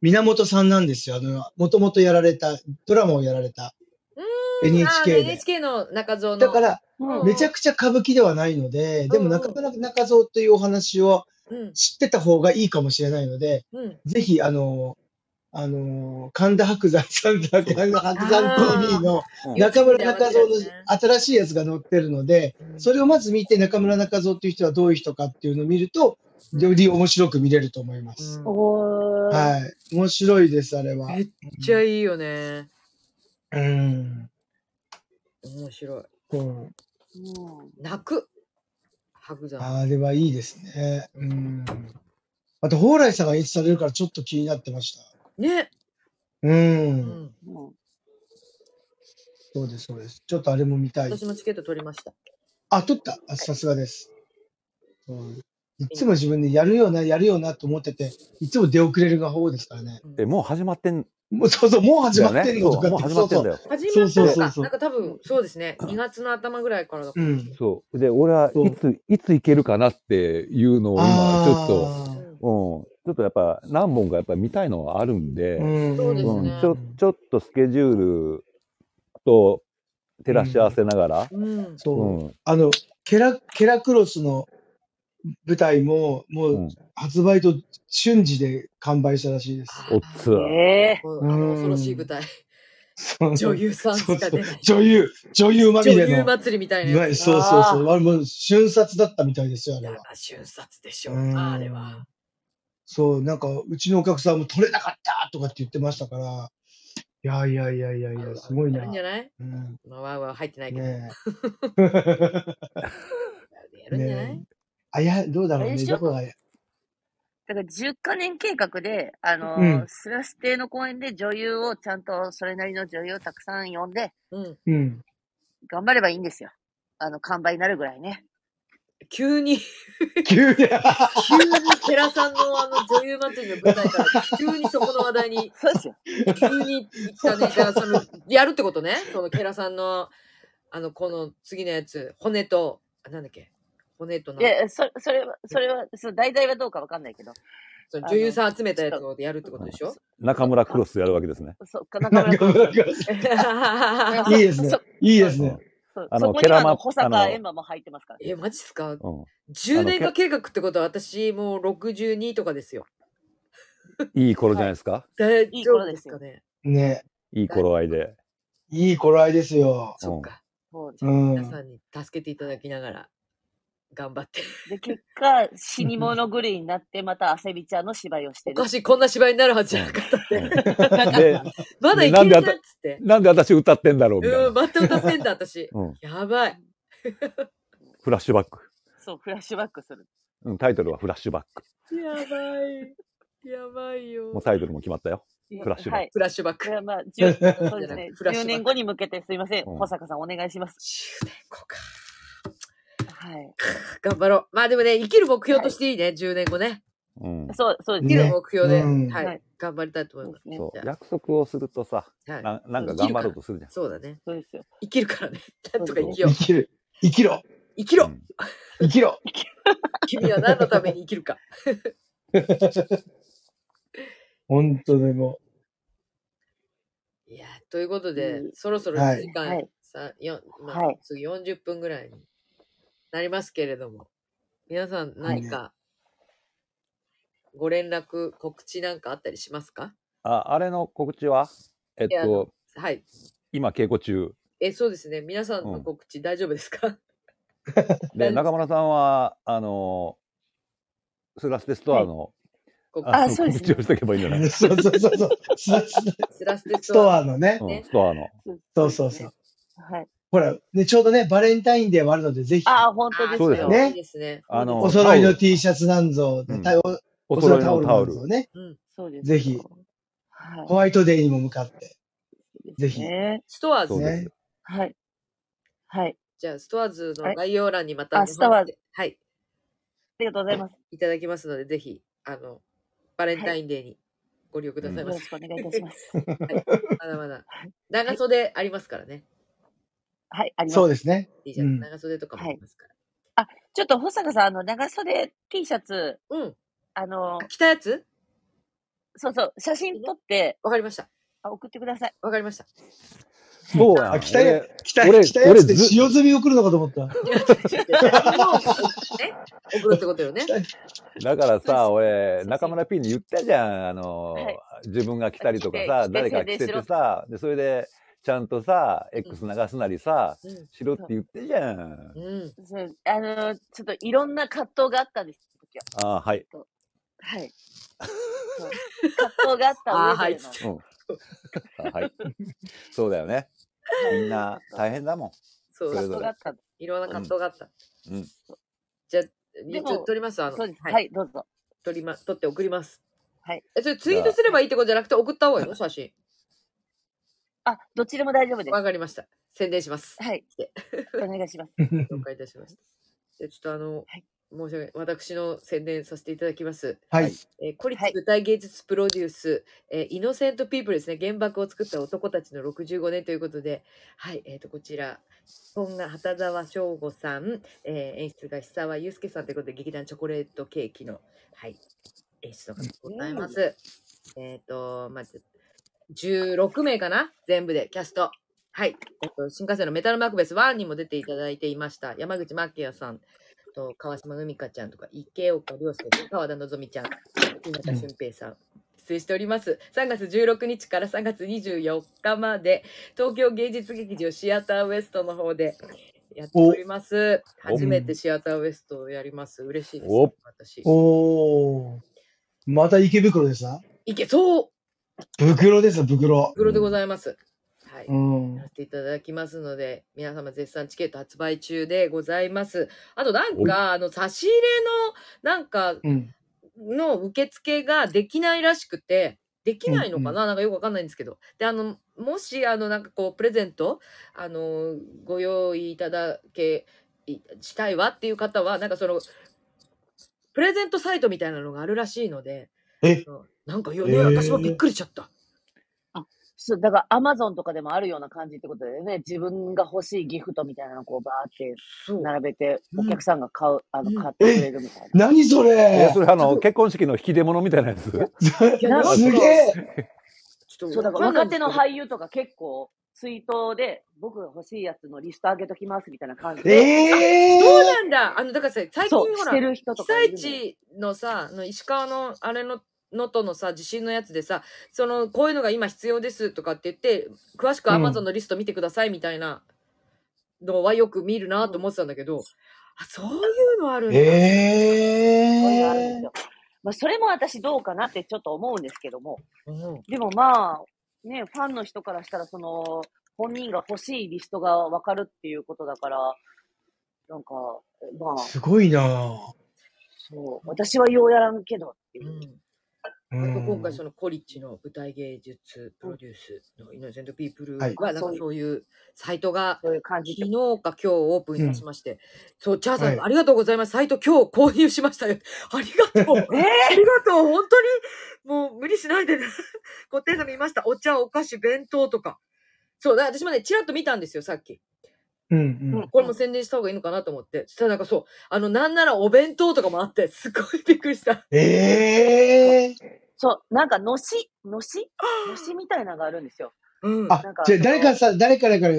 [SPEAKER 3] 源さんなんですよ。あの、もともとやられた、ドラマをやられた
[SPEAKER 1] う。あー
[SPEAKER 3] NHK で。
[SPEAKER 1] NHK の中蔵の。
[SPEAKER 3] だから、
[SPEAKER 1] うん
[SPEAKER 3] めちゃくちゃ歌舞伎ではないので、でも
[SPEAKER 1] うんうん
[SPEAKER 3] 中村中蔵というお話を
[SPEAKER 1] うん。
[SPEAKER 3] 知ってた方がいいかもしれないので、
[SPEAKER 1] うん。
[SPEAKER 3] ぜひ、あの、あの、神田伯山さんだ、神田伯山 TV の、
[SPEAKER 2] うん
[SPEAKER 3] 中村中蔵の
[SPEAKER 1] YouTube で上がってるやつね
[SPEAKER 3] 新しいやつが載ってるので、それをまず見て中村中蔵っていう人はどういう人かっていうのを見ると、より面白く見れると思います。
[SPEAKER 1] うん
[SPEAKER 4] おー。
[SPEAKER 3] はい。面白いです、あれは
[SPEAKER 1] め。っちゃいいよね。
[SPEAKER 3] うん。
[SPEAKER 1] 面白い。
[SPEAKER 3] そう
[SPEAKER 4] うん
[SPEAKER 1] 泣く。白山。
[SPEAKER 3] あれはいいですね。うん。あと、蓬莱さんが演出されるからちょっと気になってました。
[SPEAKER 1] ね。
[SPEAKER 3] う。
[SPEAKER 1] うんん。
[SPEAKER 4] うん
[SPEAKER 3] そうです、そうです。ちょっとあれも見たい。
[SPEAKER 1] 私もチケット取りました。
[SPEAKER 3] あ、取った。あさすがです。うん。いつも自分でやるような、やるようなと思ってて、いつも出遅れるが方ですからね。
[SPEAKER 2] でもう始まってん
[SPEAKER 3] もうそうそう、もう始まっ
[SPEAKER 2] だ
[SPEAKER 3] て
[SPEAKER 2] よ
[SPEAKER 3] る
[SPEAKER 2] ね。
[SPEAKER 3] のと
[SPEAKER 2] そうもう
[SPEAKER 3] かって
[SPEAKER 2] 始まってんだよ。
[SPEAKER 1] 始まった
[SPEAKER 3] そう
[SPEAKER 1] の
[SPEAKER 3] そうそう
[SPEAKER 1] か。
[SPEAKER 3] そう
[SPEAKER 1] なんか多分、そうですね。2月の頭ぐらいからだか
[SPEAKER 3] う
[SPEAKER 1] ら。
[SPEAKER 3] ん。
[SPEAKER 2] そう。で、俺はいつ、いつ行けるかなっていうのを今、ちょっと。
[SPEAKER 1] う
[SPEAKER 3] と。
[SPEAKER 1] ん
[SPEAKER 2] うん、ちょっとやっぱ何本かやっぱ見たいのはあるんで、
[SPEAKER 3] うん。
[SPEAKER 1] そうですね
[SPEAKER 2] うんちょちょっとスケジュールと照らし合わせながら、
[SPEAKER 1] うん。
[SPEAKER 2] う
[SPEAKER 3] そ
[SPEAKER 2] ん
[SPEAKER 3] う。あの、ケラ、ケラクロスの舞台も、も
[SPEAKER 2] う
[SPEAKER 3] うん発売と瞬時で完売したらしいです。
[SPEAKER 2] おっつ、
[SPEAKER 4] え
[SPEAKER 1] こうあの恐ろしい舞台。
[SPEAKER 3] そう
[SPEAKER 1] 女優さんし
[SPEAKER 3] そう
[SPEAKER 1] か
[SPEAKER 3] そ
[SPEAKER 1] 出
[SPEAKER 3] う
[SPEAKER 1] ない。
[SPEAKER 3] 女優、女優まみ
[SPEAKER 1] 女
[SPEAKER 3] れ
[SPEAKER 1] 優
[SPEAKER 3] の。
[SPEAKER 1] 祭りみたい
[SPEAKER 3] い
[SPEAKER 1] な
[SPEAKER 3] わ
[SPEAKER 1] や
[SPEAKER 3] ゆ
[SPEAKER 1] つ。
[SPEAKER 3] るそうそうそう。あれもう瞬殺だったみたいですよ、あれ
[SPEAKER 1] やだ
[SPEAKER 3] は。、
[SPEAKER 1] 瞬殺でしょ。
[SPEAKER 3] うん
[SPEAKER 1] あれは。
[SPEAKER 3] そう、なんか、うちのお客さんも取れなかったとかって言ってましたから、いやいやいやいやいや、すごい
[SPEAKER 1] あ
[SPEAKER 3] な
[SPEAKER 1] るん。じゃない
[SPEAKER 3] うん、
[SPEAKER 1] まあ、わーわー入ってないけど。
[SPEAKER 3] ね
[SPEAKER 1] [LAUGHS] や
[SPEAKER 3] え。
[SPEAKER 1] るんじゃない、
[SPEAKER 3] ねえ。あや、どうだろう
[SPEAKER 4] あれ
[SPEAKER 3] ね。
[SPEAKER 4] でしょ
[SPEAKER 3] どこがや。
[SPEAKER 4] だから10カ年計画で、あの
[SPEAKER 3] うん
[SPEAKER 4] スラス亭の公演で女優をちゃんと、それなりの女優をたくさん呼んで、
[SPEAKER 1] うん。 [LAUGHS]
[SPEAKER 3] うん。
[SPEAKER 4] 頑張ればいいんですよ。あの、完売になるぐらいね。
[SPEAKER 1] 急
[SPEAKER 3] [LAUGHS]
[SPEAKER 1] に、
[SPEAKER 3] 急に。
[SPEAKER 1] 急に寺さんのあの女優祭りの舞台から、急にそこの話題に、
[SPEAKER 4] そうですよ。
[SPEAKER 1] 急に行ったね。寺さんの、やるってことね。その寺さんの、あの、この次のやつ、骨と、あなんだっけ、骨と
[SPEAKER 4] い
[SPEAKER 1] な、
[SPEAKER 4] や、そそれは、それは、そう、題材はどうかわかんないけど、
[SPEAKER 1] その女優さん集めたやつをやるってことでしょ
[SPEAKER 2] 中村クロスやるわけですね。
[SPEAKER 4] そう、かなか
[SPEAKER 3] なん
[SPEAKER 4] な
[SPEAKER 3] か
[SPEAKER 4] か。
[SPEAKER 3] なんかいいですね
[SPEAKER 4] そ。
[SPEAKER 3] いいですね。
[SPEAKER 4] そう
[SPEAKER 2] あの
[SPEAKER 4] そこにはあ
[SPEAKER 2] ケラマ
[SPEAKER 4] の、保
[SPEAKER 2] あの
[SPEAKER 4] 坂エンマも入ってますから。
[SPEAKER 1] [LAUGHS] え、マジっすか
[SPEAKER 2] うん。
[SPEAKER 1] 10年化計画ってことは私もう62とかですよ。
[SPEAKER 2] いい頃じゃないですか。
[SPEAKER 1] 大
[SPEAKER 4] い
[SPEAKER 1] 丈
[SPEAKER 4] 頃
[SPEAKER 1] 夫で
[SPEAKER 4] ですす
[SPEAKER 1] か
[SPEAKER 4] よ
[SPEAKER 1] ね。
[SPEAKER 3] ね
[SPEAKER 2] いい頃合いで。
[SPEAKER 3] いい頃合いですよ。
[SPEAKER 1] そっか。
[SPEAKER 4] そうです
[SPEAKER 3] う
[SPEAKER 4] よ
[SPEAKER 1] 皆
[SPEAKER 3] ん
[SPEAKER 1] さ。んに助けていただきながら頑張って。 [LAUGHS]
[SPEAKER 4] で、結果、死に物狂いになって、また、汗びちゃんの芝居をして
[SPEAKER 1] お
[SPEAKER 4] る
[SPEAKER 1] か。しい、こんな芝居になるはずじゃなかったって。
[SPEAKER 2] うんで、
[SPEAKER 1] [LAUGHS] まだいけるな
[SPEAKER 2] な
[SPEAKER 1] っ
[SPEAKER 2] んであ
[SPEAKER 1] つって。
[SPEAKER 2] なんで私歌ってんだろうみたい
[SPEAKER 1] うん、
[SPEAKER 2] な。
[SPEAKER 1] また歌ってんだ、私。 [LAUGHS]
[SPEAKER 2] うん。
[SPEAKER 1] やばい。
[SPEAKER 2] フラッシュバック。
[SPEAKER 4] そう、フラッシュバックする。
[SPEAKER 2] うん、タイトルはフラッシュバック。
[SPEAKER 1] やばい。やばいよ
[SPEAKER 2] もう。タイトルも決まったよ。フラッシュバック
[SPEAKER 4] はい。
[SPEAKER 1] フラッシュバッ
[SPEAKER 4] こ
[SPEAKER 1] ク
[SPEAKER 4] れ。はまあ、10, そうですね
[SPEAKER 1] フラッシュバック
[SPEAKER 4] 10年後に向けて、すいません。
[SPEAKER 2] うん
[SPEAKER 4] 保坂さん、お願いします。
[SPEAKER 1] 10年後か。
[SPEAKER 4] はい。
[SPEAKER 1] 頑張ろう。まあでもね、生きる目標としていいね、10年後ね。
[SPEAKER 2] うん。
[SPEAKER 4] そう、そう
[SPEAKER 1] 生き
[SPEAKER 4] です
[SPEAKER 1] る
[SPEAKER 4] ね。
[SPEAKER 1] 目標で、
[SPEAKER 3] ね
[SPEAKER 1] は
[SPEAKER 4] はいい、
[SPEAKER 1] 頑張りたいと思い
[SPEAKER 4] そう
[SPEAKER 1] ま
[SPEAKER 4] ですね
[SPEAKER 2] そう
[SPEAKER 1] じゃあ
[SPEAKER 2] 約束をするとさ、
[SPEAKER 1] す。はい。
[SPEAKER 2] ななんか頑張ろうとするじゃん。
[SPEAKER 1] そうだね。
[SPEAKER 4] そうですよ。
[SPEAKER 1] 生きるからね。 [LAUGHS] なんとか生きよう
[SPEAKER 3] 生。きる。生きろ。
[SPEAKER 1] 生きろ、
[SPEAKER 2] うん
[SPEAKER 3] 生
[SPEAKER 1] [LAUGHS]
[SPEAKER 3] きろ。
[SPEAKER 1] 君は何のために生きるか。
[SPEAKER 3] 本当でも
[SPEAKER 1] いや、ということで、
[SPEAKER 4] うん
[SPEAKER 1] そろそろ
[SPEAKER 3] はい
[SPEAKER 1] 時間、
[SPEAKER 4] はい
[SPEAKER 1] さよまあ
[SPEAKER 4] はい
[SPEAKER 1] 次40分ぐらいになりますけれども、皆さん何かご連絡、告知なんかあったりしますか
[SPEAKER 2] あ、あれの告知はえっ
[SPEAKER 1] いやあ
[SPEAKER 2] と
[SPEAKER 1] の、はい。
[SPEAKER 2] 今稽古
[SPEAKER 4] [LAUGHS]
[SPEAKER 2] 中。
[SPEAKER 1] え、そうですね。皆さんの告知大丈夫ですか、 [LAUGHS]
[SPEAKER 2] で、
[SPEAKER 1] 何
[SPEAKER 2] 中村さんは、あの、スラステストアの、
[SPEAKER 1] 告
[SPEAKER 4] あ
[SPEAKER 2] の
[SPEAKER 4] そうです
[SPEAKER 2] 告
[SPEAKER 4] [LAUGHS] ね
[SPEAKER 2] 知をしておけばいいんじゃない、
[SPEAKER 3] う。 [LAUGHS] そうそうそうそう。スラス
[SPEAKER 1] スラステ
[SPEAKER 3] ス
[SPEAKER 1] ス
[SPEAKER 3] ト
[SPEAKER 1] トア
[SPEAKER 3] アのね。
[SPEAKER 2] う
[SPEAKER 1] ね
[SPEAKER 2] ん、ストアの。
[SPEAKER 3] そうそうそう。
[SPEAKER 4] はい。
[SPEAKER 3] ほら、ね、ちょうどね、バレンタインデーもあるので、ぜひ、
[SPEAKER 4] ああ、本当
[SPEAKER 1] あー
[SPEAKER 4] です
[SPEAKER 2] そうです
[SPEAKER 4] よ。
[SPEAKER 2] ね
[SPEAKER 1] いいですね。
[SPEAKER 2] あの、
[SPEAKER 3] お揃いの
[SPEAKER 2] タオル
[SPEAKER 3] T シャツなんぞ、
[SPEAKER 2] うん
[SPEAKER 3] タオお
[SPEAKER 2] お
[SPEAKER 3] 揃
[SPEAKER 2] 揃
[SPEAKER 3] い
[SPEAKER 2] い
[SPEAKER 3] タオ
[SPEAKER 2] の
[SPEAKER 3] ル
[SPEAKER 2] タ
[SPEAKER 3] な
[SPEAKER 2] オ
[SPEAKER 3] ん
[SPEAKER 2] ル。
[SPEAKER 3] ぞね、
[SPEAKER 4] そうです
[SPEAKER 3] ぜひ
[SPEAKER 4] よ。
[SPEAKER 3] ホ
[SPEAKER 4] は
[SPEAKER 3] ワイトデーにも向かって。
[SPEAKER 4] い。
[SPEAKER 3] ぜひ
[SPEAKER 4] ね
[SPEAKER 1] ストアー
[SPEAKER 2] そ
[SPEAKER 1] ズ
[SPEAKER 2] う。です。
[SPEAKER 3] ね
[SPEAKER 4] はい。はい。
[SPEAKER 1] じゃあ、ストアーズ
[SPEAKER 4] は
[SPEAKER 1] の
[SPEAKER 4] い
[SPEAKER 1] 概要欄にまた
[SPEAKER 4] あ
[SPEAKER 1] ご飯
[SPEAKER 4] ストアーズ
[SPEAKER 1] はい。
[SPEAKER 4] ありがとうございます。
[SPEAKER 1] いただきますので、ぜひ、あの、バレンタインデーにご利用ください
[SPEAKER 4] よ
[SPEAKER 1] ま
[SPEAKER 4] ろ
[SPEAKER 1] せ。
[SPEAKER 4] しくお願いいたします。
[SPEAKER 1] まだまだ。長袖ありますからね。
[SPEAKER 4] はい、あります
[SPEAKER 3] そう。ですね。
[SPEAKER 1] いいじゃん。
[SPEAKER 3] うん
[SPEAKER 1] 長袖とかもありますか
[SPEAKER 4] ちょっと保坂さん、あの、長袖 T シャツ、
[SPEAKER 1] ら。うん。
[SPEAKER 4] あの、
[SPEAKER 1] 着たやつ
[SPEAKER 4] そうそう、写真撮って、
[SPEAKER 1] わかりました。
[SPEAKER 4] あ送ってください。
[SPEAKER 1] わかりま
[SPEAKER 4] [LAUGHS]
[SPEAKER 1] した。
[SPEAKER 2] そうやん。
[SPEAKER 3] あ来たや
[SPEAKER 2] 俺
[SPEAKER 3] 来た、
[SPEAKER 2] 俺
[SPEAKER 3] 来たやつで
[SPEAKER 2] 俺ず
[SPEAKER 3] 使用済み送るのかと思った。
[SPEAKER 1] ね、送るってこと
[SPEAKER 4] [LAUGHS]
[SPEAKER 1] よね。
[SPEAKER 2] だからさ、
[SPEAKER 4] そう
[SPEAKER 2] 俺、
[SPEAKER 4] そう
[SPEAKER 2] 中村 P に言ったじゃん。あの、
[SPEAKER 4] はい
[SPEAKER 2] 自分が来たりとか
[SPEAKER 4] 来
[SPEAKER 2] さ、
[SPEAKER 4] て
[SPEAKER 2] 誰か来ててさ、で、それで、ちゃんとさ、X 流すなりさ、
[SPEAKER 1] うん。
[SPEAKER 2] しろって言ってじゃん。
[SPEAKER 1] うん。
[SPEAKER 4] そうあの、ちょっといろんな葛藤があったんです、時は。
[SPEAKER 2] ああ、はい。
[SPEAKER 4] はい。そう葛藤があった
[SPEAKER 1] あーは
[SPEAKER 4] 上
[SPEAKER 1] い
[SPEAKER 4] での。
[SPEAKER 2] うん。あ
[SPEAKER 4] [LAUGHS]
[SPEAKER 2] はい。そうだよね。みんな大変だもん。
[SPEAKER 1] そう
[SPEAKER 2] そ
[SPEAKER 4] 葛
[SPEAKER 2] れ
[SPEAKER 4] 藤
[SPEAKER 2] ぞ
[SPEAKER 4] があったんで
[SPEAKER 1] いろんな葛藤があった。
[SPEAKER 2] うん。
[SPEAKER 1] じゃあ、
[SPEAKER 4] でも
[SPEAKER 1] ちょっと撮ります。あの、
[SPEAKER 4] す。そうです。
[SPEAKER 1] は。
[SPEAKER 4] はいい、どうぞ。
[SPEAKER 1] 撮りま、撮って送ります。
[SPEAKER 4] はい。
[SPEAKER 1] え、それツイートすればいいってことじゃなくて送った方がいいの写真。
[SPEAKER 4] あ、どっちでも大丈夫です
[SPEAKER 1] わ。かりました。宣伝します。
[SPEAKER 4] はい。お願いします。
[SPEAKER 1] 了解いたしました。じゃあちょっとあの、
[SPEAKER 4] はい
[SPEAKER 1] 申し訳ない。私の宣伝させていただきます。
[SPEAKER 3] はい。
[SPEAKER 1] えー、孤立
[SPEAKER 4] はい
[SPEAKER 1] 舞台芸術プロデュース、えーイノセントピープルですね、原爆を作った男たちの65年ということで、はい、えっ、と、こちら、本が畑沢翔吾さん、えー演出が久沢祐介さんということで、劇団チョコレートケーキの、はい、演出の方でございます。えっ、と、まず、16名かな全部で、キャスト。はい。えっと、新幹線のメタルマクベス1にも出ていただいていました。山口真也さんと川島海香ちゃんとか池岡亮介さん川田希美ちゃん日向俊平さん出演しております3月16日から3月24日まで東京芸術劇場シアターウエストの方でやっております
[SPEAKER 2] お
[SPEAKER 1] 初めてシアターウエストをやります嬉しいです
[SPEAKER 2] お
[SPEAKER 1] 私
[SPEAKER 3] おー。また池袋ですない
[SPEAKER 1] け、そう、
[SPEAKER 3] 袋ですよ、袋。
[SPEAKER 1] 袋でございます。はい。
[SPEAKER 3] うん
[SPEAKER 1] や。らせていただきますので、皆様絶賛チケット発売中でございます。あとなん
[SPEAKER 2] おい
[SPEAKER 1] か、あの、差し入れの、なんか、
[SPEAKER 3] うん。
[SPEAKER 1] の受付ができないらしくて、できないのかな、
[SPEAKER 3] うん
[SPEAKER 1] なんかよくわかんないんですけど。で、あの、もし、あの、なんかこう、プレゼント、あの、ご用意いただけ、いしたいわっていう方は、なんかその、プレゼントサイトみたいなのがあるらしいので、
[SPEAKER 3] え
[SPEAKER 1] なんかよ
[SPEAKER 3] え
[SPEAKER 1] ね、
[SPEAKER 3] ー
[SPEAKER 1] 私もびっくりしちゃった。
[SPEAKER 4] そう、だからアマゾンとかでもあるような感じってことだよね。自分が欲しいギフトみたいなのをこうバーって
[SPEAKER 1] そう。
[SPEAKER 4] 並べて、
[SPEAKER 1] うん
[SPEAKER 4] お客さんが買う、あ
[SPEAKER 1] うん
[SPEAKER 4] の、買ってくれるみたいな。
[SPEAKER 3] 何それ
[SPEAKER 2] えそれあの結婚式の引き出物みたいなやつ
[SPEAKER 1] いやなんか
[SPEAKER 3] すげえ
[SPEAKER 1] ちょっ
[SPEAKER 4] そう、だ
[SPEAKER 1] わ
[SPEAKER 4] か
[SPEAKER 1] からんない
[SPEAKER 4] 若
[SPEAKER 1] んで
[SPEAKER 4] 手
[SPEAKER 1] すけど
[SPEAKER 4] の俳優とか結構、ツイートで、僕が欲しいやつのリスト上げときますみたいな感じで。
[SPEAKER 3] ええ
[SPEAKER 1] そうなんだあの、だからさ、最近ほ
[SPEAKER 4] そう、し
[SPEAKER 1] ら、
[SPEAKER 4] てる人と
[SPEAKER 1] 被
[SPEAKER 4] かいる
[SPEAKER 1] 災
[SPEAKER 4] のよ。
[SPEAKER 1] 地のさ、あの石川のあれの、能登のさ、地震のやつでさ、その、こういうのが今必要ですとかって言って、詳しく
[SPEAKER 3] うん
[SPEAKER 1] Amazon のリスト見てくださいみたいなのはよく見るなと思ってたんだけど、あ、そういうのあるんだ。
[SPEAKER 4] そういうのある
[SPEAKER 3] え
[SPEAKER 4] んですよ。まあ、それも私どうかなってちょっと思うんですけども。
[SPEAKER 1] うん
[SPEAKER 4] でもまあ、ね、ファンの人からしたら、その、本人が欲しいリストがわかるっていうことだから、なんか、まあ、
[SPEAKER 3] すごいなぁ。
[SPEAKER 4] そう、私はようやらんけどっていうう。
[SPEAKER 1] ん
[SPEAKER 3] う
[SPEAKER 1] あと
[SPEAKER 3] ん
[SPEAKER 1] 今回そのコリッジの舞台芸術プロデュースのイノセントピープル
[SPEAKER 3] はい
[SPEAKER 1] はなんかそういうサイトが
[SPEAKER 4] そういう感じって
[SPEAKER 1] 昨日か今日オープンいたしまして、そう、チャーさん、
[SPEAKER 3] はい
[SPEAKER 1] ありがとうございます。サイト今日購入しましたよ。 [LAUGHS] ありが
[SPEAKER 3] [LAUGHS]
[SPEAKER 1] とう。ありがとう。本当に、もう無理しないでね。 [LAUGHS] ご丁寧見ました。お茶、お菓子、弁当とか。そう、だから私もね、ちらっと見たんですよ、さっき。
[SPEAKER 3] うん
[SPEAKER 4] うん
[SPEAKER 1] これも宣伝した方がいいのかなと思って。そしたらなんかそう、あの、なんならお弁当とかもあって、すごいびっくりした。
[SPEAKER 3] うん。ええ
[SPEAKER 4] そう、なんか、のし、のしのしみたいなのがあるんですよ。
[SPEAKER 1] うん。
[SPEAKER 3] あ
[SPEAKER 4] なんか、
[SPEAKER 3] じゃあ誰かさ、誰からから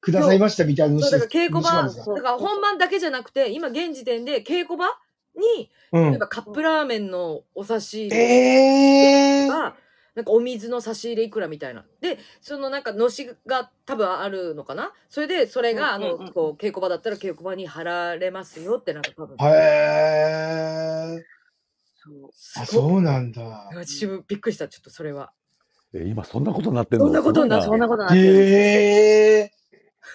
[SPEAKER 3] くださいましたみたいなの
[SPEAKER 1] そう、だから稽古場、
[SPEAKER 3] の
[SPEAKER 1] だ
[SPEAKER 3] しなんですか
[SPEAKER 4] そう
[SPEAKER 1] から本番だけじゃなくて、今現時点で稽古場に、
[SPEAKER 3] う
[SPEAKER 1] なん
[SPEAKER 3] ん。
[SPEAKER 1] かカップラーメンのお刺身とか
[SPEAKER 3] ええ
[SPEAKER 1] が、なんかお水の差し入れいくらみたいな。で、そのなんかのしが多分あるのかなそれで、それが、あ
[SPEAKER 4] うんうんう
[SPEAKER 1] の
[SPEAKER 4] ん、
[SPEAKER 1] こう、稽古場だったら稽古場に貼られますよってなんか多分。
[SPEAKER 3] へえ
[SPEAKER 4] そう
[SPEAKER 3] あ、
[SPEAKER 1] すごい
[SPEAKER 3] そうなんだ。
[SPEAKER 1] 私もびっくりした、ちょっとそれは。
[SPEAKER 2] え今そんなことになってんの
[SPEAKER 1] そんなことにな
[SPEAKER 2] す
[SPEAKER 4] そ
[SPEAKER 2] ごい
[SPEAKER 4] んなことない。
[SPEAKER 3] ええ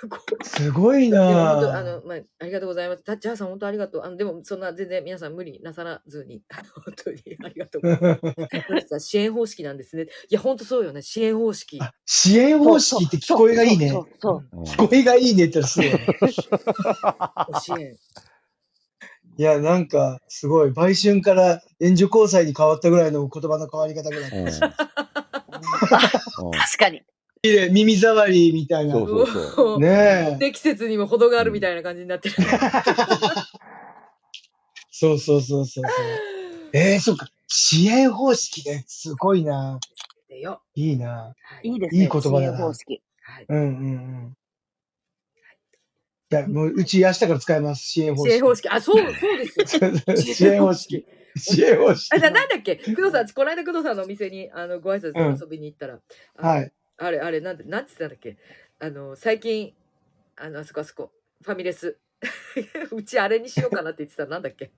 [SPEAKER 1] こ
[SPEAKER 3] すごいう
[SPEAKER 1] でも本当、あ
[SPEAKER 3] なぁ
[SPEAKER 1] の、まあ、ありがとうございます。タッチャーさん、本当ありがとう。あの、でも、そんな全然皆さん無理なさらずに、 [LAUGHS] あの本当にありがとう
[SPEAKER 4] [LAUGHS]
[SPEAKER 1] ございます。これさ支援方式なんですね。いや、本当そうよね。支援方式。
[SPEAKER 3] あ [LAUGHS] 支援
[SPEAKER 4] そ
[SPEAKER 3] 方
[SPEAKER 4] うそう
[SPEAKER 3] 式って聞こえがいいね。
[SPEAKER 4] そうそう
[SPEAKER 2] うん
[SPEAKER 3] 聞こえがいいねって言ったらすごい。
[SPEAKER 1] お
[SPEAKER 4] [LAUGHS]
[SPEAKER 1] 支援。
[SPEAKER 3] いや、なんか、すごい。売春から援助交際に変わったぐらいの言葉の変わり方ぐらい。
[SPEAKER 2] うんうん
[SPEAKER 4] そうそう。あ確かに。
[SPEAKER 3] いいね耳障りみたいな。
[SPEAKER 2] そうそう [LAUGHS] そう
[SPEAKER 1] もう
[SPEAKER 3] ねえ。
[SPEAKER 1] で、季節にも程があるみたいな感じになってる。
[SPEAKER 3] そうそうそうそうそう。えー、そっか。支援方式ね。すごいな。
[SPEAKER 1] でよ。
[SPEAKER 3] いいな。
[SPEAKER 4] [LAUGHS] いいです
[SPEAKER 3] い
[SPEAKER 4] ね。
[SPEAKER 3] い言葉だな
[SPEAKER 4] 支援方式。
[SPEAKER 1] はい。
[SPEAKER 3] うんうんうん。いや、もう、うち明日から使います。支援方
[SPEAKER 1] 支援
[SPEAKER 3] 式。
[SPEAKER 1] 方式。あ、
[SPEAKER 3] [LAUGHS]
[SPEAKER 1] そう、そうですよ。
[SPEAKER 3] 支援方
[SPEAKER 1] [LAUGHS]
[SPEAKER 3] 式。。支援方式
[SPEAKER 1] あ、。じゃあなんだっけ工藤さん、この間工藤さんのお店に、あの、ご挨
[SPEAKER 3] うん
[SPEAKER 1] 拶遊びに行ったら、あの
[SPEAKER 3] はい。
[SPEAKER 1] あれ、あれ、なんて、なんて言ってたんだっけあの、最近、あの、あそこあそこ、ファミレス。 [LAUGHS] うちあれにしようかなって言ってたのなんだっけ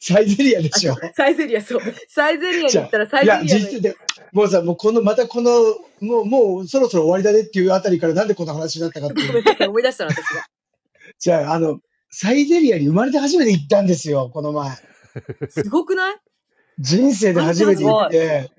[SPEAKER 3] サイゼリアでしょ。
[SPEAKER 1] [LAUGHS] サイゼリア、そう。サイゼリアに行ったらサイ
[SPEAKER 3] い
[SPEAKER 1] ゼ
[SPEAKER 3] や、
[SPEAKER 1] リア
[SPEAKER 3] 実
[SPEAKER 1] の
[SPEAKER 3] 質で、もうさ、もうこの、またこの、もう、もうそろそろ終わりだねっていうあたりからなんでこの話になったかってい
[SPEAKER 1] ごめ。
[SPEAKER 3] う
[SPEAKER 1] んなさい、思い出したの私が。
[SPEAKER 3] じゃあ、あの、サイゼリアに生まれて初めて行ったんですよ、この前。
[SPEAKER 1] すごくない
[SPEAKER 3] 人生で初めて行って、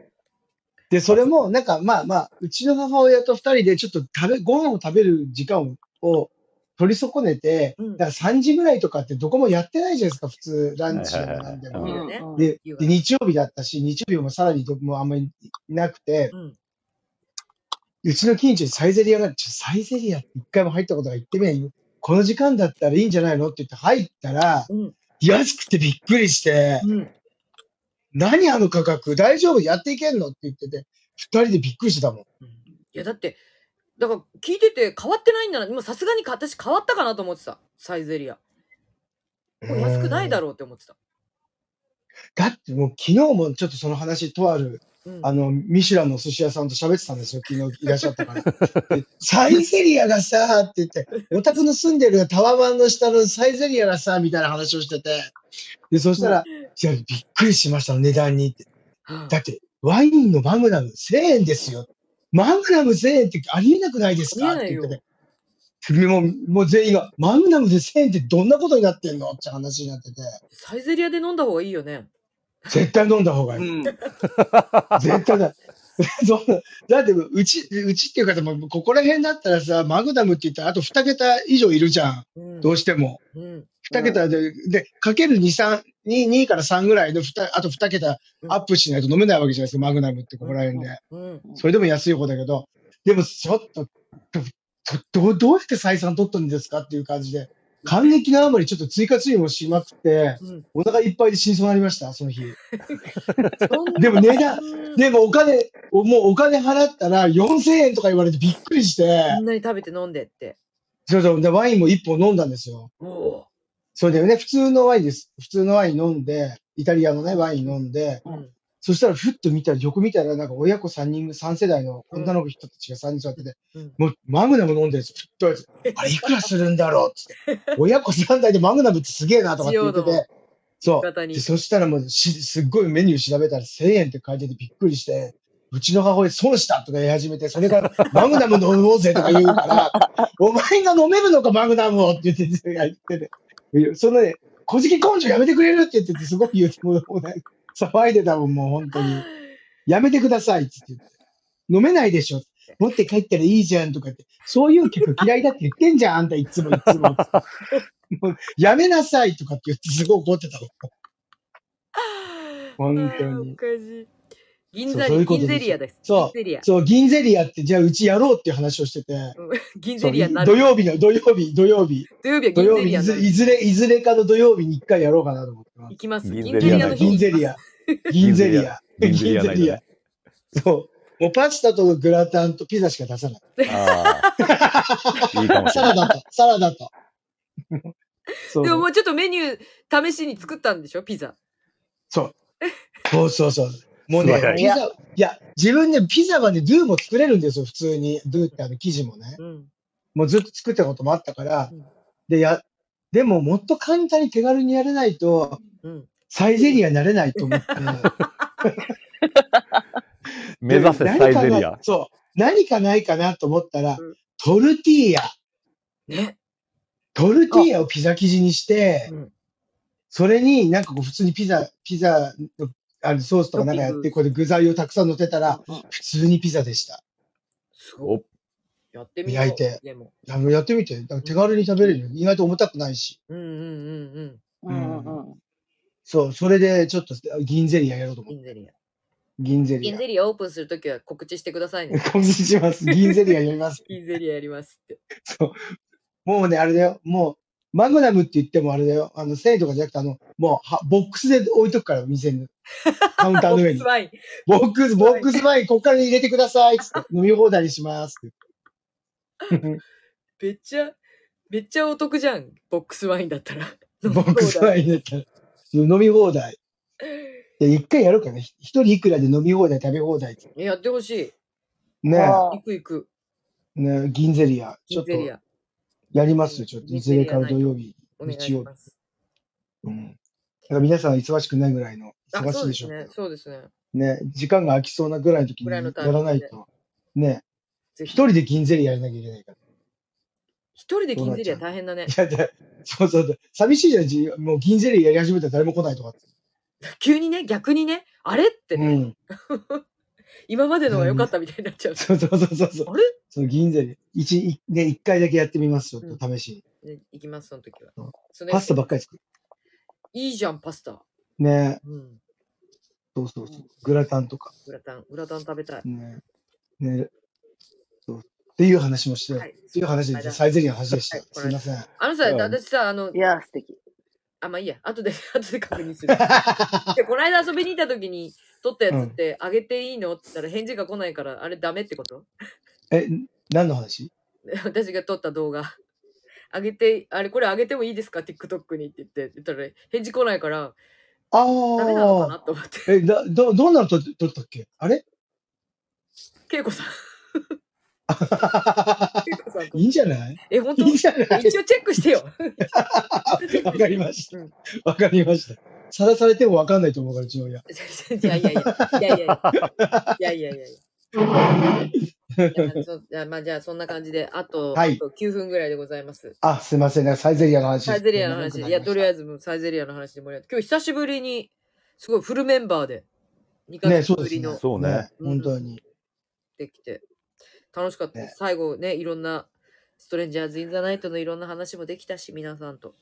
[SPEAKER 3] で、それも、なんか、まあまあ、うちの母親と二人でちょっと食べ、ご飯を食べる時間をを取り損ねて、
[SPEAKER 1] うん
[SPEAKER 3] だから3時ぐらいとかってどこもやってないじゃないですか、普通、ランチでもなんで
[SPEAKER 2] う
[SPEAKER 3] も。
[SPEAKER 2] ん
[SPEAKER 4] う
[SPEAKER 1] いい
[SPEAKER 4] ん
[SPEAKER 1] よね
[SPEAKER 4] うん
[SPEAKER 3] で
[SPEAKER 1] 夕方
[SPEAKER 3] で、日曜日だったし、日曜日もさらにどこもあんまりいなくて
[SPEAKER 1] う、ん。
[SPEAKER 3] うちの近所にサイゼリアがある、ちょサイゼリアって一回も入ったことが行ってみないこの時間だったらいいんじゃないのって言って入ったら、
[SPEAKER 1] うん。
[SPEAKER 3] 安くてびっくりして、
[SPEAKER 1] うん。
[SPEAKER 3] 何あの価格大丈夫やっていけんのって言ってて、二人でびっくりしてたもん。
[SPEAKER 1] いや、だって、だから聞いてて変わってないんだな。今さすがにか私変わったかなと思ってた。サイゼリア。もう安くないだ
[SPEAKER 3] ろ。
[SPEAKER 1] ろうって思ってた。
[SPEAKER 3] だってもう昨日もちょっとその話とある、
[SPEAKER 1] うん
[SPEAKER 3] あの、ミシュランのお寿司屋さんと喋ってたんですよ。昨日いらっしゃったから。 [LAUGHS] でサイゼリアがさ、って言って、お宅の住んでるタワマンの下のサイゼリアがさ、みたいな話をしてて。で、そしたら、いや、びっくりしました、値段にって。だって、ワインのマグナム1000円ですよ。マグナム1000円ってありえなくないですか
[SPEAKER 1] あ
[SPEAKER 3] っ
[SPEAKER 1] りえ
[SPEAKER 3] て
[SPEAKER 1] ない
[SPEAKER 3] 言
[SPEAKER 1] よ
[SPEAKER 3] ってね。もう、もう全員が、マグナムで1000円ってどんなことになってんのって話になってて、
[SPEAKER 1] [GASPS] サイゼリアで飲んだ方がいいよね。
[SPEAKER 3] 絶対飲んだ方がいい。
[SPEAKER 4] うん。
[SPEAKER 3] 絶対だ。 [LAUGHS] そうだって、うち、うちっていうか、もうここら辺だったらさ、マグナムって言ったら、あと2桁以上いるじゃん。
[SPEAKER 1] うん。
[SPEAKER 3] どうしても。
[SPEAKER 1] うん。
[SPEAKER 3] 2桁で、で、かける2、3、2、2から3ぐらいの、ふたあと2桁アップしないと飲めないわけじゃないですか、マグナムってここら辺で。
[SPEAKER 1] うん。
[SPEAKER 3] それでも安い方だけど、でもちょっと、ど、どどうやって採算取ったんですかっていう感じで、感激のあまりちょっと追加注意もしまくって、
[SPEAKER 1] うん
[SPEAKER 3] お腹いっぱいで死にそうになりました、その日。
[SPEAKER 1] そんな
[SPEAKER 3] [LAUGHS] でも値段、でもお金、おもうお金払ったら4000円とか言われてびっくりして、
[SPEAKER 1] こんなに食べて飲んでって。
[SPEAKER 3] そうそう、で、ワインも1本飲んだんですよ。
[SPEAKER 1] お
[SPEAKER 3] そうだよね、普通のワインです。普通のワイン飲んで、イタリアのね、ワイン飲んで、
[SPEAKER 1] ーうん。
[SPEAKER 3] そしたらふっと見たら、よく見たら、なんか親子3人、3世代の女の子人たちが3人座ってて、
[SPEAKER 1] うん
[SPEAKER 3] もうマグナム飲んでるんですよ。ふっとやつあれ、いくらするんだろうっつって。親子3代でマグナムってすげえなとかって言って
[SPEAKER 1] 需要
[SPEAKER 3] て。そ
[SPEAKER 1] 方
[SPEAKER 3] う。
[SPEAKER 1] に
[SPEAKER 3] でそしたらもうし、すっごいメニュー調べたら1000円って書いててびっくりして、うちの母親損したとか言い始めて、それからマグナム飲もうぜとか言うから、お前が飲めるのかマグナムをって言ってて、言ってて。いやそのね、小じき根性やめてくれるって言ってて、すごく言うて、もうもうなんか騒いでたもん、もう本当に。やめてくださいって言って。飲めないでしょ。持って帰ったらいいじゃんとかって。そういう客嫌いだって言ってんじゃん、あんたいつもいつも。もうやめなさいとかって言ってすごい怒っ
[SPEAKER 1] [LAUGHS]
[SPEAKER 3] てたもん。本当
[SPEAKER 1] あーお
[SPEAKER 3] に。
[SPEAKER 1] かしい。銀座
[SPEAKER 3] そうそうい
[SPEAKER 1] に
[SPEAKER 3] うこと
[SPEAKER 1] 銀
[SPEAKER 3] です
[SPEAKER 1] ゼリアです。
[SPEAKER 3] そ
[SPEAKER 1] 銀
[SPEAKER 3] う
[SPEAKER 1] ゼリア。
[SPEAKER 3] そう、銀ゼリアって、じゃあうちやろうっていう話をしてて。
[SPEAKER 1] 銀
[SPEAKER 3] そ
[SPEAKER 1] ゼ
[SPEAKER 3] う
[SPEAKER 1] リアにな
[SPEAKER 3] 土
[SPEAKER 1] る。
[SPEAKER 3] 曜日の、土曜日、土曜日、
[SPEAKER 1] 土曜日は銀ゼ
[SPEAKER 3] 土曜
[SPEAKER 1] リ
[SPEAKER 3] 日、い
[SPEAKER 1] アにな
[SPEAKER 3] ず
[SPEAKER 1] る。
[SPEAKER 3] いずれ、いずれかの土曜日に一回やろうかなと思ってます
[SPEAKER 1] 行。きます。
[SPEAKER 2] 銀
[SPEAKER 1] 銀
[SPEAKER 2] ゼリ
[SPEAKER 1] ゼ
[SPEAKER 2] ア
[SPEAKER 1] リアの日に
[SPEAKER 3] 銀ゼ
[SPEAKER 1] 行き
[SPEAKER 3] リ
[SPEAKER 1] ます [LAUGHS]
[SPEAKER 3] ア。。銀ゼリア。
[SPEAKER 2] 銀ゼリア
[SPEAKER 3] 銀ゼリア。そう。もうパスタとグラタンとピザしか出さない。
[SPEAKER 2] ああ。いいかもし
[SPEAKER 3] サ
[SPEAKER 2] れな
[SPEAKER 3] ラ
[SPEAKER 2] い。
[SPEAKER 3] ダと、サラダ
[SPEAKER 1] [LAUGHS]
[SPEAKER 3] と。そう
[SPEAKER 1] でももうちょっとメニュー試しに作ったんでしょピザ。 [LAUGHS]
[SPEAKER 3] そう。そうそうそう。もうね
[SPEAKER 2] 素早、い
[SPEAKER 3] ピザ、いや、自分ね、ピザはね、ドゥも作れるんですよ、普通に。ドゥってあの生地もね。
[SPEAKER 1] うん。
[SPEAKER 3] もうずっと作ったこともあったから
[SPEAKER 1] うん。
[SPEAKER 3] で、や、でももっと簡単に手軽にやれないと、
[SPEAKER 1] うん。
[SPEAKER 3] サイゼリアになれないと思って。
[SPEAKER 2] [LAUGHS] 目指せサイゼリ
[SPEAKER 3] 何か
[SPEAKER 2] ア
[SPEAKER 3] な。そう。何かないかなと思ったら
[SPEAKER 1] うん、
[SPEAKER 3] トルティーヤ。
[SPEAKER 1] ね。
[SPEAKER 3] トルティーヤをピザ生地にして
[SPEAKER 1] う、ん。
[SPEAKER 3] それになんかこう普通にピザ、ピザのあのソースとかなんかやっ
[SPEAKER 1] トッピ
[SPEAKER 3] て、
[SPEAKER 1] ング
[SPEAKER 3] これ具材をたくさん乗せたら、
[SPEAKER 4] うん
[SPEAKER 3] 普通にピザでした。
[SPEAKER 1] すごい。
[SPEAKER 2] お
[SPEAKER 1] やってみよう。
[SPEAKER 3] 焼いて
[SPEAKER 1] でも。
[SPEAKER 3] あのやってみて、なんか手軽に食べれるよ。意外と重たくないし。
[SPEAKER 1] うんうんうんうん。
[SPEAKER 4] うんうん
[SPEAKER 3] そう、それでちょっと銀ゼリアやろうと思う。
[SPEAKER 1] 銀ゼリア。
[SPEAKER 3] 銀ゼリ
[SPEAKER 1] 銀
[SPEAKER 3] ア。
[SPEAKER 1] ゼリアオープンするときは告知してくださ
[SPEAKER 3] [LAUGHS]
[SPEAKER 1] いね。
[SPEAKER 3] 告知します。銀ゼリアや
[SPEAKER 1] [LAUGHS]
[SPEAKER 3] ります。
[SPEAKER 1] 銀ゼリアやりますって。
[SPEAKER 3] もうね、あれだよ。もう、マグナムって言ってもあれだよ。あの、繊維とかじゃなくて、あの、もうは、ボックスで置いとくから、店に。カウンター
[SPEAKER 1] ボッ
[SPEAKER 3] の上
[SPEAKER 1] ク [LAUGHS]
[SPEAKER 3] に
[SPEAKER 1] ス。ワイン。
[SPEAKER 3] ボックス、ボックス前にこっから入れてください。つ
[SPEAKER 1] [LAUGHS]
[SPEAKER 3] って、飲み放題にします。って
[SPEAKER 1] めっちゃ、めっちゃお得じゃん。ボックスワインだったら。
[SPEAKER 3] [LAUGHS] ボッ
[SPEAKER 1] [LAUGHS]
[SPEAKER 3] クス前に入れたら、飲み放題。で、一回やろうかね。ひ一人いくらで飲み放題、食べ放題って。
[SPEAKER 1] えやってほしい。
[SPEAKER 3] ね
[SPEAKER 4] あ
[SPEAKER 1] 行く行く。
[SPEAKER 3] え、ねえ、銀ゼリア。ち
[SPEAKER 1] 銀
[SPEAKER 3] ょっと
[SPEAKER 1] ゼ、リア。
[SPEAKER 3] やりますよ。ちょっと、
[SPEAKER 1] 銀
[SPEAKER 3] い
[SPEAKER 1] ゼ
[SPEAKER 3] ず
[SPEAKER 1] リア
[SPEAKER 3] れから土曜日、
[SPEAKER 1] お願い
[SPEAKER 3] 日
[SPEAKER 1] し
[SPEAKER 3] 曜日。
[SPEAKER 1] ます。
[SPEAKER 3] うん。だから皆さん忙しくないぐらいの、
[SPEAKER 1] あ、
[SPEAKER 3] 忙し
[SPEAKER 1] そ
[SPEAKER 3] いうで
[SPEAKER 1] で
[SPEAKER 3] し
[SPEAKER 1] す
[SPEAKER 3] ょうけ
[SPEAKER 1] ね
[SPEAKER 3] ど。。
[SPEAKER 1] そうですね。
[SPEAKER 3] ね、時間が空きそうなぐらいの時に
[SPEAKER 1] ぐらいの
[SPEAKER 3] や
[SPEAKER 1] タイミング
[SPEAKER 3] ら
[SPEAKER 1] で
[SPEAKER 3] ないと。ね、
[SPEAKER 1] ぜ
[SPEAKER 3] 一
[SPEAKER 1] ひ。
[SPEAKER 3] 人で銀ゼリアやらなきゃいけないから。
[SPEAKER 1] 一人で銀ゼリア大変だね。 [LAUGHS]
[SPEAKER 3] いや、でそうそうだ。寂しいじゃんじ、もう銀ゼリアやり始めたら誰も来ないとかって。
[SPEAKER 1] 急にね、逆にね、あれって
[SPEAKER 3] う
[SPEAKER 1] ね、
[SPEAKER 3] ん。
[SPEAKER 1] 今までのが良かったみたいになっちゃう。
[SPEAKER 3] そうそうそうそう。
[SPEAKER 1] あれ
[SPEAKER 3] その銀ゼリア。一、いね、一回だけやってみますよ、ちょっと試し
[SPEAKER 1] ね [LAUGHS] 行きます、その時は
[SPEAKER 3] うん。
[SPEAKER 1] そ
[SPEAKER 3] に。
[SPEAKER 1] れ
[SPEAKER 3] パスタばっかり作る。
[SPEAKER 1] いいじゃん、パスタ。
[SPEAKER 3] ね、
[SPEAKER 1] うん。
[SPEAKER 3] そうそうそう。グラタンとか。
[SPEAKER 1] グラタン、グラタン食べたい。
[SPEAKER 3] ね。ね。そう。っていう話もして、
[SPEAKER 1] はい
[SPEAKER 3] っていう話
[SPEAKER 1] は
[SPEAKER 3] で、
[SPEAKER 1] い
[SPEAKER 3] サイゼリアの話でした。
[SPEAKER 1] はい
[SPEAKER 3] すいません。
[SPEAKER 1] あのさ、
[SPEAKER 2] うん
[SPEAKER 1] 私さ、あの
[SPEAKER 4] い、や、素敵。
[SPEAKER 1] あ、まあいいや、 [LAUGHS] 後で、後で確認
[SPEAKER 3] [LAUGHS]
[SPEAKER 1] する。で、この間遊びに行った時に、撮ったやつって、あげていいのって言ったら返事が来ないから、あれダメってこと [LAUGHS]
[SPEAKER 3] え、何の話
[SPEAKER 1] 私が撮った動画。あげて、あれ、これあげてもいいですか ?TikTok にって言って、言ったら、返事来ないから、
[SPEAKER 3] あ
[SPEAKER 1] ダメなのか
[SPEAKER 3] あ
[SPEAKER 1] な。と思って。
[SPEAKER 3] え、だ、ど、どんなの撮撮ったっけあれ [LAUGHS]
[SPEAKER 1] 恵子さん、恵子さんと
[SPEAKER 3] いいんじゃない
[SPEAKER 1] え、本当
[SPEAKER 3] いいんじゃない
[SPEAKER 1] 一応チェックしてよ。
[SPEAKER 3] わかりました
[SPEAKER 1] うん。
[SPEAKER 3] わかりました。さらされてもわかんないと思うから、うちの親。
[SPEAKER 1] [LAUGHS] いやいやいや、いやいやいや、いやいやいやいや。いやそいやまあじゃあそんな感じで、あと、
[SPEAKER 3] はい
[SPEAKER 1] あと9分ぐらいでございます。
[SPEAKER 3] あ、すいません、なんかサイゼリアの話。
[SPEAKER 1] サイゼリアの話、いや、とりあ
[SPEAKER 3] え
[SPEAKER 1] えずもうサイゼリアの話で盛り上がって、今日久しぶりに、すごいフルメンバーで、2ヶ
[SPEAKER 3] ね
[SPEAKER 1] 月
[SPEAKER 3] そう
[SPEAKER 1] ぶ
[SPEAKER 3] です
[SPEAKER 1] り
[SPEAKER 3] ね
[SPEAKER 1] の
[SPEAKER 2] そうね。
[SPEAKER 1] うん
[SPEAKER 3] 本当に。
[SPEAKER 1] できて、楽しかったです
[SPEAKER 3] ね
[SPEAKER 1] 最後ね、いろんな、ストレンジャーズ・イン・ザ・ナイトのいろんな話もできたし、皆さんと。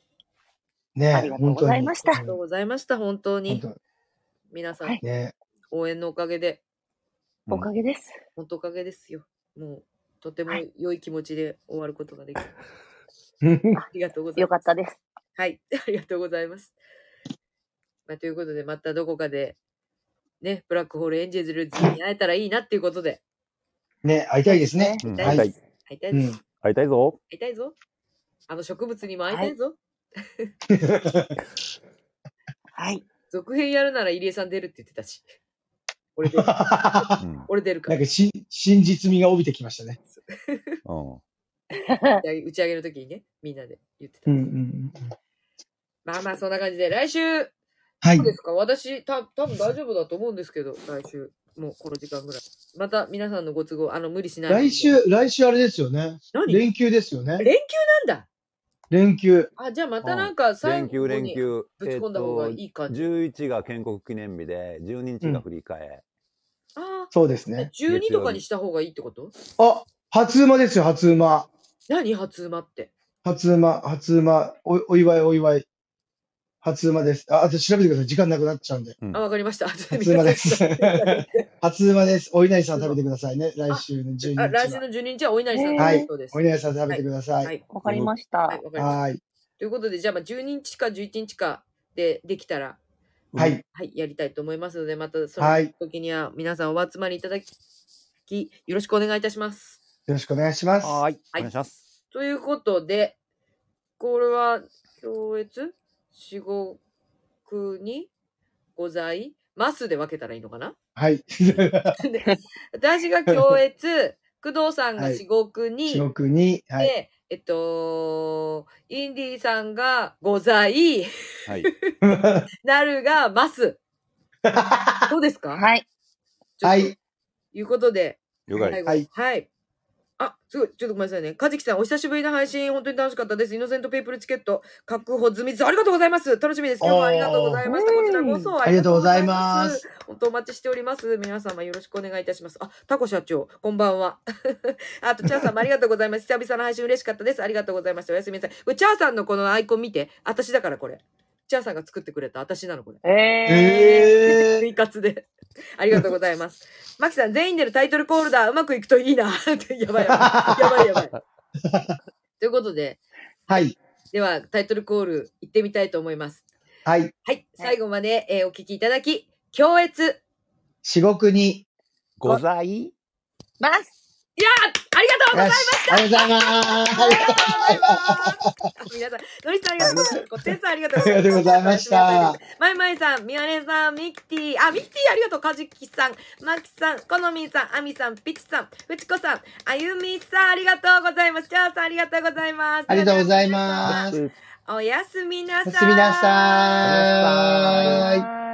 [SPEAKER 3] ね
[SPEAKER 4] ありがとうございました
[SPEAKER 1] ありがとうございました、本当
[SPEAKER 3] 本
[SPEAKER 1] に
[SPEAKER 3] 当。に
[SPEAKER 1] 皆さ
[SPEAKER 4] は
[SPEAKER 1] ん
[SPEAKER 4] い、
[SPEAKER 3] ね
[SPEAKER 1] 応援のおかげで、
[SPEAKER 4] おかげです。
[SPEAKER 1] 本当おかげですよ。もう、とても
[SPEAKER 4] は
[SPEAKER 1] 良い気持ちで終わることができる。ありがとうござい
[SPEAKER 4] よ
[SPEAKER 1] ます。
[SPEAKER 4] かったです。
[SPEAKER 1] はい、 [LAUGHS] ありがとうございます。まあ、ということで、またどこかで、ね、ブラックホールエンジェルズに会えたらいいなっていうことで、
[SPEAKER 3] ね、会いたいですね。
[SPEAKER 2] うん
[SPEAKER 1] 大
[SPEAKER 2] 会いたい。
[SPEAKER 1] 会いたい,、
[SPEAKER 3] う
[SPEAKER 1] 会
[SPEAKER 3] ん。 [LAUGHS]
[SPEAKER 2] 会いたいぞ。
[SPEAKER 1] いたいぞ。あの植物にも会いたいぞ。
[SPEAKER 4] はい。
[SPEAKER 1] 続編やるなら入江さん出るって言ってたし。 [LAUGHS] 俺
[SPEAKER 3] [LAUGHS]
[SPEAKER 1] 出る。
[SPEAKER 3] な
[SPEAKER 2] うん。
[SPEAKER 1] 俺出るか
[SPEAKER 3] ん [LAUGHS]
[SPEAKER 1] ら。
[SPEAKER 3] かし、真実味が帯びてきましたね。
[SPEAKER 2] うん。
[SPEAKER 1] 打ち上げの時にね、みんなで言ってた。
[SPEAKER 3] うんうんうん。
[SPEAKER 1] まあまあ、そんな感じで、来週、ど
[SPEAKER 3] はい。
[SPEAKER 1] うですか私、た多分大丈夫だと思うんですけど、来週、もうこの時間ぐらい。また皆さんのご都合、あの、無理しないように
[SPEAKER 3] 来週、来週あれですよね。
[SPEAKER 1] 何連
[SPEAKER 3] 連休ですよね。
[SPEAKER 1] 休なんだ
[SPEAKER 3] 連休。
[SPEAKER 1] あ、じゃあまたなんか最
[SPEAKER 2] 連
[SPEAKER 1] 後
[SPEAKER 2] 休連
[SPEAKER 1] に
[SPEAKER 2] 休。
[SPEAKER 1] ぶち込んだ方がい
[SPEAKER 2] えっ
[SPEAKER 1] い感
[SPEAKER 2] と
[SPEAKER 1] じ。
[SPEAKER 2] 11が建国記念日で、12日が振り替え。
[SPEAKER 1] あ
[SPEAKER 3] そうです
[SPEAKER 1] あ、
[SPEAKER 3] ね。
[SPEAKER 1] 12とかにした方がいいってこと
[SPEAKER 3] あ、初馬ですよ、初馬。
[SPEAKER 1] 何初馬って。
[SPEAKER 3] 初馬、初馬。おお祝い、お祝い。初馬です。あ、あと調べてください。時間なくなっちゃうんで。
[SPEAKER 1] あ、わかりました。初
[SPEAKER 3] 初馬です。 [LAUGHS] 初馬です。お稲荷さん食べてくださいね。来週の12日
[SPEAKER 1] あ来週
[SPEAKER 3] は。
[SPEAKER 1] の12日はお稲荷さん
[SPEAKER 4] は
[SPEAKER 1] の
[SPEAKER 3] い
[SPEAKER 1] ことです。
[SPEAKER 3] お稲荷さん食べてくださ。
[SPEAKER 1] はいい。
[SPEAKER 4] わかりました。
[SPEAKER 1] はい、わかりました。
[SPEAKER 3] はい。
[SPEAKER 1] ということで、じゃあまあ12日か11日かでできたら、
[SPEAKER 3] はい。
[SPEAKER 1] はい、やりたいと思いますので、またその
[SPEAKER 3] はい。よ
[SPEAKER 1] 時には皆さんお集まりいただき、よろしくお願いいたします。
[SPEAKER 3] ろしくお願いします。
[SPEAKER 2] はーい。お
[SPEAKER 1] はい
[SPEAKER 2] 願いします。
[SPEAKER 1] ということで、これは、共越四五句にございますで分けたらいいのかな [LAUGHS]
[SPEAKER 3] はい。
[SPEAKER 1] 私が共
[SPEAKER 3] [LAUGHS]
[SPEAKER 1] 越、工藤さんが
[SPEAKER 3] はい
[SPEAKER 1] 四五句に、
[SPEAKER 3] 四国に、
[SPEAKER 1] で、
[SPEAKER 3] はい。
[SPEAKER 1] えっと、インディーさんがござい、
[SPEAKER 2] はい。
[SPEAKER 1] なるが
[SPEAKER 3] [LAUGHS]
[SPEAKER 1] ます。どうですか
[SPEAKER 4] はい。
[SPEAKER 1] ちょっと
[SPEAKER 3] はい。
[SPEAKER 1] いうことで、
[SPEAKER 2] 了解。
[SPEAKER 1] 最後
[SPEAKER 3] はい。
[SPEAKER 1] はい。あ、すごい。ちょっとごめんなさいね。かじきさん、お久しぶりの配信、本当に楽しかったです。イノセントペープルチケット、確保済みです。ありがとうございます。楽しみです。今日もありがとうございました。
[SPEAKER 4] おー
[SPEAKER 1] こちらこそ。
[SPEAKER 3] ありがとうございます。。
[SPEAKER 1] 本当お待ちしております。皆様よろしくお願いいたします。あ、タコ社長、こんばんは。 [LAUGHS] あと、チャーさんもありがとうございます。久々の配信嬉しかったです。ありがとうございました。おやすみなさい。これチャーさんのこのアイコン見て。私だからこれ。チャーさんが作ってくれた。私なのこれ。
[SPEAKER 4] ええ
[SPEAKER 3] え
[SPEAKER 1] 分割で。 [LAUGHS] ありがとうございます。マキさん、全員でるタイトルコールだ。うまくいくといいな。 [LAUGHS] やばいやばい。やばいや
[SPEAKER 3] [LAUGHS]
[SPEAKER 1] ばい。ということで、
[SPEAKER 3] はい。
[SPEAKER 1] ではタイトルコール行ってみたいと思います。
[SPEAKER 3] はい。
[SPEAKER 1] はい、最後まで、えーお聞きいただき、強越、やっ
[SPEAKER 3] 四国に。
[SPEAKER 2] ござい。
[SPEAKER 4] バス
[SPEAKER 1] ありがとうござい
[SPEAKER 3] よ
[SPEAKER 1] ます
[SPEAKER 3] し。ありがとうございます。
[SPEAKER 1] 皆さん、のりさんありがとうございます。ごてんさんありがとうございます。
[SPEAKER 3] ありがとうございました
[SPEAKER 1] まいまいさん、みやれさん、ミキティ、あ、ミキティありがとう。かじきさん、まきさん、このみんさん、あみさん、ぴちさん、ふちこさん、あゆみさん、ありがとうございます。ちゃーさん、ありがとうございます。
[SPEAKER 3] ありがとうございます。
[SPEAKER 1] おやすみな
[SPEAKER 3] お
[SPEAKER 1] さい。
[SPEAKER 3] やすみなさ
[SPEAKER 2] おやすみなさ
[SPEAKER 3] ーい。
[SPEAKER 4] い。